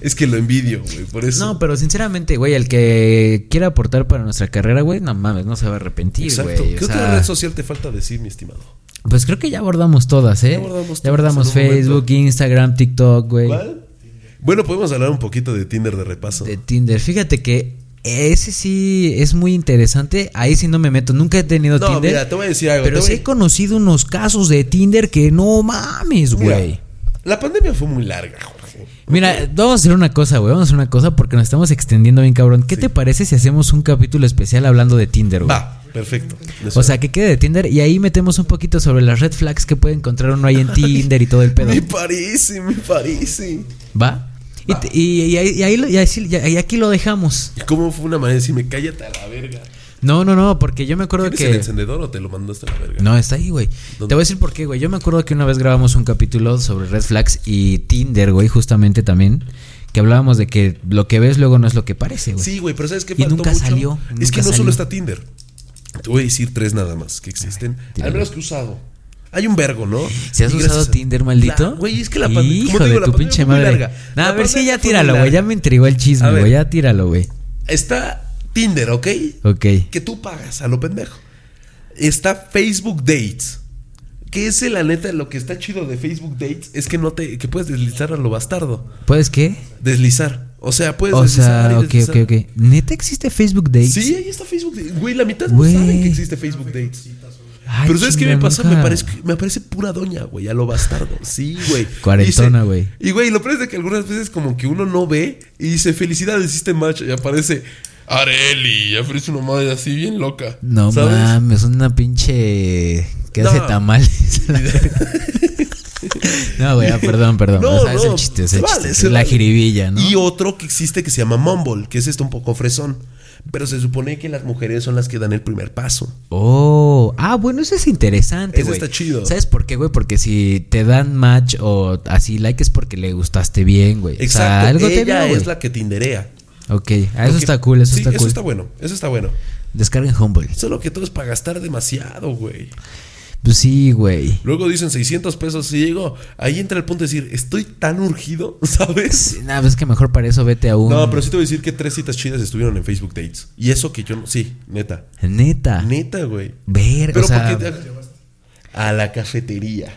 [SPEAKER 1] Es que lo envidio, güey, por eso.
[SPEAKER 3] No, pero sinceramente, güey, el que quiera aportar para nuestra carrera, güey, no mames, no se va a arrepentir,
[SPEAKER 1] Exacto.
[SPEAKER 3] güey. o
[SPEAKER 1] ¿Qué otra
[SPEAKER 3] sea,
[SPEAKER 1] red social te falta decir, mi estimado?
[SPEAKER 3] pues creo que ya abordamos todas, ¿eh?
[SPEAKER 1] Ya abordamos
[SPEAKER 3] Ya
[SPEAKER 1] todas
[SPEAKER 3] abordamos
[SPEAKER 1] en un momento.
[SPEAKER 3] Facebook, Instagram, TikTok, güey.
[SPEAKER 1] ¿Cuál? Bueno, podemos hablar un poquito de Tinder de repaso.
[SPEAKER 3] De Tinder. Fíjate que ese sí es muy interesante. Ahí sí no me meto. Nunca he tenido
[SPEAKER 1] No,
[SPEAKER 3] Tinder.
[SPEAKER 1] mira, te voy a decir algo,
[SPEAKER 3] Pero
[SPEAKER 1] te
[SPEAKER 3] sí
[SPEAKER 1] voy-
[SPEAKER 3] he conocido unos casos de Tinder que no mames,
[SPEAKER 1] Mira,
[SPEAKER 3] güey.
[SPEAKER 1] La pandemia fue muy larga, Jorge.
[SPEAKER 3] Mira, vamos a hacer una cosa, güey. Vamos a hacer una cosa porque nos estamos extendiendo bien, cabrón. ¿Qué te parece si hacemos un capítulo especial hablando de Tinder, güey?
[SPEAKER 1] Va, perfecto. Me
[SPEAKER 3] O
[SPEAKER 1] suena.
[SPEAKER 3] sea, que quede de Tinder y ahí metemos un poquito sobre las red flags que puede encontrar uno ahí en Tinder y todo el pedo.
[SPEAKER 1] me parece, me parece.
[SPEAKER 3] ¿Va? Y, te- y- y ahí, y ahí lo- y ahí- y aquí lo dejamos.
[SPEAKER 1] ¿Y cómo fue una manera de decirme, cállate a la verga?
[SPEAKER 3] No, no, no, porque yo me acuerdo
[SPEAKER 1] ¿Tienes el
[SPEAKER 3] que...
[SPEAKER 1] encendedor o te lo mandaste a la verga?
[SPEAKER 3] No, está ahí, güey. Te voy a decir por qué, güey. Yo me acuerdo que una vez grabamos un capítulo sobre red flags y Tinder, güey, justamente también. Que hablábamos de que lo que ves luego no es lo que parece, güey.
[SPEAKER 1] Sí, güey, pero ¿sabes qué
[SPEAKER 3] Pues, Y
[SPEAKER 1] faltó
[SPEAKER 3] nunca
[SPEAKER 1] mucho?
[SPEAKER 3] salió,
[SPEAKER 1] es
[SPEAKER 3] nunca
[SPEAKER 1] que no
[SPEAKER 3] salió.
[SPEAKER 1] solo está Tinder. Te voy a decir tres nada más que existen.
[SPEAKER 3] tírale.
[SPEAKER 1] al menos que he usado. Hay un vergo, ¿no?
[SPEAKER 3] Si has
[SPEAKER 1] Y gracias
[SPEAKER 3] usado
[SPEAKER 1] a-
[SPEAKER 3] Tinder, maldito.
[SPEAKER 1] La- Güey, es que la pandemia.
[SPEAKER 3] Hijo de tu pinche madre. No, a ver si ya tíralo, güey. Ya me intrigó el chisme,
[SPEAKER 1] A ver.
[SPEAKER 3] güey. Ya tíralo, güey.
[SPEAKER 1] Está Tinder, ¿ok?
[SPEAKER 3] Ok.
[SPEAKER 1] Que tú pagas a lo pendejo. Está Facebook Dates. Que ese, la neta, lo que está chido de Facebook Dates es que no te. que puedes deslizar a lo bastardo.
[SPEAKER 3] ¿Puedes qué?
[SPEAKER 1] Deslizar. O sea, puedes
[SPEAKER 3] O
[SPEAKER 1] deslizar.
[SPEAKER 3] sea,
[SPEAKER 1] y
[SPEAKER 3] ok, ok,
[SPEAKER 1] deslizar.
[SPEAKER 3] ok. ¿Neta existe Facebook Dates?
[SPEAKER 1] Sí, ahí está Facebook Dates. Güey, la mitad
[SPEAKER 3] Güey.
[SPEAKER 1] no saben que existe Facebook Dates.
[SPEAKER 3] Ay,
[SPEAKER 1] Pero ¿sabes qué me
[SPEAKER 3] chinga,
[SPEAKER 1] pasa?
[SPEAKER 3] nunca.
[SPEAKER 1] Me parece, me parece pura doña, güey, a lo bastardo. Sí, güey.
[SPEAKER 3] Cuarentona,
[SPEAKER 1] Dice-
[SPEAKER 3] güey.
[SPEAKER 1] Y, güey, lo peor es de que algunas veces como que uno no ve y dice, felicidades, hiciste match. Y aparece Areli. Y aparece una madre así bien loca.
[SPEAKER 3] No
[SPEAKER 1] ¿sabes?
[SPEAKER 3] mames, una pinche que hace
[SPEAKER 1] No.
[SPEAKER 3] tamales. no, güey, ah, perdón, perdón.
[SPEAKER 1] No,
[SPEAKER 3] o sea, es
[SPEAKER 1] no,
[SPEAKER 3] el chiste, es el
[SPEAKER 1] se vale,
[SPEAKER 3] chiste.
[SPEAKER 1] se
[SPEAKER 3] Es la
[SPEAKER 1] vale.
[SPEAKER 3] jiribilla, ¿no?
[SPEAKER 1] Y otro que existe que se llama Mumble, que es esto un poco fresón. Pero se supone que las mujeres son las que dan el primer paso.
[SPEAKER 3] Oh, ah, bueno, eso es interesante,
[SPEAKER 1] Eso
[SPEAKER 3] güey.
[SPEAKER 1] está chido.
[SPEAKER 3] ¿Sabes por qué, güey? Porque si te dan match o así like es porque le gustaste bien, güey. O sea,
[SPEAKER 1] Exacto.
[SPEAKER 3] algo te
[SPEAKER 1] Ella
[SPEAKER 3] vio,
[SPEAKER 1] es
[SPEAKER 3] güey.
[SPEAKER 1] la que tinderea.
[SPEAKER 3] Ok, ah, eso
[SPEAKER 1] Porque-
[SPEAKER 3] está cool, eso
[SPEAKER 1] sí,
[SPEAKER 3] está
[SPEAKER 1] Eso
[SPEAKER 3] cool.
[SPEAKER 1] está bueno, eso está bueno.
[SPEAKER 3] Descarguen Humble.
[SPEAKER 1] Solo que todo es para gastar demasiado, güey.
[SPEAKER 3] Pues sí, güey.
[SPEAKER 1] Luego dicen 600 pesos y digo, ahí entra el punto de decir, estoy tan urgido, ¿sabes?
[SPEAKER 3] Sí, Nada, pues es que mejor para eso vete a un.
[SPEAKER 1] No, pero sí te voy a decir que tres citas chidas estuvieron en Facebook Dates. Y eso que yo no. Sí, neta.
[SPEAKER 3] Neta.
[SPEAKER 1] Neta, güey.
[SPEAKER 3] Ver,
[SPEAKER 1] Pero
[SPEAKER 3] o sea,
[SPEAKER 1] porque a la cafetería.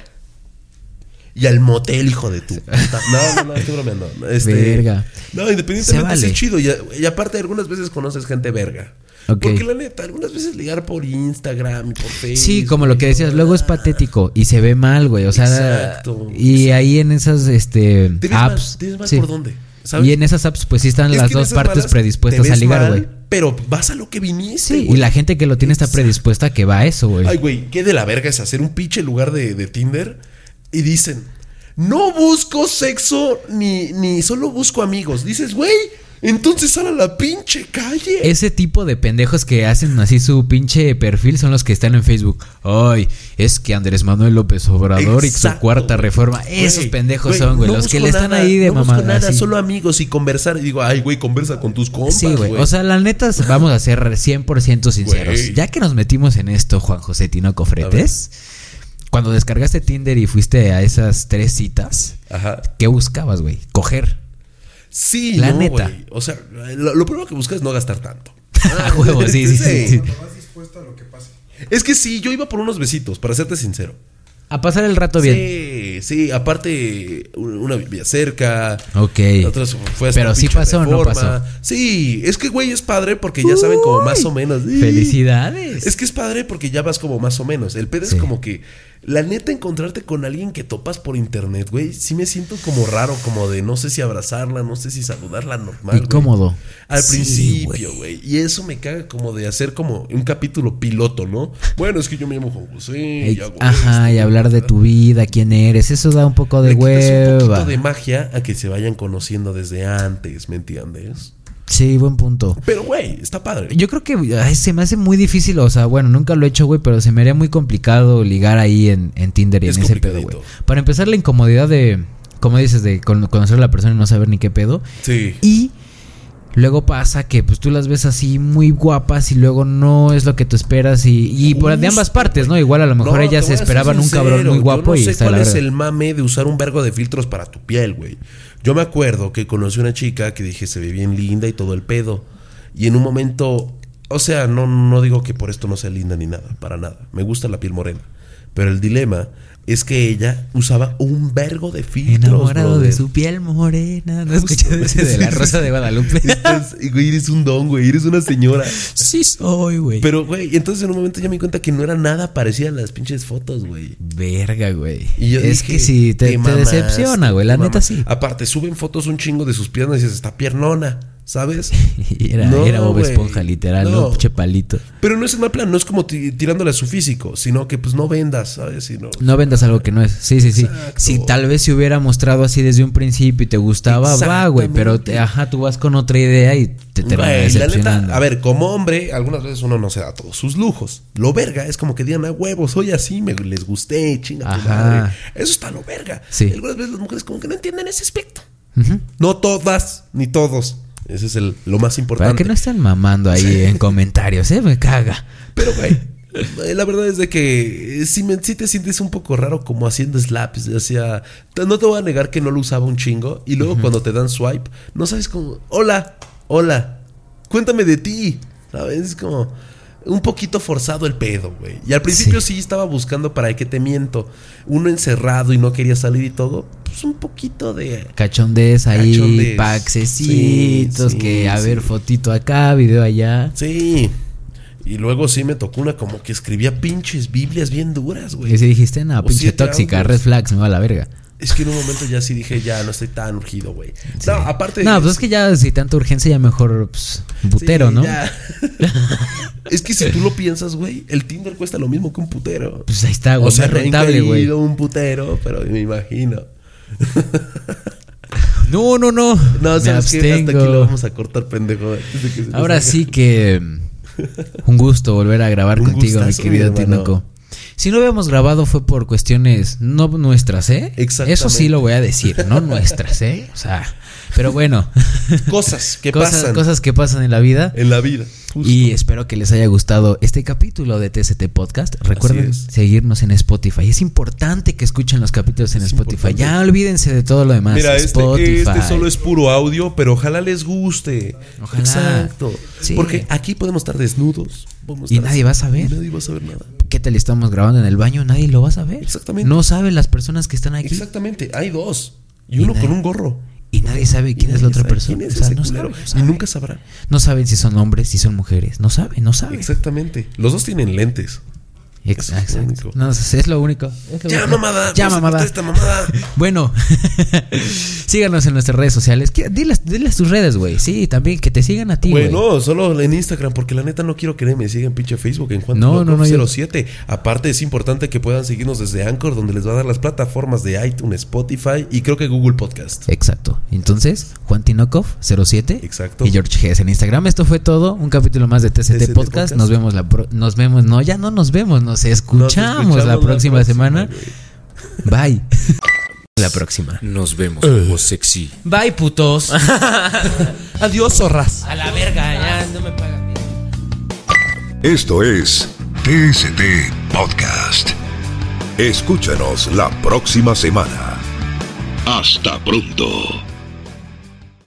[SPEAKER 1] Y al motel, hijo de tu puta. No, no, no, estoy bromeando. Este,
[SPEAKER 3] Verga.
[SPEAKER 1] No, independientemente
[SPEAKER 3] Se vale.
[SPEAKER 1] sí es chido. Y, a- y aparte, algunas veces conoces gente verga.
[SPEAKER 3] Ok.
[SPEAKER 1] Porque la neta, algunas veces ligar por Instagram y por Facebook.
[SPEAKER 3] Sí, como lo que decías, luego es patético y se ve mal, güey. O sea,
[SPEAKER 1] Exacto.
[SPEAKER 3] y ahí en esas este,
[SPEAKER 1] Te ves mal,
[SPEAKER 3] apps.
[SPEAKER 1] te ves mal
[SPEAKER 3] sí.
[SPEAKER 1] por dónde, ¿sabes?
[SPEAKER 3] Y en esas apps, pues sí están
[SPEAKER 1] Es
[SPEAKER 3] las
[SPEAKER 1] que en
[SPEAKER 3] dos
[SPEAKER 1] esas
[SPEAKER 3] partes
[SPEAKER 1] malas
[SPEAKER 3] predispuestas
[SPEAKER 1] te
[SPEAKER 3] a
[SPEAKER 1] ves
[SPEAKER 3] ligar,
[SPEAKER 1] mal,
[SPEAKER 3] güey.
[SPEAKER 1] Pero vas a lo que viniste.
[SPEAKER 3] Sí, y
[SPEAKER 1] güey.
[SPEAKER 3] la gente que lo tiene está predispuesta que va a eso, güey.
[SPEAKER 1] Ay, güey, qué de la verga es hacer un pinche lugar de, de Tinder y dicen, no busco sexo ni, ni solo busco amigos. Dices, güey, entonces sal a la pinche calle.
[SPEAKER 3] Ese tipo de pendejos que hacen así su pinche perfil son los que están en Facebook. Ay, es que Andrés Manuel López Obrador y su
[SPEAKER 1] Exacto,
[SPEAKER 3] cuarta
[SPEAKER 1] güey.
[SPEAKER 3] reforma.
[SPEAKER 1] Güey,
[SPEAKER 3] Esos pendejos
[SPEAKER 1] güey,
[SPEAKER 3] son, güey.
[SPEAKER 1] no
[SPEAKER 3] los que
[SPEAKER 1] busco
[SPEAKER 3] le están
[SPEAKER 1] nada,
[SPEAKER 3] ahí de
[SPEAKER 1] no
[SPEAKER 3] mamada.
[SPEAKER 1] busco nada,
[SPEAKER 3] así.
[SPEAKER 1] solo amigos y conversar. Y digo, ay, güey, conversa con tus compas,
[SPEAKER 3] Sí, güey. O sea, la neta, vamos a ser 100% sinceros.
[SPEAKER 1] Güey.
[SPEAKER 3] Ya que nos metimos en esto, Juan José Tino Cofretes, cuando descargaste Tinder y fuiste a esas tres citas,
[SPEAKER 1] Ajá.
[SPEAKER 3] ¿qué buscabas, güey? Coger.
[SPEAKER 1] Sí,
[SPEAKER 3] La
[SPEAKER 1] no,
[SPEAKER 3] neta.
[SPEAKER 1] güey. O sea, lo, lo primero que buscas es no gastar tanto.
[SPEAKER 3] A huevo, sí, sí, sí, sí.
[SPEAKER 4] Cuando vas dispuesto a lo que pase.
[SPEAKER 1] Es que sí, yo iba por unos besitos, para serte sincero.
[SPEAKER 3] A pasar el rato bien.
[SPEAKER 1] Sí, sí, aparte u- una vivía cerca.
[SPEAKER 3] Ok.
[SPEAKER 1] la otra se fue hasta
[SPEAKER 3] Pero sí
[SPEAKER 1] pinche
[SPEAKER 3] pasó o no
[SPEAKER 1] Reforma.
[SPEAKER 3] pasó.
[SPEAKER 1] Sí, es que güey es padre porque ya saben como más o menos. Sí.
[SPEAKER 3] Felicidades.
[SPEAKER 1] Es que es padre porque ya vas como más o menos. El pedo
[SPEAKER 3] Sí.
[SPEAKER 1] es como que la neta encontrarte con alguien que topas por internet, güey, sí me siento como raro, como de no sé si abrazarla, no sé si saludarla normal. güey.
[SPEAKER 3] Incómodo.
[SPEAKER 1] Al
[SPEAKER 3] Sí,
[SPEAKER 1] principio, güey. Y eso me caga como de hacer como un capítulo piloto, ¿no? Bueno, es que yo me llamo Juan José. y
[SPEAKER 3] Ey,
[SPEAKER 1] hago
[SPEAKER 3] Ajá,
[SPEAKER 1] esto,
[SPEAKER 3] y hablar de tu vida, quién eres, eso da un poco de
[SPEAKER 1] este le quitas un
[SPEAKER 3] hueva.
[SPEAKER 1] poquito de magia a que se vayan conociendo desde antes, ¿me entiendes?
[SPEAKER 3] Sí, buen punto.
[SPEAKER 1] Pero, güey, está padre.
[SPEAKER 3] Yo creo que ay, se me hace muy difícil, o sea, bueno, nunca lo he hecho, güey, pero se me haría muy complicado ligar ahí en, en Tinder y
[SPEAKER 1] Es
[SPEAKER 3] en ese pedo, güey.
[SPEAKER 1] complicadito.
[SPEAKER 3] Para empezar, la incomodidad de, como dices, de con- conocer a la persona y no saber ni qué pedo.
[SPEAKER 1] Sí.
[SPEAKER 3] Y luego pasa que pues tú las ves así muy guapas y luego no es lo que tú esperas y, y por de
[SPEAKER 1] Justo,
[SPEAKER 3] ambas partes, ¿no? Igual a lo mejor
[SPEAKER 1] No,
[SPEAKER 3] ellas
[SPEAKER 1] te voy a ser
[SPEAKER 3] esperaban un
[SPEAKER 1] sincero,
[SPEAKER 3] cabrón muy guapo
[SPEAKER 1] yo no
[SPEAKER 3] y
[SPEAKER 1] sé
[SPEAKER 3] está de
[SPEAKER 1] cuál
[SPEAKER 3] la
[SPEAKER 1] es
[SPEAKER 3] verga.
[SPEAKER 1] el mame de usar un vergo de filtros para tu piel, güey. Yo me acuerdo que conocí una chica que dije se ve bien linda y todo el pedo. Y en un momento, o sea, no, no digo que por esto no sea linda ni nada, para nada. Me gusta la piel morena. Pero el dilema es que ella usaba un vergo de filtros.
[SPEAKER 3] Enamorado de
[SPEAKER 1] brother.
[SPEAKER 3] su piel morena. ¿No
[SPEAKER 1] Justo,
[SPEAKER 3] escuchas
[SPEAKER 1] güey.
[SPEAKER 3] ese de la
[SPEAKER 1] Sí, sí,
[SPEAKER 3] Rosa
[SPEAKER 1] sí.
[SPEAKER 3] de Guadalupe?
[SPEAKER 1] Estás- güey, eres un don, güey, eres una señora.
[SPEAKER 3] sí soy, güey.
[SPEAKER 1] Pero, güey, entonces en un momento ya me di cuenta que no era nada parecida a las pinches fotos, güey.
[SPEAKER 3] Verga, güey.
[SPEAKER 1] Y yo
[SPEAKER 3] Es
[SPEAKER 1] dije,
[SPEAKER 3] que sí, te, te
[SPEAKER 1] mamaste,
[SPEAKER 3] decepciona, güey. La
[SPEAKER 1] te
[SPEAKER 3] neta
[SPEAKER 1] mamaste".
[SPEAKER 3] sí.
[SPEAKER 1] Aparte, suben fotos un chingo de sus piernas y dices, está piernona, ¿sabes?
[SPEAKER 3] Era,
[SPEAKER 1] No,
[SPEAKER 3] era Bob
[SPEAKER 1] güey.
[SPEAKER 3] Esponja, literal, ¿no?
[SPEAKER 1] No.
[SPEAKER 3] Pinche palito.
[SPEAKER 1] Pero no es el mal plan, no es como ti- tirándole a su físico, sino que pues no vendas, ¿sabes? Sino,
[SPEAKER 3] No vendas algo que no es. Sí, sí, sí.
[SPEAKER 1] Exacto.
[SPEAKER 3] Si tal vez se hubiera mostrado así desde un principio y te gustaba, va, güey. Pero, te- ajá, tú vas con otra idea y te terminas
[SPEAKER 1] Güey, la
[SPEAKER 3] decepcionando.
[SPEAKER 1] neta, a ver, como hombre, algunas veces uno no se da todos sus lujos. Lo verga es como que digan, a huevos, soy así, me les gusté, chinga tu
[SPEAKER 3] Ajá.
[SPEAKER 1] madre. Eso está lo verga.
[SPEAKER 3] Sí.
[SPEAKER 1] Algunas veces las mujeres como que no entienden ese aspecto.
[SPEAKER 3] Ujú.
[SPEAKER 1] No todas, ni todos. Ese es el, lo más importante.
[SPEAKER 3] Para que no estén mamando ahí en comentarios, ¿eh? Me caga.
[SPEAKER 1] Pero, güey, eh, la verdad es de que eh, sí, me, sí te sientes un poco raro como haciendo slaps. O sea, t- no te voy a negar que no lo usaba un chingo. Y luego cuando te dan swipe, no sabes cómo. Hola, hola, cuéntame de ti. ¿Sabes? Es como. Un poquito forzado el pedo, güey. Y al principio sí. estaba buscando para qué te miento. Uno encerrado y no quería salir y todo. Pues un poquito de.
[SPEAKER 3] Cachondes ahí,
[SPEAKER 1] Cachondes.
[SPEAKER 3] paxecitos,
[SPEAKER 1] Sí, sí,
[SPEAKER 3] que a
[SPEAKER 1] sí.
[SPEAKER 3] ver, fotito acá, video allá.
[SPEAKER 1] Sí. Y luego sí me tocó una como que escribía pinches biblias bien duras, güey.
[SPEAKER 3] Y si dijiste, no,
[SPEAKER 1] O
[SPEAKER 3] pinche
[SPEAKER 1] siete
[SPEAKER 3] tóxica,
[SPEAKER 1] ángulos.
[SPEAKER 3] red flags, me va a la verga.
[SPEAKER 1] Es que en un momento ya sí dije, ya no estoy tan urgido, güey. No, aparte.
[SPEAKER 3] No, pues es que ya si tanta urgencia ya mejor pues, butero,
[SPEAKER 1] Sí,
[SPEAKER 3] ¿no?
[SPEAKER 1] ya. es que si tú lo piensas, güey, el Tinder cuesta lo mismo que un putero.
[SPEAKER 3] Pues ahí está, güey,
[SPEAKER 1] O sea,
[SPEAKER 3] más
[SPEAKER 1] no he
[SPEAKER 3] rentable, güey.
[SPEAKER 1] caído un putero, pero me imagino.
[SPEAKER 3] No, no, no.
[SPEAKER 1] No,
[SPEAKER 3] me
[SPEAKER 1] sabes que hasta aquí
[SPEAKER 3] abstengo.
[SPEAKER 1] lo vamos a cortar, pendejo. antes de que se nos
[SPEAKER 3] Ahora
[SPEAKER 1] haga.
[SPEAKER 3] sí que mm, un gusto volver a grabar
[SPEAKER 1] Un
[SPEAKER 3] contigo, mi
[SPEAKER 1] gustazo, mi
[SPEAKER 3] querido
[SPEAKER 1] hermano.
[SPEAKER 3] Tinoco. Si no habíamos grabado fue por cuestiones no nuestras, ¿eh?
[SPEAKER 1] Exactamente.
[SPEAKER 3] Eso sí lo voy a decir, no nuestras, ¿eh? O sea, pero bueno.
[SPEAKER 1] Cosas que
[SPEAKER 3] cosas,
[SPEAKER 1] pasan
[SPEAKER 3] Cosas que pasan en la vida.
[SPEAKER 1] en la vida. Justo.
[SPEAKER 3] Y espero que les haya gustado este capítulo de TST Podcast. Recuerden
[SPEAKER 1] es.
[SPEAKER 3] seguirnos en Spotify. Es importante que escuchen los capítulos en
[SPEAKER 1] Es
[SPEAKER 3] Spotify. Ya
[SPEAKER 1] importante.
[SPEAKER 3] olvídense de todo lo demás.
[SPEAKER 1] Mira,
[SPEAKER 3] Spotify.
[SPEAKER 1] este, este solo es puro audio, pero ojalá les guste.
[SPEAKER 3] Ojalá.
[SPEAKER 1] Exacto.
[SPEAKER 3] Sí.
[SPEAKER 1] Porque aquí podemos estar desnudos. podemos
[SPEAKER 3] Y
[SPEAKER 1] estar
[SPEAKER 3] nadie va a
[SPEAKER 1] así,
[SPEAKER 3] saber.
[SPEAKER 1] y nadie va a saber nada.
[SPEAKER 3] ¿Qué tal estamos grabando en el baño? Nadie lo va a saber.
[SPEAKER 1] Exactamente.
[SPEAKER 3] No saben las personas que están aquí.
[SPEAKER 1] Exactamente, hay dos. Y,
[SPEAKER 3] Y
[SPEAKER 1] uno
[SPEAKER 3] nadie-
[SPEAKER 1] con un gorro.
[SPEAKER 3] Y nadie sabe quién
[SPEAKER 1] Y
[SPEAKER 3] es la otra
[SPEAKER 1] nadie sabe
[SPEAKER 3] persona.
[SPEAKER 1] quién es
[SPEAKER 3] O sea,
[SPEAKER 1] ese
[SPEAKER 3] no,
[SPEAKER 1] culero.
[SPEAKER 3] saben, no saben.
[SPEAKER 1] Y nunca sabrán.
[SPEAKER 3] No saben si son hombres, si son mujeres. No saben, no saben.
[SPEAKER 1] Exactamente. Los dos tienen lentes.
[SPEAKER 3] Ex-
[SPEAKER 1] Eso es lo
[SPEAKER 3] exacto.
[SPEAKER 1] único.
[SPEAKER 3] No, es es lo único. Es lo
[SPEAKER 1] Ya,
[SPEAKER 3] único.
[SPEAKER 1] mamada.
[SPEAKER 3] Ya,
[SPEAKER 1] no se
[SPEAKER 3] mamada.
[SPEAKER 1] corta Esta mamada.
[SPEAKER 3] Bueno, síganos en nuestras redes sociales. ¿Qué- Diles, diles tus redes, güey. Sí, también que te sigan a ti, güey.
[SPEAKER 1] Bueno, solo en Instagram, porque la neta no quiero que me sigan pinche Facebook en Juan
[SPEAKER 3] No, no, no, yo-
[SPEAKER 1] 07. Aparte, es importante que puedan seguirnos desde Anchor, donde les va a dar las plataformas de iTunes, Spotify y creo que Google Podcast.
[SPEAKER 3] Exacto. Entonces, Juan Tinokov 07
[SPEAKER 1] Exacto.
[SPEAKER 3] y George GS en Instagram. Esto fue todo. Un capítulo más de TCT
[SPEAKER 1] TCT
[SPEAKER 3] Podcast.
[SPEAKER 1] Podcast.
[SPEAKER 3] Nos vemos la pro- nos vemos, no, ya no nos vemos, nos escuchamos, la próxima semana. Bye. la próxima.
[SPEAKER 5] Nos vemos, como sexy.
[SPEAKER 3] Bye, putos.
[SPEAKER 1] Adiós, zorras.
[SPEAKER 3] a la verga, ya no me pagan.
[SPEAKER 2] Esto es TST Podcast. Escúchanos la próxima semana. Hasta pronto.